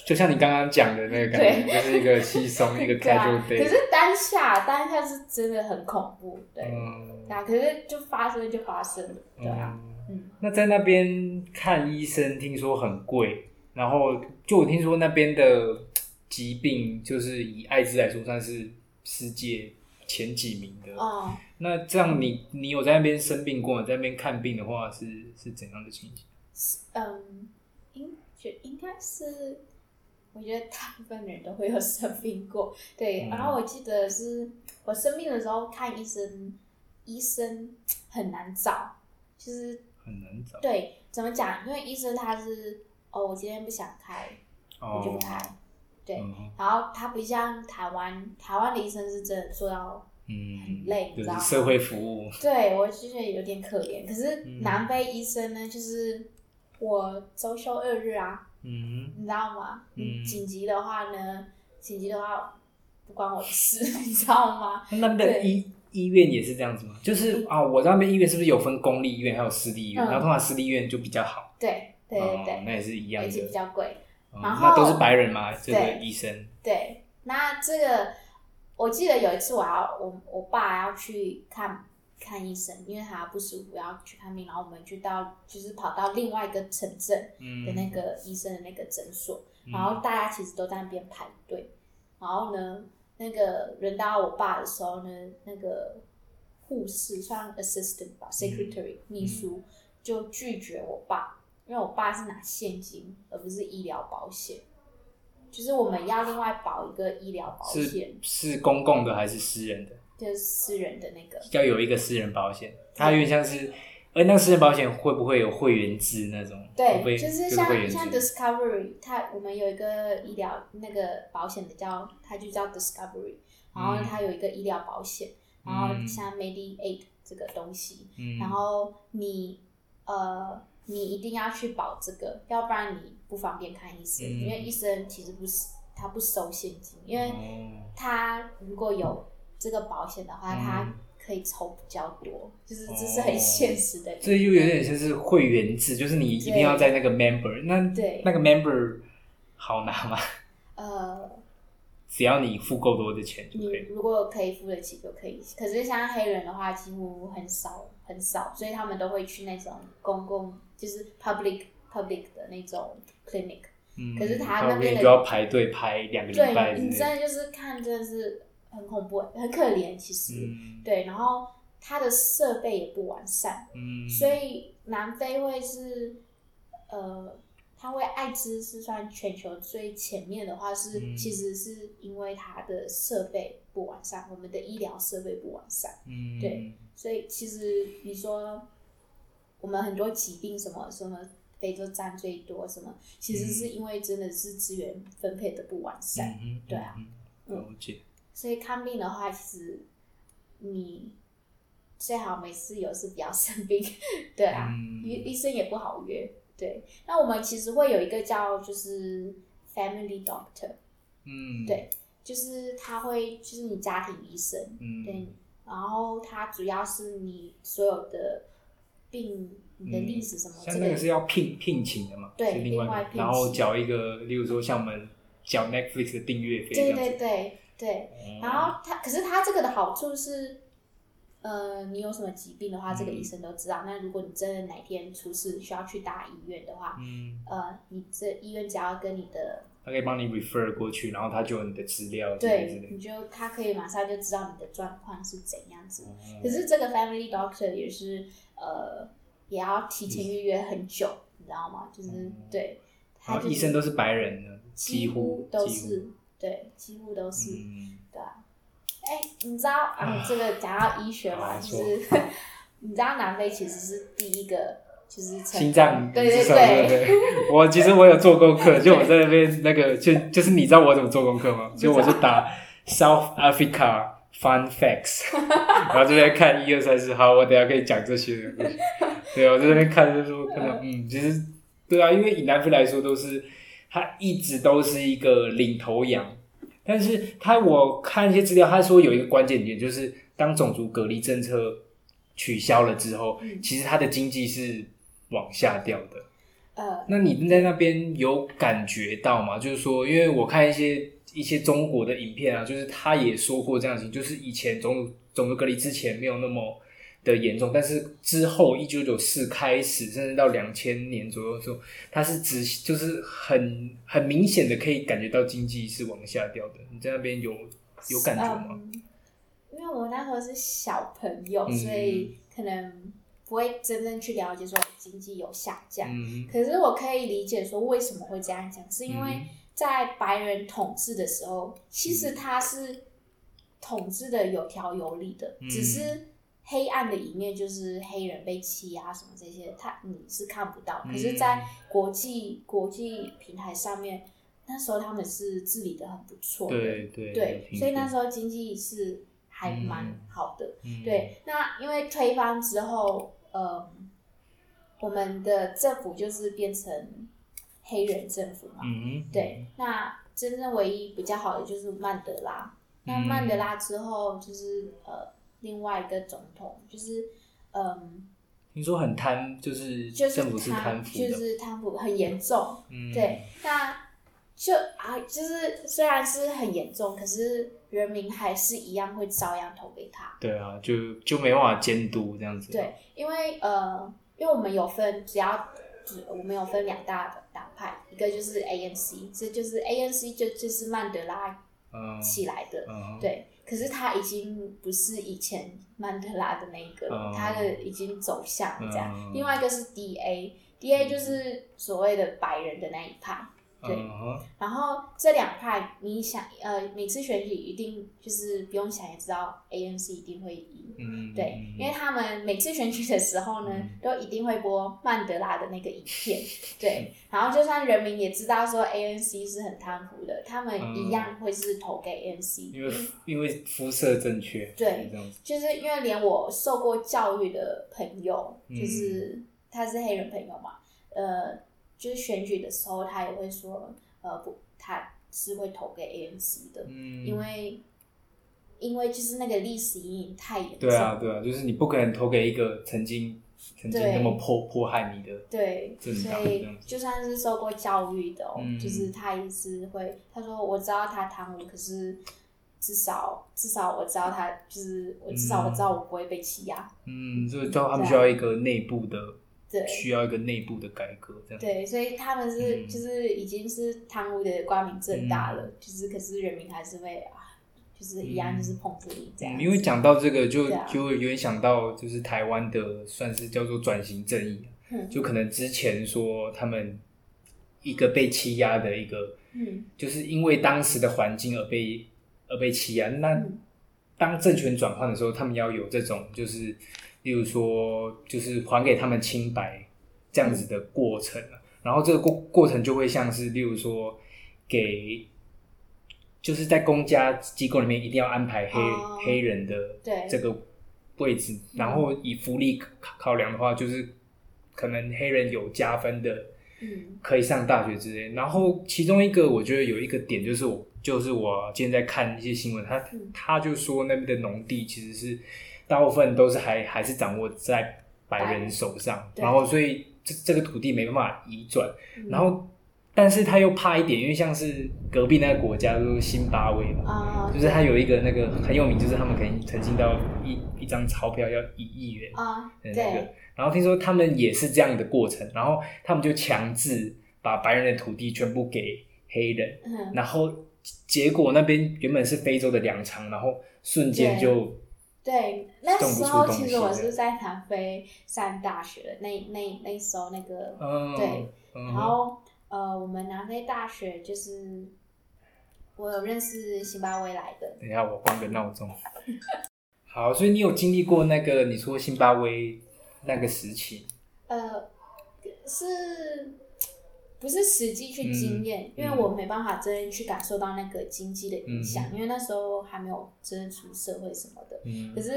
[SPEAKER 2] 就像你刚刚讲的那个感觉，就是一个
[SPEAKER 1] <laughs>
[SPEAKER 2] 稀松，一个
[SPEAKER 1] 对啊
[SPEAKER 2] casual，
[SPEAKER 1] 可
[SPEAKER 2] day。
[SPEAKER 1] 是当下当下是真的很恐怖，对，
[SPEAKER 2] 嗯
[SPEAKER 1] 对啊，可是就发生就发生了，对啊，
[SPEAKER 2] 嗯
[SPEAKER 1] 嗯，
[SPEAKER 2] 那在那边看医生，听说很贵，然后就我听说那边的疾病，就是以艾滋来说，算是世界前几名的。
[SPEAKER 1] 哦、
[SPEAKER 2] 那这样你你有在那边生病过吗？在那边看病的话是是怎样的情形？
[SPEAKER 1] 嗯，应觉应该是，我觉得大部分人都会有生病过， <laughs> 对。
[SPEAKER 2] 嗯
[SPEAKER 1] 然后我记得是我生病的时候看医生，医生很难找，就是
[SPEAKER 2] 很难找
[SPEAKER 1] 对怎么讲？因为医生他是哦，我今天不想开，我就不开。对，
[SPEAKER 2] 哦嗯
[SPEAKER 1] 然后他不像台湾，台湾的医生是真的做到
[SPEAKER 2] 嗯
[SPEAKER 1] 很累
[SPEAKER 2] 就
[SPEAKER 1] 你知道
[SPEAKER 2] 是
[SPEAKER 1] 吗
[SPEAKER 2] 社会服务，
[SPEAKER 1] 对我就觉得有点可怜。可是
[SPEAKER 2] 嗯
[SPEAKER 1] 南非医生呢，就是我周休二日啊，
[SPEAKER 2] 嗯，
[SPEAKER 1] 你知道吗？
[SPEAKER 2] 嗯
[SPEAKER 1] 紧急的话呢，紧急的话不关我的事， <laughs> 你知道吗？
[SPEAKER 2] 那边的
[SPEAKER 1] 对
[SPEAKER 2] 医医院也是这样子吗？就是啊，我知道那边医院是不是有分公立医院还有私立医
[SPEAKER 1] 嗯
[SPEAKER 2] 院？然后通常私立医院就比较好，
[SPEAKER 1] 对对对
[SPEAKER 2] 哦
[SPEAKER 1] 对，
[SPEAKER 2] 那也是一样
[SPEAKER 1] 而
[SPEAKER 2] 的，
[SPEAKER 1] 且比较贵。
[SPEAKER 2] 嗯
[SPEAKER 1] 然
[SPEAKER 2] 那
[SPEAKER 1] 后
[SPEAKER 2] 都是白人嘛，这个
[SPEAKER 1] 对
[SPEAKER 2] 医生，
[SPEAKER 1] 对，那这个我记得有一次我要我我爸要去看看医生，因为他不舒服要去看病，然后我们就到就是跑到另外一个城镇
[SPEAKER 2] 嗯，
[SPEAKER 1] 的那个医生的那个诊所，
[SPEAKER 2] 嗯，
[SPEAKER 1] 然后大家其实都在那边排队，然后呢，那个轮到我爸的时候呢，那个护士算 assistant
[SPEAKER 2] 嗯
[SPEAKER 1] 吧，secretary、秘书就拒绝我爸，因为我爸是拿现金而不是医疗保险，就是我们要另外保一个医疗保
[SPEAKER 2] 是
[SPEAKER 1] 险，
[SPEAKER 2] 是公共的还是私人的？
[SPEAKER 1] 就是私人的那个，
[SPEAKER 2] 要有一个私人保险，它有点像是，而那个私人保险会不会有会员制那种？会
[SPEAKER 1] 对，
[SPEAKER 2] 不会
[SPEAKER 1] 就是
[SPEAKER 2] 会
[SPEAKER 1] 像
[SPEAKER 2] 员
[SPEAKER 1] 像
[SPEAKER 2] 制，
[SPEAKER 1] Discovery，它我们有一个医疗那个保险的叫，它就叫 Discovery，然后
[SPEAKER 2] 嗯
[SPEAKER 1] 它有一个医疗保险，然后
[SPEAKER 2] 嗯
[SPEAKER 1] 像 Mediaid 这个东西，
[SPEAKER 2] 嗯
[SPEAKER 1] 然后你呃你一定要去保这个，要不然你不方便看医生，
[SPEAKER 2] 嗯
[SPEAKER 1] 因为医生其实不是他不收现金，因为
[SPEAKER 2] 哦
[SPEAKER 1] 他如果有这个保险的话，
[SPEAKER 2] 嗯
[SPEAKER 1] 他可以抽比较多，就是这是很现实的。
[SPEAKER 2] 这又有点像是会员制，就是你一定要在那个 member，那
[SPEAKER 1] 对
[SPEAKER 2] 那个 member 好拿吗？
[SPEAKER 1] 呃，
[SPEAKER 2] 只要你付够多的钱就
[SPEAKER 1] 你
[SPEAKER 2] 可以。
[SPEAKER 1] 如果可以付得起就可以，可是像黑人的话，几乎很少很少，所以他们都会去那种公共，就是 public public 的那种 clinic，
[SPEAKER 2] 嗯，
[SPEAKER 1] 可是他
[SPEAKER 2] 他
[SPEAKER 1] 那边的
[SPEAKER 2] 就要排队排两个礼拜
[SPEAKER 1] 对
[SPEAKER 2] 之类
[SPEAKER 1] 你
[SPEAKER 2] 的，
[SPEAKER 1] 真的就是看，真的是很恐怖，很可怜。其实，
[SPEAKER 2] 嗯
[SPEAKER 1] 对，然后它的设备也不完善，
[SPEAKER 2] 嗯，
[SPEAKER 1] 所以南非会是呃，它会艾滋是算全球最前面的话是，
[SPEAKER 2] 嗯
[SPEAKER 1] 其实是因为它的设备不完善，我们的医疗设备不完善。
[SPEAKER 2] 嗯
[SPEAKER 1] 对，所以其实你说我们很多疾病什么什么非洲占最多什么，其实是因为真的是资源分配的不完善。
[SPEAKER 2] 嗯哼，
[SPEAKER 1] 对啊
[SPEAKER 2] 嗯哼，了解，
[SPEAKER 1] 所以看病的话，其实你最好每次有事不要生病，对啊，
[SPEAKER 2] 嗯
[SPEAKER 1] 医、医生也不好约。对，那我们其实会有一个叫就是 family doctor，
[SPEAKER 2] 嗯，
[SPEAKER 1] 对，就是他会就是你家庭医生，
[SPEAKER 2] 嗯，
[SPEAKER 1] 对，然后它主要是你所有的病、你的历史什么
[SPEAKER 2] 像
[SPEAKER 1] 这
[SPEAKER 2] 那个是
[SPEAKER 1] 个，
[SPEAKER 2] 要聘聘请的嘛，
[SPEAKER 1] 对
[SPEAKER 2] 是另
[SPEAKER 1] 另外
[SPEAKER 2] 外
[SPEAKER 1] 聘，请
[SPEAKER 2] 然后缴一个，例如说像我们缴 Netflix 的订阅费这
[SPEAKER 1] 对
[SPEAKER 2] 样子，
[SPEAKER 1] 对对对。
[SPEAKER 2] 哦
[SPEAKER 1] 然后它，可是它这个的好处是，呃，你有什么疾病的话，这个
[SPEAKER 2] 嗯
[SPEAKER 1] 医生都知道。那如果你真的哪天出事需要去大医院的话，
[SPEAKER 2] 嗯，
[SPEAKER 1] 呃，你这医院只要跟你的
[SPEAKER 2] 他可以帮你 refer 过去，然后他就有你的资料之类之
[SPEAKER 1] 对，
[SPEAKER 2] 类
[SPEAKER 1] 你就他可以马上就知道你的状况是怎样子。
[SPEAKER 2] 的，
[SPEAKER 1] 可是这个 family doctor 也是呃，也要提前预约很久，你知道吗？就是
[SPEAKER 2] 嗯
[SPEAKER 1] 对，他
[SPEAKER 2] 然后
[SPEAKER 1] 就
[SPEAKER 2] 医
[SPEAKER 1] 是
[SPEAKER 2] 生都是白人的，
[SPEAKER 1] 几
[SPEAKER 2] 乎
[SPEAKER 1] 都
[SPEAKER 2] 几乎
[SPEAKER 1] 是，对，几乎都是，
[SPEAKER 2] 嗯，
[SPEAKER 1] 对啊。哎、你知道啊？这个讲到医学嘛，
[SPEAKER 2] 啊
[SPEAKER 1] 就是 <laughs> 你知道南非其实是第一个，就是成
[SPEAKER 2] 心脏
[SPEAKER 1] 对对
[SPEAKER 2] 至少对
[SPEAKER 1] 对，
[SPEAKER 2] 对，我其实我有做功课，就我在那边那个，就就是你知道我怎么做功课吗？就我就打 South Africa Fun Facts，然后就在看一二三四，好，我等一下可以讲这些。对，我在那边看就是说看到，嗯，其实对啊，因为以南非来说都是，它一直都是一个领头羊，但是他我看一些资料，他说有一个关键点就是，当种族隔离政策取消了之后，
[SPEAKER 1] 嗯
[SPEAKER 2] 其实它的经济是往下掉的。
[SPEAKER 1] 呃，
[SPEAKER 2] 那你在那边有感觉到吗？就是说，因为我看一些一些中国的影片啊，就是他也说过这样的情，就是以前种种族隔离之前没有那么的严重，但是之后一九九四开始，甚至到两千年左右的时候，它是直就是很很明显的可以感觉到经济是往下掉的。你在那边有有感觉吗？
[SPEAKER 1] 嗯，因为我那时候是小朋友，
[SPEAKER 2] 嗯
[SPEAKER 1] 所以可能不会真正去了解说哎经济有下降。
[SPEAKER 2] 嗯，
[SPEAKER 1] 可是我可以理解说为什么会这样讲，是因为
[SPEAKER 2] 嗯
[SPEAKER 1] 在白人统治的时候，其实他是统治的有条有理的，
[SPEAKER 2] 嗯
[SPEAKER 1] 只是黑暗的一面就是黑人被欺压什么这些，他你是看不到。
[SPEAKER 2] 嗯
[SPEAKER 1] 可是，在国际国际平台上面，那时候他们是治理的很不错的，
[SPEAKER 2] 对对
[SPEAKER 1] 对，所以那时
[SPEAKER 2] 候、
[SPEAKER 1] 候经济是还蛮好的。
[SPEAKER 2] 嗯，
[SPEAKER 1] 对，那因为推翻之后，呃，我们的政府就是变成黑人政府嘛。
[SPEAKER 2] 嗯，
[SPEAKER 1] 对，那真正唯一比较好的就是曼德拉。那
[SPEAKER 2] 嗯
[SPEAKER 1] 曼德拉之后就是呃，另外一个总统就是嗯、
[SPEAKER 2] 听说很贪，就是
[SPEAKER 1] 就是
[SPEAKER 2] 政府是
[SPEAKER 1] 贪
[SPEAKER 2] 贪腐的，
[SPEAKER 1] 就是贪腐很严重。
[SPEAKER 2] 嗯，
[SPEAKER 1] 对，那就啊，就是虽然是很严重，可是人民还是一样会照样投给他。
[SPEAKER 2] 对啊，就就没办法监督这样子。
[SPEAKER 1] 对，因为呃，因为我们有分，只要只我们有分两大党派，一个就是 ANC，这就是 ANC 就就是曼德拉
[SPEAKER 2] 嗯，
[SPEAKER 1] 起来的，
[SPEAKER 2] 嗯，
[SPEAKER 1] 对。可是他已经不是以前曼德拉的那一个了，
[SPEAKER 2] 嗯
[SPEAKER 1] 他的已经走向了这样。
[SPEAKER 2] 嗯
[SPEAKER 1] 另外一个是 DA，DA 就是所谓的白人的那一派，对
[SPEAKER 2] 嗯哼
[SPEAKER 1] 然后这两派，你想呃，每次选举一定就是不用想也知道，ANC 一定会赢，
[SPEAKER 2] 嗯，
[SPEAKER 1] 对，因为他们每次选举的时候呢
[SPEAKER 2] 嗯，
[SPEAKER 1] 都一定会播曼德拉的那个影
[SPEAKER 2] <laughs>
[SPEAKER 1] 片，对，然后就算人民也知道说 ANC 是很贪腐的，他们一样会是投给 ANC，、
[SPEAKER 2] 嗯因为因为肤色正确，
[SPEAKER 1] 对
[SPEAKER 2] 这样子，
[SPEAKER 1] 就是因为连我受过教育的朋友，
[SPEAKER 2] 嗯
[SPEAKER 1] 就是他是黑人朋友嘛，呃，就是选举的时候他也会说，呃，不，他是会投给 ANC 的，
[SPEAKER 2] 嗯，
[SPEAKER 1] 因为因为就是那个历史阴影太严重，
[SPEAKER 2] 对啊，对啊，就是你不可能投给一个曾经曾经
[SPEAKER 1] 对
[SPEAKER 2] 那么迫迫害你的，
[SPEAKER 1] 对
[SPEAKER 2] 正
[SPEAKER 1] 所
[SPEAKER 2] 常这
[SPEAKER 1] 以
[SPEAKER 2] 样
[SPEAKER 1] 就算是受过教育的、哦，
[SPEAKER 2] 嗯
[SPEAKER 1] 就是他也是会，他说我知道他贪污，可是至少至少我知道他就是我至少我知道我不会被欺压，
[SPEAKER 2] 嗯，所以就他们需要一个内部的
[SPEAKER 1] 嗯啊对
[SPEAKER 2] 需要一个内部的改革，这样
[SPEAKER 1] 对，所以他们是、
[SPEAKER 2] 嗯
[SPEAKER 1] 就是已经是贪污的光明正大了，就是可是人民还是会啊，就是一样就是碰不赢这样
[SPEAKER 2] 嗯
[SPEAKER 1] 子、
[SPEAKER 2] 因为讲到这个就，
[SPEAKER 1] 对
[SPEAKER 2] 就
[SPEAKER 1] 啊
[SPEAKER 2] 有点想到，就是台湾的算是叫做转型正义，啊
[SPEAKER 1] 嗯
[SPEAKER 2] 就可能之前说他们一个被欺压的一个，
[SPEAKER 1] 嗯
[SPEAKER 2] 就是因为当时的环境而被而被欺压。那
[SPEAKER 1] 嗯
[SPEAKER 2] 当政权转换的时候，他们要有这种，就是例如说，就是还给他们清白这样子的过程啊。然后这个过过程就会像是，例如说给。就是在公家机构里面一定要安排黑、
[SPEAKER 1] 哦
[SPEAKER 2] 黑人的
[SPEAKER 1] 对
[SPEAKER 2] 这个位置，然后以福利考考量的话，就是可能黑人有加分的，
[SPEAKER 1] 嗯
[SPEAKER 2] 可以上大学之类。然后其中一个我觉得有一个点就是我就是我今天在看一些新闻，他
[SPEAKER 1] 嗯
[SPEAKER 2] 他就说那边的农地其实是大部分都是还还是掌握在白人手上，
[SPEAKER 1] 嗯对
[SPEAKER 2] 然后所以这这个土地没办法移转，
[SPEAKER 1] 嗯
[SPEAKER 2] 然后。但是他又怕一点，因为像是隔壁那个国家，就是津巴威嘛，
[SPEAKER 1] 啊
[SPEAKER 2] 就是他有一个那个很有名，就是他们可能曾经到一一张钞票要一亿元
[SPEAKER 1] 啊
[SPEAKER 2] 的那
[SPEAKER 1] 对
[SPEAKER 2] 个，然后听说他们也是这样的过程，然后他们就强制把白人的土地全部给黑人，
[SPEAKER 1] 嗯
[SPEAKER 2] 然后结果那边原本是非洲的粮仓，然后瞬间
[SPEAKER 1] 对
[SPEAKER 2] 就
[SPEAKER 1] 对，那
[SPEAKER 2] 种不
[SPEAKER 1] 时
[SPEAKER 2] 出
[SPEAKER 1] 候
[SPEAKER 2] 东
[SPEAKER 1] 其
[SPEAKER 2] 西
[SPEAKER 1] 实我
[SPEAKER 2] 的
[SPEAKER 1] 是在南非上大学，那那那时候那个
[SPEAKER 2] 嗯
[SPEAKER 1] 对，
[SPEAKER 2] 嗯
[SPEAKER 1] 然后呃，我们南非大学就是我有认识津巴威来的，
[SPEAKER 2] 等一下我关个闹钟。好，所以你有经历过那个你说津巴威那个时期，
[SPEAKER 1] 呃，是不是实际去经验？
[SPEAKER 2] 嗯
[SPEAKER 1] 因为我没办法真的去感受到那个经济的影响，
[SPEAKER 2] 嗯
[SPEAKER 1] 因为那时候还没有真的出社会什么的。
[SPEAKER 2] 嗯
[SPEAKER 1] 可，是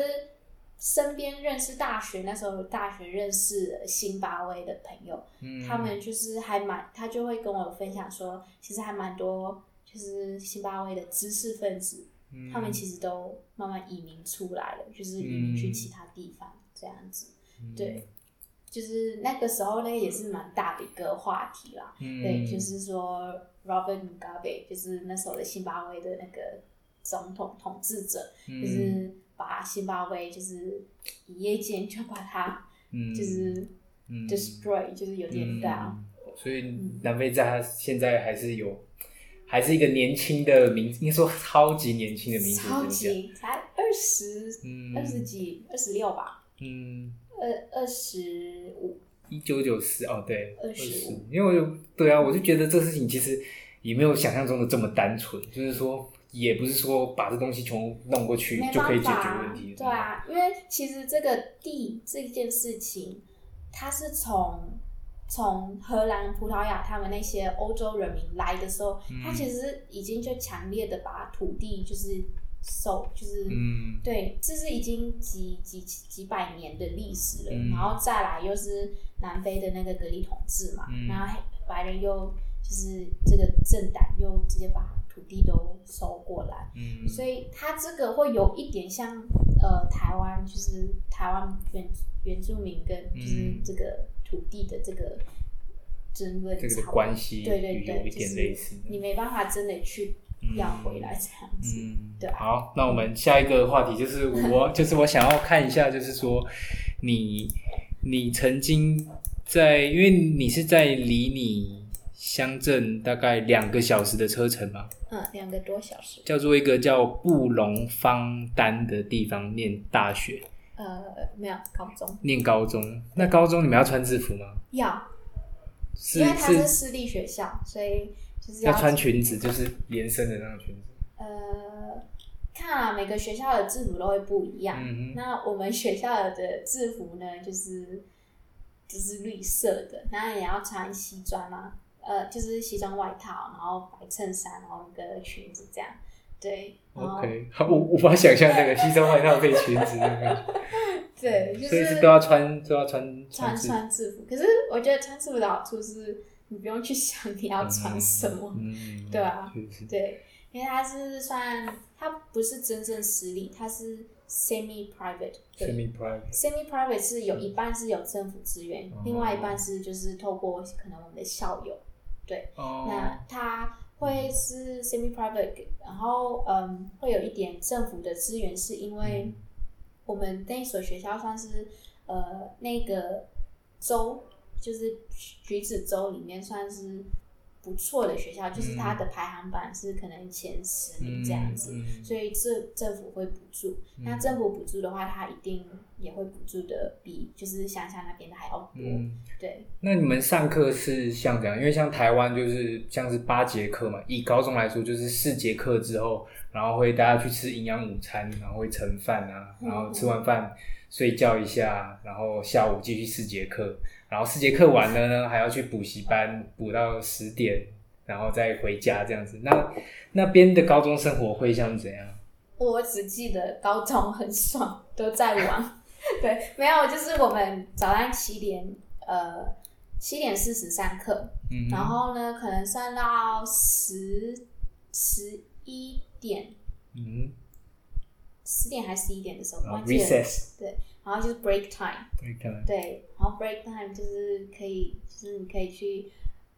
[SPEAKER 1] 身边认识大学那时候大学认识津巴威的朋友，
[SPEAKER 2] 嗯
[SPEAKER 1] 他们就是还蛮，他就会跟我分享说，其实还蛮多就是津巴威的知识分子，
[SPEAKER 2] 嗯
[SPEAKER 1] 他们其实都慢慢移民出来了，就是移民去
[SPEAKER 2] 嗯
[SPEAKER 1] 其他地方这样子。
[SPEAKER 2] 嗯
[SPEAKER 1] 对，就是那个时候那个也是蛮大的一个话题啦。
[SPEAKER 2] 嗯
[SPEAKER 1] 对，就是说 Robert Mugabe 就是那时候的津巴威的那个总统统治者，就
[SPEAKER 2] 嗯
[SPEAKER 1] 是把津巴威就是一夜间就把它
[SPEAKER 2] 嗯
[SPEAKER 1] 就是
[SPEAKER 2] 嗯
[SPEAKER 1] destroy，、就是有点大。
[SPEAKER 2] 嗯。所以南非在他现在还是有，还是一个年轻的民，应该说超级年轻的民族
[SPEAKER 1] 超
[SPEAKER 2] 国家。
[SPEAKER 1] 级才二十、
[SPEAKER 2] 嗯
[SPEAKER 1] 二十几、二十六吧，
[SPEAKER 2] 嗯，
[SPEAKER 1] 二二十五，
[SPEAKER 2] 一九九四哦，对，
[SPEAKER 1] 25
[SPEAKER 2] 25因为我就对啊，我就觉得这事情其实也没有想象中的这么单纯，就是说也不是说把这东西全部弄过去
[SPEAKER 1] 没
[SPEAKER 2] 就可以
[SPEAKER 1] 办
[SPEAKER 2] 解
[SPEAKER 1] 法
[SPEAKER 2] 决
[SPEAKER 1] 啊
[SPEAKER 2] 问题。
[SPEAKER 1] 对，啊，因为其实这个地这件事情，它是从从荷兰、葡萄牙他们那些欧洲人民来的时候，
[SPEAKER 2] 嗯
[SPEAKER 1] 他其实已经就强烈的把土地就是收，就是、
[SPEAKER 2] 嗯
[SPEAKER 1] 对，这是已经几几几百年的历史了，
[SPEAKER 2] 嗯
[SPEAKER 1] 然后再来又是南非的那个隔离统治嘛，
[SPEAKER 2] 嗯
[SPEAKER 1] 然后黑白人又就是这个政党又直接把土地都收过来，
[SPEAKER 2] 嗯，
[SPEAKER 1] 所以它这个会有一点像呃台湾，就是台湾原原住民跟就是
[SPEAKER 2] 嗯
[SPEAKER 1] 这个土地的这个争论
[SPEAKER 2] 这个
[SPEAKER 1] 差
[SPEAKER 2] 的
[SPEAKER 1] 不多
[SPEAKER 2] 关系
[SPEAKER 1] 对对对，
[SPEAKER 2] 有一点类似
[SPEAKER 1] 就是、。你没办法真的去要回来这样子。
[SPEAKER 2] 嗯，
[SPEAKER 1] 对啊
[SPEAKER 2] 好，那我们下一个话题就是我，
[SPEAKER 1] <laughs>
[SPEAKER 2] 就是我想要看一下，就是说你你曾经在，因为你是在离你乡镇大概两个小时的车程嘛，
[SPEAKER 1] 嗯，两个多小时。
[SPEAKER 2] 叫做一个叫布隆方丹的地方念大学，
[SPEAKER 1] 呃，没有高中
[SPEAKER 2] 念高中。那高中你们要穿制服吗？
[SPEAKER 1] 要，
[SPEAKER 2] 是
[SPEAKER 1] 因为它是
[SPEAKER 2] 是
[SPEAKER 1] 私立学校，所以就是
[SPEAKER 2] 要穿裙子，就是连身的那种裙子。
[SPEAKER 1] 呃，看啊，每个学校的制服都会不一样。
[SPEAKER 2] 嗯哼，
[SPEAKER 1] 那我们学校的制服呢，就是就是绿色的，那也要穿西装啊，呃，就是西装外套，然后白衬衫，然后一个裙子这样。对，啊然后
[SPEAKER 2] OK，好，我无法想象那个西装外套配裙子那个感觉。
[SPEAKER 1] 对，就
[SPEAKER 2] 所以
[SPEAKER 1] 是
[SPEAKER 2] 是都要穿都要穿
[SPEAKER 1] 穿
[SPEAKER 2] 制
[SPEAKER 1] 穿制服。可是我觉得穿制服的好处是，你不用去想你要穿什么，
[SPEAKER 2] 嗯，
[SPEAKER 1] 对啊
[SPEAKER 2] 确实，
[SPEAKER 1] 对，因为它是算它不是真正私立，它是 semi private，对
[SPEAKER 2] semi private，
[SPEAKER 1] semi private 是有一半是有政府资源，
[SPEAKER 2] 哦
[SPEAKER 1] 另外一半是就是透过可能我们的校友，
[SPEAKER 2] 哦，
[SPEAKER 1] 那它会是 semi private，然后嗯会有一点政府的资源，
[SPEAKER 2] 嗯
[SPEAKER 1] 是因为我们那所学校算是呃那个州，就是橘子州里面算是不错的学校，就是它的排行榜是可能前十名这样子，
[SPEAKER 2] 嗯嗯嗯
[SPEAKER 1] 所以这政府会补助。那政府补助的话，它一定也会补助的比就是乡下那边的还要多。
[SPEAKER 2] 嗯，
[SPEAKER 1] 对，
[SPEAKER 2] 那你们上课是像这样？因为像台湾就是像是八节课嘛，以高中来说就是四节课之后，然后会大家去吃营养午餐，然后会盛饭啊，
[SPEAKER 1] 嗯
[SPEAKER 2] 然后吃完饭睡觉一下，然后下午继续四节课，然后四节课完了呢还要去补习班补到十点，然后再回家这样子。那那边的高中生活会像怎样？
[SPEAKER 1] 我只记得高中很爽，都在玩。 <laughs> 对，没有，就是我们早上七点，呃，七点四十上课，
[SPEAKER 2] 嗯，
[SPEAKER 1] 然后呢，可能上到十十一点，
[SPEAKER 2] 嗯，
[SPEAKER 1] 十点还是十一点的时候，
[SPEAKER 2] 然后
[SPEAKER 1] 忘记了。
[SPEAKER 2] recess
[SPEAKER 1] 然后就是 break time，
[SPEAKER 2] break time
[SPEAKER 1] 对，然后 break time 就是可以，就是你可以去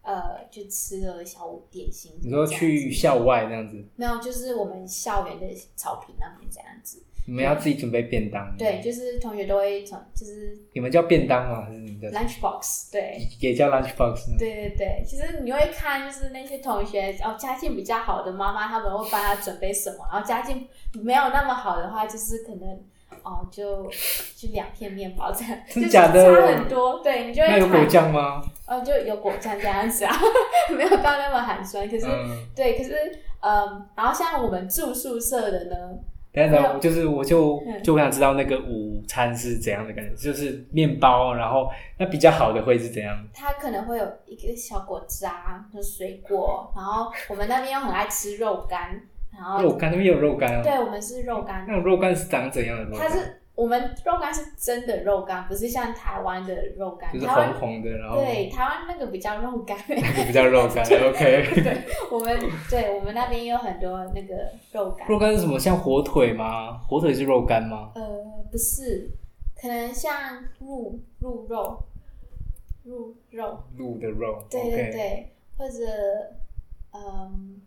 [SPEAKER 1] 呃去吃个小午点心。
[SPEAKER 2] 你说
[SPEAKER 1] 这样子
[SPEAKER 2] 去？校外这样子，
[SPEAKER 1] 没有，就是我们校园的草坪啊那边这样子。
[SPEAKER 2] 你们要自己准备便当。
[SPEAKER 1] 对，就是同学都会从就是
[SPEAKER 2] 你们叫便当吗？还是你们叫
[SPEAKER 1] lunch box，对。
[SPEAKER 2] 也叫 lunch box 呢？
[SPEAKER 1] 对对对，其实你会看，就是那些同学哦，家境比较好的妈妈，他们会帮他准备什么，然后家境没有那么好的话，就是可能哦，就就两片面包这样，
[SPEAKER 2] 真
[SPEAKER 1] 就是
[SPEAKER 2] 假的
[SPEAKER 1] 差很多。对你就会
[SPEAKER 2] 那有果
[SPEAKER 1] 看，
[SPEAKER 2] 酱吗？
[SPEAKER 1] 哦，就有果酱这样子啊， <laughs> 没有到那么寒酸。可是、
[SPEAKER 2] 嗯，
[SPEAKER 1] 对，可是嗯，然后像我们住宿舍的呢，
[SPEAKER 2] 等一下
[SPEAKER 1] 没
[SPEAKER 2] 等一下，
[SPEAKER 1] 有
[SPEAKER 2] 我就是我就
[SPEAKER 1] 嗯
[SPEAKER 2] 就想知道那个午餐是怎样的感觉，就是面包，然后那比较好的会是怎样？
[SPEAKER 1] 它可能会有一个小果渣，就水果，然后我们那边又很爱吃肉干，然后
[SPEAKER 2] 肉干那边有肉干哦，
[SPEAKER 1] 哦对我们是肉干。
[SPEAKER 2] 那种肉干是长怎样的肉
[SPEAKER 1] 它
[SPEAKER 2] 干？
[SPEAKER 1] 是我们肉干是真的肉干，不是像台湾的肉干。
[SPEAKER 2] 就是
[SPEAKER 1] 台
[SPEAKER 2] 红
[SPEAKER 1] 湾
[SPEAKER 2] 红的，然后
[SPEAKER 1] 对台湾那个比较肉干， <laughs>
[SPEAKER 2] 那个不叫肉干，OK。
[SPEAKER 1] 我们对我们那边也有很多那个肉干。
[SPEAKER 2] 肉干是什么？像火腿吗？火腿是肉干吗？
[SPEAKER 1] 呃，不是，可能像鹿鹿肉，鹿肉，
[SPEAKER 2] 鹿的肉
[SPEAKER 1] 对对
[SPEAKER 2] ，OK。
[SPEAKER 1] 对或者嗯。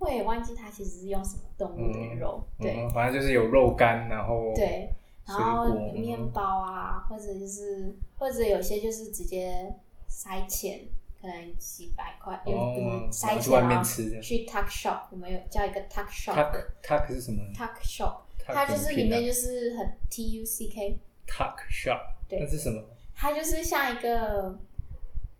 [SPEAKER 1] 我也忘记它其实是用什么动物的肉，对、
[SPEAKER 2] 嗯，反正就是有肉干，然后
[SPEAKER 1] 对，然后
[SPEAKER 2] 水果嗯
[SPEAKER 1] 面包啊，或者就是或者有些就是直接塞钱，可能几百块，又
[SPEAKER 2] 哦
[SPEAKER 1] 不是
[SPEAKER 2] 然
[SPEAKER 1] 塞
[SPEAKER 2] 后去
[SPEAKER 1] 钱
[SPEAKER 2] 外
[SPEAKER 1] 啊，
[SPEAKER 2] 面吃这样。
[SPEAKER 1] 去 tuck shop，我们有叫一个 tuck
[SPEAKER 2] tuck
[SPEAKER 1] shop。
[SPEAKER 2] tuck 是什么
[SPEAKER 1] tuck shop，
[SPEAKER 2] ？tuck
[SPEAKER 1] 它就
[SPEAKER 2] 怎么
[SPEAKER 1] 是
[SPEAKER 2] 拼
[SPEAKER 1] 里
[SPEAKER 2] 啊
[SPEAKER 1] 面就是很 T U C K，
[SPEAKER 2] tuck shop，
[SPEAKER 1] 对
[SPEAKER 2] 那是什么？
[SPEAKER 1] 它就是像一个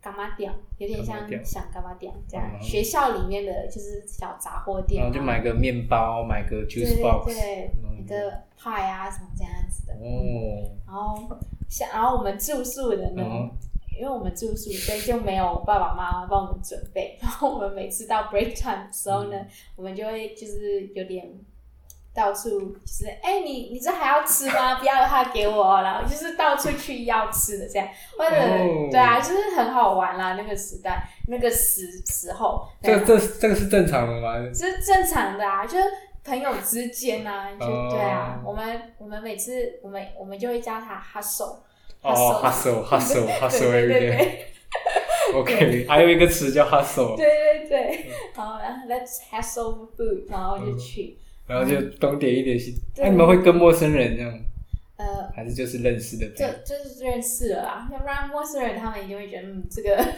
[SPEAKER 1] 干妈店，有点像
[SPEAKER 2] 干妈店
[SPEAKER 1] 像干妈店这样，
[SPEAKER 2] 嗯
[SPEAKER 1] 学校里面的就是小杂货店啊，
[SPEAKER 2] 然后就买个面包，买个
[SPEAKER 1] 对
[SPEAKER 2] juice
[SPEAKER 1] 对
[SPEAKER 2] box，
[SPEAKER 1] 对，
[SPEAKER 2] 嗯
[SPEAKER 1] 一个派啊什么这样子的，
[SPEAKER 2] 哦，
[SPEAKER 1] 然后像然后我们住宿的呢，
[SPEAKER 2] 嗯
[SPEAKER 1] 因为我们住宿，所以就没有爸爸妈妈帮我们准备。然后我们每次到 break time 的时候
[SPEAKER 2] 嗯
[SPEAKER 1] 呢，我们就会就是有点到处就是哎、你你这还要吃吗？不要的话给我哦，然后就是到处去要吃的这样，或者、
[SPEAKER 2] 哦
[SPEAKER 1] 对啊，就是很好玩啦。那个时代那个时时候，
[SPEAKER 2] 这
[SPEAKER 1] 对啊
[SPEAKER 2] 个这这个是正常的吗？
[SPEAKER 1] 这是正常的啊，就是朋友之间啊，就
[SPEAKER 2] 哦
[SPEAKER 1] 对啊，我们我们每次我们我们就会叫他 hustle，
[SPEAKER 2] 哦，hustle <laughs> hustle hustle
[SPEAKER 1] 对对
[SPEAKER 2] every
[SPEAKER 1] 对
[SPEAKER 2] day。。OK，还有一个词叫 hustle，
[SPEAKER 1] 对对对，好，然后 let's have some food，然后就去，
[SPEAKER 2] 然后就东点一点西。
[SPEAKER 1] 对
[SPEAKER 2] 那你们会跟陌生人这样，
[SPEAKER 1] 呃，
[SPEAKER 2] 还是就是认识的朋
[SPEAKER 1] 就
[SPEAKER 2] 友？
[SPEAKER 1] 就是认识了啦，要不然陌生人他们一定会觉得，嗯，这个 <laughs>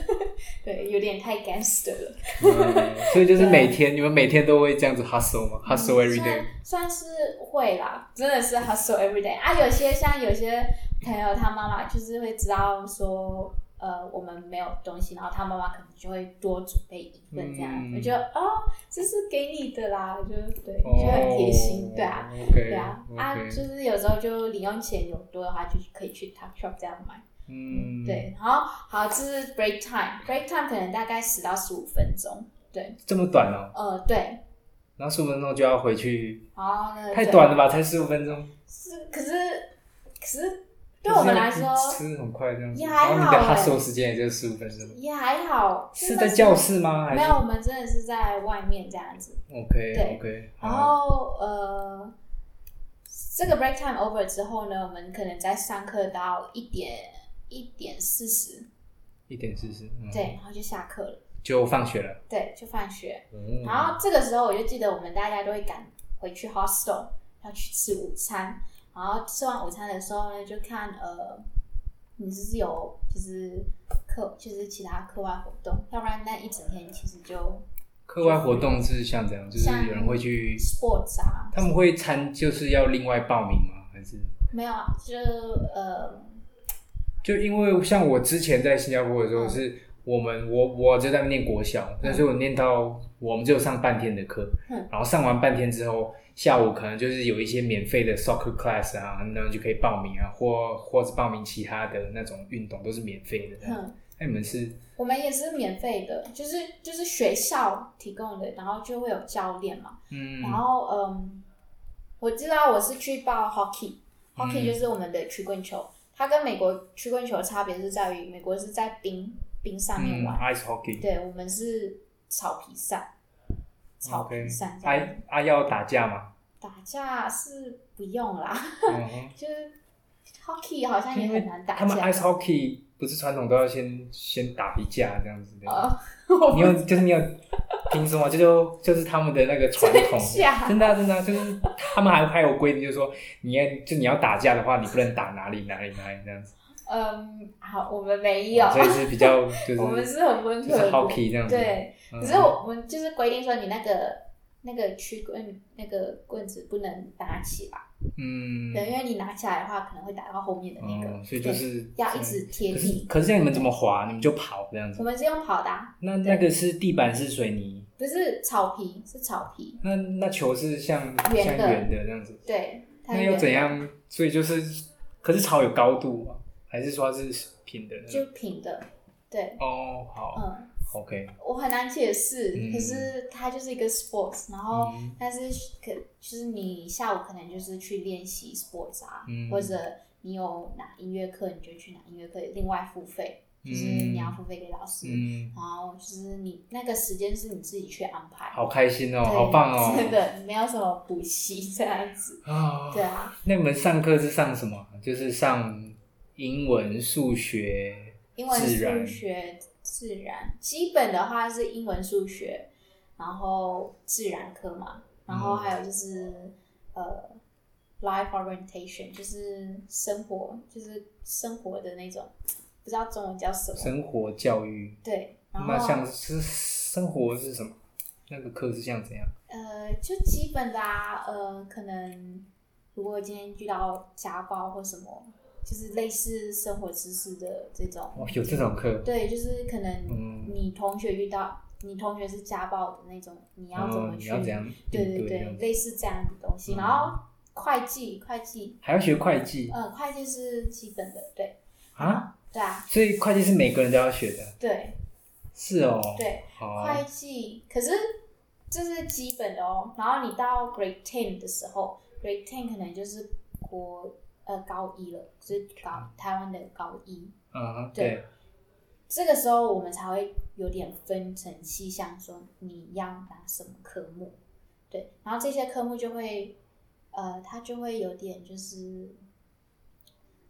[SPEAKER 1] 对有点太 gangster 了。
[SPEAKER 2] 嗯所以就是
[SPEAKER 1] 对
[SPEAKER 2] 每天，你们每天都会这样子 hustle <laughs> 吗？hustle
[SPEAKER 1] 嗯
[SPEAKER 2] every
[SPEAKER 1] 算
[SPEAKER 2] day。
[SPEAKER 1] 算是会啦，真的是 hustle every day 啊。有些像有些朋友他妈妈就是会知道说。呃，我们没有东西，然后他妈妈可能就会多准备一份这样，
[SPEAKER 2] 嗯哦
[SPEAKER 1] 我觉得哦，这是给你的啦，我就对，我觉得很贴心，对啊，。
[SPEAKER 2] OK，
[SPEAKER 1] 对啊，啊，
[SPEAKER 2] OK，
[SPEAKER 1] 就是有时候就零用钱有多的话，就可以去 Top Shop 这样买。
[SPEAKER 2] 嗯，
[SPEAKER 1] 对，然后好，这是 break time，break time 可能大概十到十五分钟。
[SPEAKER 2] 这么短哦，
[SPEAKER 1] 呃，对，
[SPEAKER 2] 然后十五分钟就要回去，
[SPEAKER 1] 然后呢？
[SPEAKER 2] 太
[SPEAKER 1] 对
[SPEAKER 2] 短了吧？才十五分钟。
[SPEAKER 1] 是，可是可是对我们来说
[SPEAKER 2] 吃很快这样子，
[SPEAKER 1] 也
[SPEAKER 2] 然
[SPEAKER 1] 还好欸
[SPEAKER 2] 后你的 hustle 时间也就十五分钟，
[SPEAKER 1] 也还好。
[SPEAKER 2] 是
[SPEAKER 1] 真
[SPEAKER 2] 在
[SPEAKER 1] 的
[SPEAKER 2] 教室吗？还
[SPEAKER 1] 没
[SPEAKER 2] 是
[SPEAKER 1] 有，我们真的是在外面这样子。
[SPEAKER 2] ？OK OK，
[SPEAKER 1] 然后呃，这个 break time over 之后呢，我们可能在上课到一点一点四十，
[SPEAKER 2] 一点四十，嗯，
[SPEAKER 1] 对，然后就下课了，
[SPEAKER 2] 就放学了。
[SPEAKER 1] 对，就放学。
[SPEAKER 2] 嗯
[SPEAKER 1] 然后这个时候我就记得我们大家都会赶回去 hostel 要去吃午餐，然后吃完午餐的时候呢，就看呃你是有就是课就是其他课外活动，要不然那一整天其实就
[SPEAKER 2] 课外活动是像这样，就是
[SPEAKER 1] 像
[SPEAKER 2] 有人会去，
[SPEAKER 1] sports 啊，
[SPEAKER 2] 他们会参，就是要另外报名吗？还是
[SPEAKER 1] 没有啊，就呃
[SPEAKER 2] 就因为像我之前在新加坡的时候
[SPEAKER 1] 嗯
[SPEAKER 2] 是。我们我我就在念国小，但是我念到我们只有上半天的课，
[SPEAKER 1] 嗯
[SPEAKER 2] 然后上完半天之后，下午可能就是有一些免费的 soccer class 啊，那就可以报名啊，或或是报名其他的那种运动都是免费的。这样哎
[SPEAKER 1] 哼。
[SPEAKER 2] 那、你们是
[SPEAKER 1] 嗯我们也是免费的，就是就是学校提供的，然后就会有教练嘛。
[SPEAKER 2] 嗯
[SPEAKER 1] 然后嗯，我知道我是去报 hockey，hockey、
[SPEAKER 2] 嗯
[SPEAKER 1] hockey 就是我们的曲棍球，它跟美国曲棍球的差别是在于，美国是在冰冰上面
[SPEAKER 2] 嗯
[SPEAKER 1] 玩，
[SPEAKER 2] ice
[SPEAKER 1] <laughs>
[SPEAKER 2] hockey
[SPEAKER 1] 对我们是草皮赛，草皮
[SPEAKER 2] OK
[SPEAKER 1] 赛这样
[SPEAKER 2] 啊啊要打架吗？
[SPEAKER 1] 打架是不用啦，
[SPEAKER 2] 嗯哼
[SPEAKER 1] 就是 hockey 好像也很难打
[SPEAKER 2] 他们 ice
[SPEAKER 1] 架。
[SPEAKER 2] hockey 不是传统都要先先打一架这样子的。
[SPEAKER 1] 呃， <laughs> 我
[SPEAKER 2] 你有就是你有听说吗？这就就是他们的那个传
[SPEAKER 1] <laughs>
[SPEAKER 2] 统
[SPEAKER 1] 真假，
[SPEAKER 2] 真的啊、真的啊、就是他们还还有规定，就是说你要就你要打架的话，你不能打哪里哪里哪里这样子。
[SPEAKER 1] 嗯，好，我们没有，
[SPEAKER 2] 所以是比
[SPEAKER 1] <laughs>
[SPEAKER 2] 较就
[SPEAKER 1] 我们
[SPEAKER 2] 是
[SPEAKER 1] 是很温
[SPEAKER 2] 就
[SPEAKER 1] 和
[SPEAKER 2] 是
[SPEAKER 1] 的国
[SPEAKER 2] hockey 这样哦子。
[SPEAKER 1] 对，
[SPEAKER 2] 嗯，
[SPEAKER 1] 可是我们就是规定说你那个那个曲棍那个棍子不能拿起来，
[SPEAKER 2] 嗯，
[SPEAKER 1] 对，因为你拿起来的话可能会打到后面的那个，
[SPEAKER 2] 嗯，所以就是
[SPEAKER 1] 要一直贴
[SPEAKER 2] 可是
[SPEAKER 1] 地。
[SPEAKER 2] 可是这样你们怎么滑？你们就跑这样
[SPEAKER 1] 我
[SPEAKER 2] 子。
[SPEAKER 1] 们是用跑的啊、
[SPEAKER 2] 那那个是地板是水泥，
[SPEAKER 1] 不是草皮，是草皮，
[SPEAKER 2] 那那球是像
[SPEAKER 1] 圆
[SPEAKER 2] 像
[SPEAKER 1] 的
[SPEAKER 2] 圆的这样子，
[SPEAKER 1] 对，它
[SPEAKER 2] 那
[SPEAKER 1] 有
[SPEAKER 2] 又怎样？所以就是，可是草有高度吗？还是说它是平的呢？
[SPEAKER 1] 就平的，对，
[SPEAKER 2] 哦，好、
[SPEAKER 1] 嗯，
[SPEAKER 2] o k
[SPEAKER 1] 我很难解释，
[SPEAKER 2] 嗯
[SPEAKER 1] 可是它就是一个 sports，然后
[SPEAKER 2] 嗯
[SPEAKER 1] 但是可就是你下午可能就是去练习 sports 啊，
[SPEAKER 2] 嗯
[SPEAKER 1] 或者你有拿音乐课，你就去拿音乐课，另外付费，就是
[SPEAKER 2] 嗯
[SPEAKER 1] 你要付费给老师，
[SPEAKER 2] 嗯，
[SPEAKER 1] 然后就是你那个时间是你自己去安排，
[SPEAKER 2] 好开心哦，
[SPEAKER 1] 对
[SPEAKER 2] 好棒哦，
[SPEAKER 1] 真的没有什么补习这样子，
[SPEAKER 2] 啊
[SPEAKER 1] 对啊，
[SPEAKER 2] 那你们上课是上什么？啊就是上英文、数学、
[SPEAKER 1] 英文、
[SPEAKER 2] 自然
[SPEAKER 1] 数学、自然，基本的话是英文、数学，然后自然科嘛，然
[SPEAKER 2] 嗯
[SPEAKER 1] 后还有就是、呃，life orientation，就是生活，就是生活的那种，不知道中文叫什么，
[SPEAKER 2] 生活教育。
[SPEAKER 1] 对，然后
[SPEAKER 2] 那像是生活是什么？那个课是像怎样？
[SPEAKER 1] 呃，就基本的啊，呃，可能如果今天遇到家暴或什么，就是类似生活知识的这种，
[SPEAKER 2] 哦，有这种课，
[SPEAKER 1] 对，就是可能
[SPEAKER 2] 嗯
[SPEAKER 1] 你同学遇到、你同学是家暴的那种，你要怎
[SPEAKER 2] 哦
[SPEAKER 1] 么
[SPEAKER 2] 你
[SPEAKER 1] 去？
[SPEAKER 2] 要怎样
[SPEAKER 1] 对
[SPEAKER 2] 应
[SPEAKER 1] 对
[SPEAKER 2] 对这
[SPEAKER 1] 对
[SPEAKER 2] 样，子？
[SPEAKER 1] 类似这样的东西。
[SPEAKER 2] 嗯
[SPEAKER 1] 然后会计，会计，
[SPEAKER 2] 还要学会计
[SPEAKER 1] 呃，会计是基本的，对
[SPEAKER 2] 啊？
[SPEAKER 1] 对啊，
[SPEAKER 2] 所以会计是每个人都要学的。
[SPEAKER 1] 对
[SPEAKER 2] 是哦，
[SPEAKER 1] 对，
[SPEAKER 2] 好
[SPEAKER 1] 会计，可是这是基本的哦。然后你到 Grade Ten 的时候，Grade Ten 可能就是国呃高一了，就是高台湾的高一。
[SPEAKER 2] 嗯哼，
[SPEAKER 1] 对
[SPEAKER 2] 对，
[SPEAKER 1] 这个时候我们才会有点分成细项，说你要拿什么科目，对，然后这些科目就会，呃，它就会有点就是，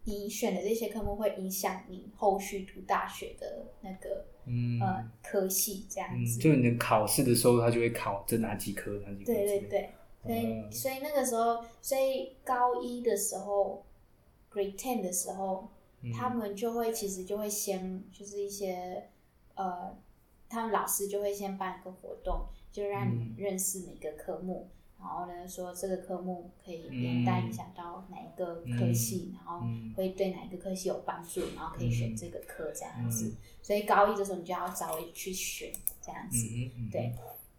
[SPEAKER 1] 你选的这些科目会影响你后续读大学的那个
[SPEAKER 2] 嗯
[SPEAKER 1] 呃科系这样
[SPEAKER 2] 嗯，
[SPEAKER 1] 子，
[SPEAKER 2] 就你的考试的时候，他就会考这哪几科，哪几科之
[SPEAKER 1] 对
[SPEAKER 2] 类的。
[SPEAKER 1] 对对，所以
[SPEAKER 2] 嗯
[SPEAKER 1] 所以那个时候，所以高一的时候，Grade Ten 的时候，
[SPEAKER 2] 嗯
[SPEAKER 1] 他们就会其实就会先就是一些呃，他们老师就会先办一个活动，就让你
[SPEAKER 2] 嗯
[SPEAKER 1] 认识每个科目，然后呢说这个科目可以连带影响到哪一个科系，然后
[SPEAKER 2] 嗯
[SPEAKER 1] 会对哪一个科系有帮助，然后可以选这个科这样子。
[SPEAKER 2] 嗯
[SPEAKER 1] 所以高一的时候你就要稍微去选这样子。
[SPEAKER 2] 嗯嗯，
[SPEAKER 1] 对，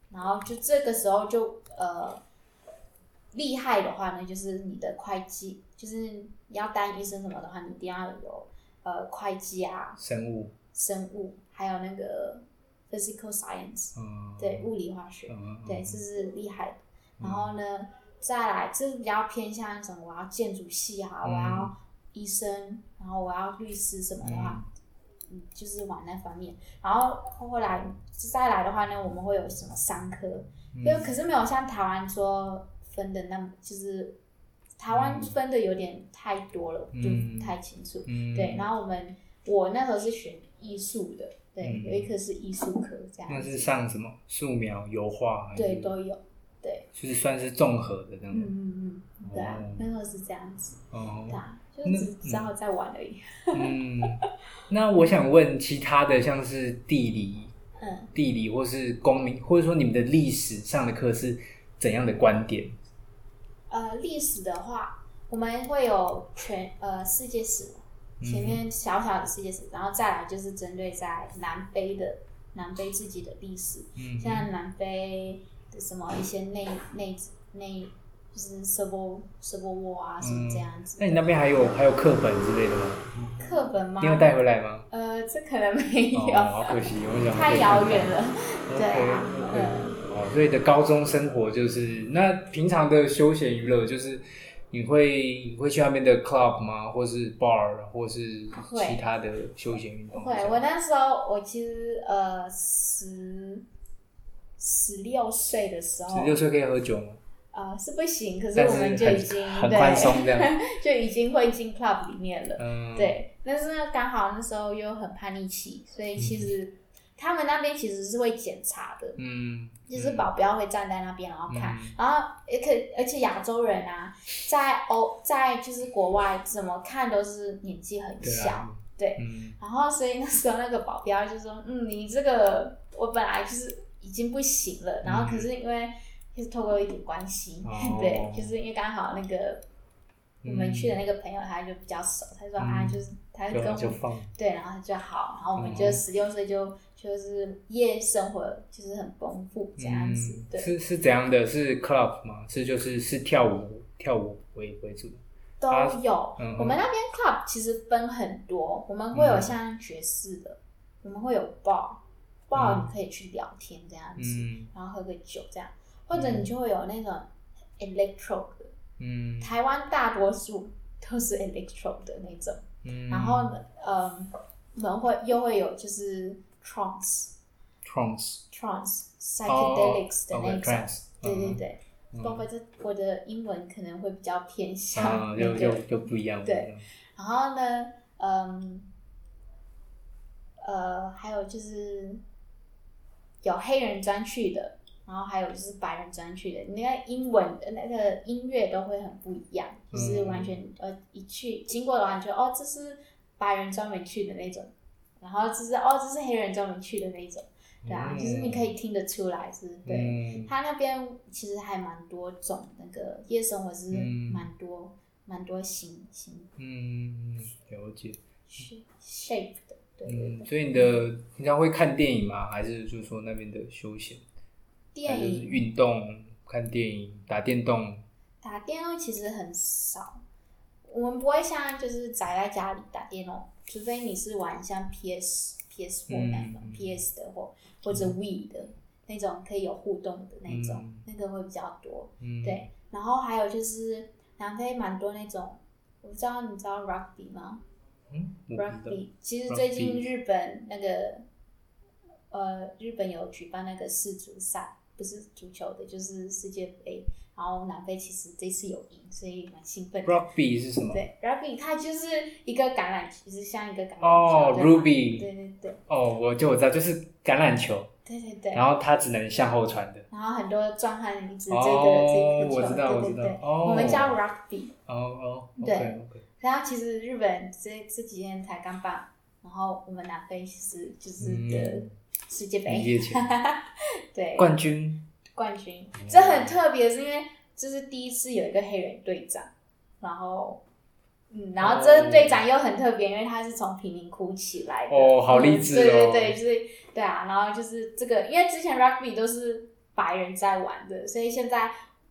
[SPEAKER 1] 然后就这个时候就呃厉害的话呢，就是你的会计，就是你要当医生什么的话，你一定要有呃会计啊、
[SPEAKER 2] 生物，
[SPEAKER 1] 生物，还有那个 physical science，
[SPEAKER 2] 嗯，
[SPEAKER 1] 对，物理化学，
[SPEAKER 2] 嗯，
[SPEAKER 1] 对，
[SPEAKER 2] 嗯
[SPEAKER 1] 这是厉害的。然后呢，再来这是比较偏向什么？我要建筑系啊，
[SPEAKER 2] 嗯
[SPEAKER 1] 我要医生，然后我要律师什么的话，嗯，就是往那方面。然后后来再来的话呢，我们会有什么商科？因
[SPEAKER 2] 嗯
[SPEAKER 1] 为可是没有像台湾说分的那么，就是台湾分的有点太多了，
[SPEAKER 2] 嗯
[SPEAKER 1] 就不太清楚。
[SPEAKER 2] 嗯，
[SPEAKER 1] 对，然后我们我那时候是选艺术的，对，
[SPEAKER 2] 嗯
[SPEAKER 1] 有一科是艺术科这样
[SPEAKER 2] 那是
[SPEAKER 1] 子，
[SPEAKER 2] 上什么素描、油画还是？
[SPEAKER 1] 对，都有，对，
[SPEAKER 2] 就是算是综合的这样
[SPEAKER 1] 嗯
[SPEAKER 2] 子。
[SPEAKER 1] 嗯嗯，对啊
[SPEAKER 2] 哦，
[SPEAKER 1] 那时候是这样子，
[SPEAKER 2] 哦
[SPEAKER 1] 对，啊，就
[SPEAKER 2] 那
[SPEAKER 1] 只只好在玩而已。
[SPEAKER 2] 嗯，那我想问其他的，像是地理、
[SPEAKER 1] 嗯，
[SPEAKER 2] 地理或是公民，或者说你们的历史上的课是怎样的观点？
[SPEAKER 1] 呃，历史的话，我们会有全呃世界史，
[SPEAKER 2] 嗯
[SPEAKER 1] 前面小小的世界史，然后再来就是针对在南非的南非自己的历史，
[SPEAKER 2] 嗯
[SPEAKER 1] 像南非的什么一些内内内就是 civil civil war 啊什么这样子
[SPEAKER 2] 嗯那。你那边还有还有课本之类的吗？
[SPEAKER 1] 课本吗
[SPEAKER 2] 你？有带回来吗？
[SPEAKER 1] 呃，这可能没 <laughs> 有，
[SPEAKER 2] 哦，好可惜，我想
[SPEAKER 1] 太遥远
[SPEAKER 2] <laughs>
[SPEAKER 1] 了。对啊
[SPEAKER 2] OK，OK 哦，所以你的高中生活就是那平常的休闲娱乐，就是你会你会去那边的 club 吗？或是 bar，或是
[SPEAKER 1] 会
[SPEAKER 2] 其他的休闲运动？
[SPEAKER 1] 会，我那时候我其实呃十十六岁的时候
[SPEAKER 2] 十，六岁可以喝酒吗？
[SPEAKER 1] 呃是不行，可是
[SPEAKER 2] 但
[SPEAKER 1] 我
[SPEAKER 2] 是
[SPEAKER 1] 们就已经
[SPEAKER 2] 很很
[SPEAKER 1] 对
[SPEAKER 2] 宽松这样。
[SPEAKER 1] <laughs> 就已经会进 club 里面了。
[SPEAKER 2] 嗯，，
[SPEAKER 1] 对，但是呢，刚好那时候又很叛逆期，所以其实、他们那边其实是会检查的，
[SPEAKER 2] 嗯，
[SPEAKER 1] 就是保镖会站在那边然后看，
[SPEAKER 2] 嗯
[SPEAKER 1] 然后也可而且亚洲人啊，在欧在就是国外怎么看都是年纪很
[SPEAKER 2] 对
[SPEAKER 1] 小，
[SPEAKER 2] 啊，
[SPEAKER 1] 对
[SPEAKER 2] 嗯
[SPEAKER 1] 然后所以那时候那个保镖就说，嗯，你这个我本来就是已经不行了，然后可是因为就是透过一点关系，<laughs>
[SPEAKER 2] 哦
[SPEAKER 1] 对，就是因为刚好那个我们
[SPEAKER 2] 嗯
[SPEAKER 1] 去的那个朋友他就比较熟，他说、
[SPEAKER 2] 嗯
[SPEAKER 1] 啊，就是他就
[SPEAKER 2] 对
[SPEAKER 1] 跟
[SPEAKER 2] 啊，
[SPEAKER 1] 我
[SPEAKER 2] 就放，
[SPEAKER 1] 对，然后他就好，然后我们就
[SPEAKER 2] 嗯
[SPEAKER 1] 十六岁就就是夜生活就是很丰富这样子，
[SPEAKER 2] 嗯
[SPEAKER 1] 对，
[SPEAKER 2] 是是怎样的？是 club 吗？是就是是跳舞跳舞为为主，
[SPEAKER 1] 都
[SPEAKER 2] 啊
[SPEAKER 1] 有。
[SPEAKER 2] 嗯嗯
[SPEAKER 1] 我们那边 club 其实分很多，我们会有
[SPEAKER 2] 嗯
[SPEAKER 1] 像爵士的，我们会有 bar，bar 你可以去聊天这样子，
[SPEAKER 2] 嗯
[SPEAKER 1] 然后喝个酒这样，或者你就会有那种 electro 的，
[SPEAKER 2] 嗯
[SPEAKER 1] 台湾大多数都是 electro 的那种，
[SPEAKER 2] 嗯，
[SPEAKER 1] 然后呢嗯，我们会又会有就是 trance
[SPEAKER 2] trance
[SPEAKER 1] trance
[SPEAKER 2] 哦
[SPEAKER 1] psychedelics 的那
[SPEAKER 2] OK
[SPEAKER 1] 种，
[SPEAKER 2] trance，
[SPEAKER 1] 对对
[SPEAKER 2] 嗯
[SPEAKER 1] 对，
[SPEAKER 2] 嗯
[SPEAKER 1] 包括这我的英文可能会比较偏
[SPEAKER 2] 啊，
[SPEAKER 1] 向那
[SPEAKER 2] 就
[SPEAKER 1] 个，
[SPEAKER 2] 就就不一样，
[SPEAKER 1] 对
[SPEAKER 2] 不一样，
[SPEAKER 1] 然后呢，嗯，呃，还有就是有黑人专区的，然后还有就是白人专区的，你那个英文的那个音乐都会很不一样，就是完全、呃一去经过的话，你就哦这是白人专门去的那种，然后这是哦这是黑人专门去的那种，对啊，
[SPEAKER 2] 嗯
[SPEAKER 1] 就是你可以听得出来是，对。
[SPEAKER 2] 嗯
[SPEAKER 1] 他那边其实还蛮多种，那个夜生活是
[SPEAKER 2] 嗯
[SPEAKER 1] 蛮多蛮、多型型
[SPEAKER 2] 嗯，了解。
[SPEAKER 1] shape- shape 的，对对对。
[SPEAKER 2] 嗯，所以你的平常会看电影吗？还是就是说那边的休闲，还
[SPEAKER 1] 电
[SPEAKER 2] 是就是
[SPEAKER 1] 影
[SPEAKER 2] 运动、看电影、打电动？
[SPEAKER 1] 打电动其实很少，我们不会像就是宅在家里打电动，除非你是玩像 PS PS Four
[SPEAKER 2] 嗯
[SPEAKER 1] 那种、
[SPEAKER 2] 嗯
[SPEAKER 1] PS 的或或者 We 的那种可以有互动的那种，
[SPEAKER 2] 嗯
[SPEAKER 1] 那个会比较多。
[SPEAKER 2] 嗯，
[SPEAKER 1] 对，然后还有就是南非蛮多那种，我不知道你知道 Rugby 吗？
[SPEAKER 2] 嗯，我不知道
[SPEAKER 1] Rugby，其实最近
[SPEAKER 2] Rugby
[SPEAKER 1] 日本那个，呃，日本有举办那个世足赛，不是足球的，就是世界杯。然后南非其实这次有赢，所以蛮兴奋的。
[SPEAKER 2] Rugby 是什么？
[SPEAKER 1] 对，Rugby 它就是一个橄榄球，就是像一个橄榄球。
[SPEAKER 2] 哦
[SPEAKER 1] 对吗
[SPEAKER 2] ，Ruby，
[SPEAKER 1] 对对对
[SPEAKER 2] 哦，我就我知道，就是橄榄球，
[SPEAKER 1] 对对对。
[SPEAKER 2] 然后它只能向后传的。
[SPEAKER 1] 然后很多壮汉一直这个、
[SPEAKER 2] 哦
[SPEAKER 1] 这个球，
[SPEAKER 2] 我知道
[SPEAKER 1] 对
[SPEAKER 2] 我
[SPEAKER 1] 对
[SPEAKER 2] 知道
[SPEAKER 1] 对，
[SPEAKER 2] 哦
[SPEAKER 1] 我们叫 Rugby。
[SPEAKER 2] 哦哦
[SPEAKER 1] 对
[SPEAKER 2] ，OK OK，
[SPEAKER 1] 然后其实日本这这几天才刚办，然后我们南非其实就是的
[SPEAKER 2] 嗯
[SPEAKER 1] 世界杯。
[SPEAKER 2] 毕业前
[SPEAKER 1] <laughs> 对，
[SPEAKER 2] 冠军，
[SPEAKER 1] 冠军，这很特别，是因为这是第一次有一个黑人队长，然后，嗯，然后这个队长又很特别，因为他是从贫民窟起来的，嗯
[SPEAKER 2] 哦好励志哦
[SPEAKER 1] 对对对，就是对啊，然后就是这个，因为之前 rugby 都是白人在玩的，所以现在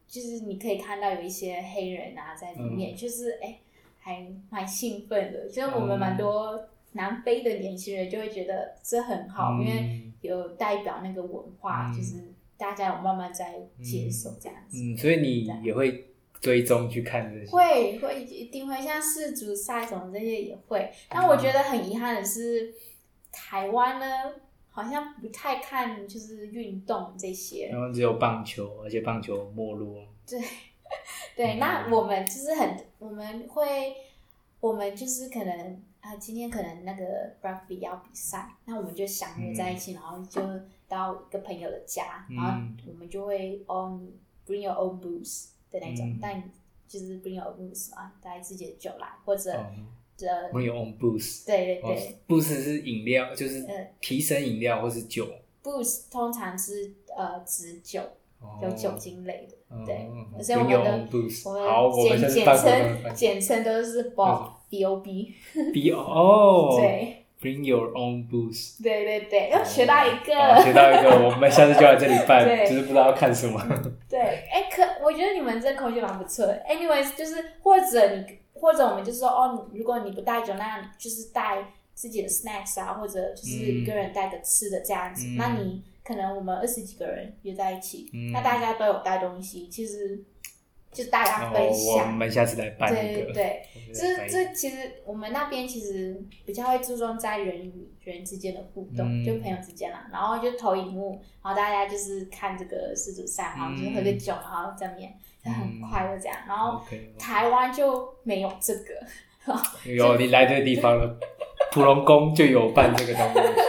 [SPEAKER 1] 就是你可以看到有一些黑人啊在里面，
[SPEAKER 2] 嗯
[SPEAKER 1] 就是哎、还蛮兴奋的，就是我们
[SPEAKER 2] 嗯
[SPEAKER 1] 蛮多南非的年轻人就会觉得这很好，因为。
[SPEAKER 2] 嗯
[SPEAKER 1] 有代表那个文化，
[SPEAKER 2] 嗯
[SPEAKER 1] 就是大家有慢慢在接受这样子。
[SPEAKER 2] 嗯，所以你也会追踪去看这些，
[SPEAKER 1] 会会一定会像世足赛什么这些也会，
[SPEAKER 2] 嗯
[SPEAKER 1] 但我觉得很遗憾的是，台湾呢好像不太看就是运动这些。
[SPEAKER 2] 然后只有棒球，而且棒球没落，
[SPEAKER 1] 对，
[SPEAKER 2] 嗯
[SPEAKER 1] 那我们就是很我们会，我们就是可能啊，今天可能那个 rugby 要比赛，那我们就相约在一起，然后就到一个朋友的家，
[SPEAKER 2] 嗯
[SPEAKER 1] 然后我们就会哦，你 bring your own booze 的那种，
[SPEAKER 2] 嗯
[SPEAKER 1] 但就是 bring your own booze 嘛，带自己的酒来，或者
[SPEAKER 2] 哦
[SPEAKER 1] 的、
[SPEAKER 2] ，bring your own booze。
[SPEAKER 1] 对对
[SPEAKER 2] 哦呃
[SPEAKER 1] 对、
[SPEAKER 2] ，booze 是饮料，就是
[SPEAKER 1] 嗯
[SPEAKER 2] 提神饮料或是酒。
[SPEAKER 1] b o o z e 通常是呃指酒，
[SPEAKER 2] 哦
[SPEAKER 1] 有酒。精类的，
[SPEAKER 2] 嗯
[SPEAKER 1] 对
[SPEAKER 2] 嗯嗯
[SPEAKER 1] 所以我们
[SPEAKER 2] Bring your
[SPEAKER 1] 的
[SPEAKER 2] own booze 好，我
[SPEAKER 1] 我
[SPEAKER 2] 们
[SPEAKER 1] 们简
[SPEAKER 2] 下次
[SPEAKER 1] 简
[SPEAKER 2] 办活动
[SPEAKER 1] 称简称都是 bob b o b，
[SPEAKER 2] <laughs> B 哦，
[SPEAKER 1] 对
[SPEAKER 2] ，Bring your own booze。
[SPEAKER 1] 对对对，又学到一
[SPEAKER 2] 好
[SPEAKER 1] 个，
[SPEAKER 2] 哦学到一个，我们下次就来这里 <laughs> 办，
[SPEAKER 1] 对
[SPEAKER 2] 就是不知道要看什么。
[SPEAKER 1] 对，哎，可我觉得你们这口诀蛮不错的。Anyways，就是或者你或者我们就是说，哦，如果你不带酒，那就是带自己的 snacks 啊，或者就是
[SPEAKER 2] 嗯
[SPEAKER 1] 一个人带个吃的这样子。
[SPEAKER 2] 嗯
[SPEAKER 1] 那你可能我们二十几个人约在一起，
[SPEAKER 2] 嗯
[SPEAKER 1] 那大家都有带东西，其实就大
[SPEAKER 2] 哦
[SPEAKER 1] 家分
[SPEAKER 2] 我
[SPEAKER 1] 享，
[SPEAKER 2] 们下次来办一
[SPEAKER 1] 对对
[SPEAKER 2] 个。
[SPEAKER 1] 对。
[SPEAKER 2] 我觉得
[SPEAKER 1] 这
[SPEAKER 2] 可以
[SPEAKER 1] 这其实我们那边其实比较会注重在人与人之间的互动，
[SPEAKER 2] 嗯
[SPEAKER 1] 就朋友之间啦，然后就投影幕，然后大家就是看这个世足赛，然后就是喝个
[SPEAKER 2] 嗯
[SPEAKER 1] 酒，然后在面就很快乐这样。然后
[SPEAKER 2] OK，
[SPEAKER 1] 台湾就没有这个， <laughs>
[SPEAKER 2] 有你来对地方了，普龙宫就有办这
[SPEAKER 1] <laughs>
[SPEAKER 2] 个东西。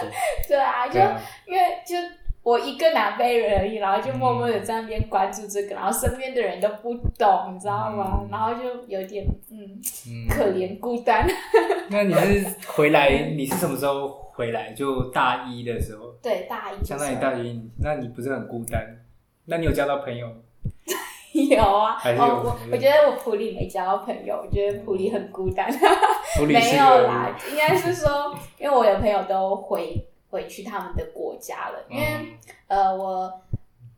[SPEAKER 1] 对啊，就
[SPEAKER 2] 对啊，
[SPEAKER 1] 因为就我一个南非人而已，然后就默
[SPEAKER 2] 嗯
[SPEAKER 1] 默的在那边关注这个，然后身边的人都不懂，你知道吗？
[SPEAKER 2] 嗯
[SPEAKER 1] 然后就有点嗯
[SPEAKER 2] 嗯
[SPEAKER 1] 可怜孤单。 <laughs>
[SPEAKER 2] 那你是回来，你是什么时候回来？就大一的时候，
[SPEAKER 1] 对，大一的时
[SPEAKER 2] 相
[SPEAKER 1] 候
[SPEAKER 2] 当于大一，那你不是很孤单？那你有交到朋友？
[SPEAKER 1] <laughs> 有啊，
[SPEAKER 2] 还是有
[SPEAKER 1] 哦、我
[SPEAKER 2] 朋友
[SPEAKER 1] 我觉得我普里没交到朋友，我觉得普里很孤单，
[SPEAKER 2] 普里
[SPEAKER 1] <laughs> 没
[SPEAKER 2] 是
[SPEAKER 1] 有
[SPEAKER 2] 个
[SPEAKER 1] 啦，应该是说， <laughs> 因为我有朋友都回回去他们的国家了，因为、
[SPEAKER 2] 嗯，
[SPEAKER 1] 呃，我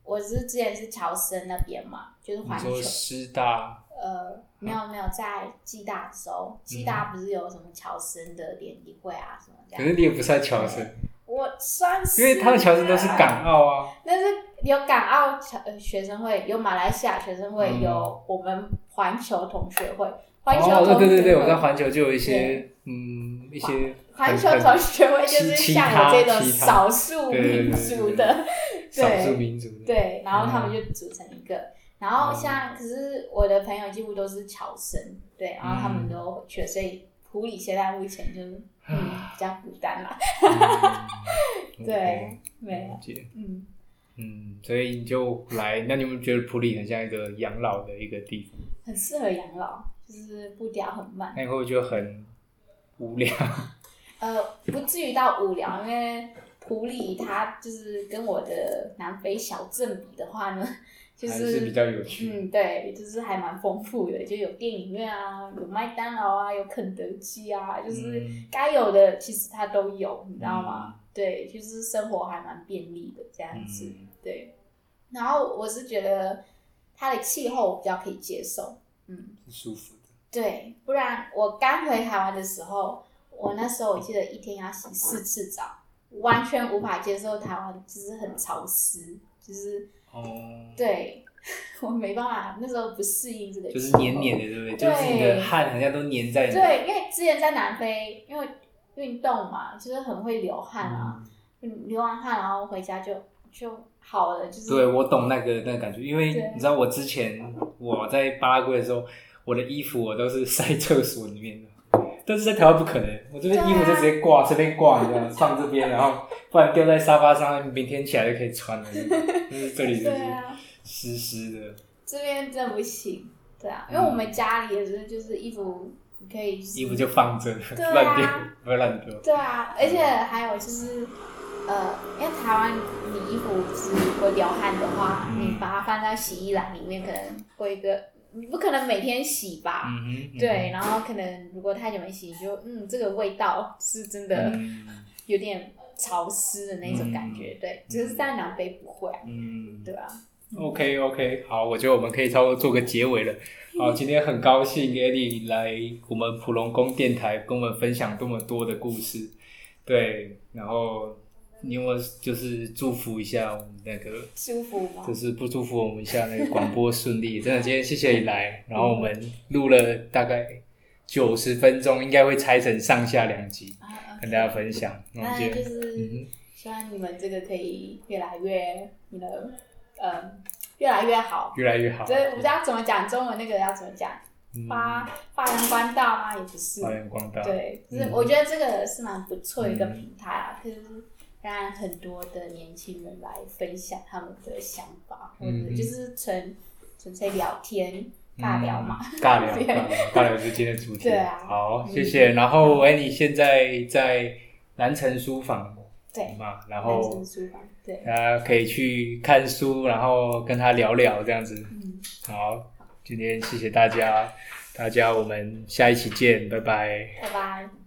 [SPEAKER 1] 我是之前是乔森那边嘛，就是
[SPEAKER 2] 你
[SPEAKER 1] 环球
[SPEAKER 2] 说，师大，
[SPEAKER 1] 呃，没有没有在暨大的时
[SPEAKER 2] 嗯
[SPEAKER 1] 候，暨大不是有什么乔森的联谊会啊什么这
[SPEAKER 2] 可
[SPEAKER 1] 样，
[SPEAKER 2] 是你也不算侨生，
[SPEAKER 1] 我算是
[SPEAKER 2] 因为他的侨生都是港澳啊。
[SPEAKER 1] 但是有港澳侨呃学生会，有马来西亚学生会，
[SPEAKER 2] 嗯
[SPEAKER 1] 有我们环球同学会。环球
[SPEAKER 2] 哦，
[SPEAKER 1] 同学
[SPEAKER 2] 对
[SPEAKER 1] 会，
[SPEAKER 2] 对对对，我在环球就有一些，嗯，一些
[SPEAKER 1] 环球同学会就是像我这种
[SPEAKER 2] 其他
[SPEAKER 1] 少数民族的，
[SPEAKER 2] 少数民族的，
[SPEAKER 1] 对，然后他们就组成一个。然
[SPEAKER 2] 嗯
[SPEAKER 1] 后像，可是我的朋友几乎都是侨生，对，然后他们都回去了，所以普里现在目前就是
[SPEAKER 2] <sighs>
[SPEAKER 1] 嗯比较孤单啦，
[SPEAKER 2] 嗯
[SPEAKER 1] 对，没有
[SPEAKER 2] 了，解。
[SPEAKER 1] 嗯，
[SPEAKER 2] 嗯，所以你就来，那你们觉得普里很像一个养老的一个地方，
[SPEAKER 1] 很适合养老，就是步调很慢。
[SPEAKER 2] 那以后就很无聊。
[SPEAKER 1] 呃，不至于到无聊，因为普里它就是跟我的南非小镇比的话呢， <laughs> 就
[SPEAKER 2] 还是比较有趣
[SPEAKER 1] 嗯，对，就是还蛮丰富的，就有电影院啊，有麦当劳啊，有肯德基啊，就是
[SPEAKER 2] 嗯
[SPEAKER 1] 该有的其实它都有，你知道吗？对，就是生活还蛮便利的这样子，
[SPEAKER 2] 嗯
[SPEAKER 1] 对。然后我是觉得它的气候我比较可以接受，嗯，
[SPEAKER 2] 舒服的。
[SPEAKER 1] 对，不然我刚回台湾的时候，我那时候我记得一天要洗四次澡，完全无法接受台湾就是很潮湿，就是
[SPEAKER 2] 哦，
[SPEAKER 1] 对 <laughs> 我没办法，那时候不适应这个，
[SPEAKER 2] 就是黏黏。的，对不对？就是你的汗好像都黏在你的。
[SPEAKER 1] 对，因为之前在南非，因为运动嘛，就是很会流汗啊，
[SPEAKER 2] 嗯
[SPEAKER 1] 嗯流完汗然后回家就就好了，就是
[SPEAKER 2] 对，我懂那个那个感觉，因为
[SPEAKER 1] 对
[SPEAKER 2] 你知道我之前我在巴拉圭的时候，我的衣服我都是晒厕所里面的，但是在台湾不可能，我这边衣服就直接
[SPEAKER 1] 啊
[SPEAKER 2] 挂，随便挂，你知道吗，放这边，然后不然丢在沙发上，明天起来就可
[SPEAKER 1] <laughs>
[SPEAKER 2] 以穿了。
[SPEAKER 1] 啊
[SPEAKER 2] 就是这里就是
[SPEAKER 1] 对啊
[SPEAKER 2] 湿湿的，
[SPEAKER 1] 这边真的不行，对啊，因为我们家里也是就是衣服你可以就是
[SPEAKER 2] 嗯衣服就放着，
[SPEAKER 1] 对啊
[SPEAKER 2] <laughs> 乱丢，不要乱丢。
[SPEAKER 1] 对啊，而且还有就是，呃，因为台湾你衣服就是如果流汗的话，
[SPEAKER 2] 嗯
[SPEAKER 1] 你把它放在洗衣篮里面，可能会一个，你不可能每天洗吧？
[SPEAKER 2] 嗯哼，嗯
[SPEAKER 1] 对，然后可能如果太久没洗，就嗯，这个味道是真的
[SPEAKER 2] 嗯
[SPEAKER 1] 有点潮湿的那种感觉。对，只是在南非不会啊，
[SPEAKER 2] 嗯
[SPEAKER 1] 对吧？
[SPEAKER 2] OK OK，好，我觉得我们可以差不多做个结尾了。
[SPEAKER 1] <laughs>
[SPEAKER 2] 好，今天很高兴 Eddie 来我们普隆宫电台跟我们分享这么多的故事，对，然后你有没有就是祝福一下我们那个， <laughs>
[SPEAKER 1] 舒服吗
[SPEAKER 2] 就？是不祝福我们一下那个广播顺利？真的，今天谢谢你来，然后我们录了大概九十分钟，应该会拆成上下两集
[SPEAKER 1] 啊啊
[SPEAKER 2] 跟大家分享。那我
[SPEAKER 1] 那
[SPEAKER 2] 们今
[SPEAKER 1] 就
[SPEAKER 2] 天
[SPEAKER 1] 是
[SPEAKER 2] 嗯
[SPEAKER 1] 希望你们这个可以越来越，你的，呃，越来越好。
[SPEAKER 2] 越来越好，
[SPEAKER 1] 这我不知道怎么讲中文，那个要怎么讲？
[SPEAKER 2] 嗯，
[SPEAKER 1] 发发扬光大吗？也不是
[SPEAKER 2] 发，扬光大，
[SPEAKER 1] 对，就是
[SPEAKER 2] 嗯
[SPEAKER 1] 我觉得这个是蛮不错的一个平台啊，可是让很多的年轻人来分享他们的想法，或
[SPEAKER 2] 嗯
[SPEAKER 1] 者就是纯纯粹聊天尬聊嘛。 <laughs>
[SPEAKER 2] 嗯，尬聊，
[SPEAKER 1] 对
[SPEAKER 2] 尬聊，尬聊是今天的主题。
[SPEAKER 1] 对啊
[SPEAKER 2] 好，
[SPEAKER 1] 嗯
[SPEAKER 2] 谢谢。然后，哎，你现在在南城书房
[SPEAKER 1] 对，
[SPEAKER 2] 嘛？然
[SPEAKER 1] 男
[SPEAKER 2] 后
[SPEAKER 1] 生书房，对，
[SPEAKER 2] 大家可以去看书，然后跟他聊聊这样子。
[SPEAKER 1] 嗯，
[SPEAKER 2] 好，今天谢谢大家，大家我们下一期见，拜拜。
[SPEAKER 1] 拜拜。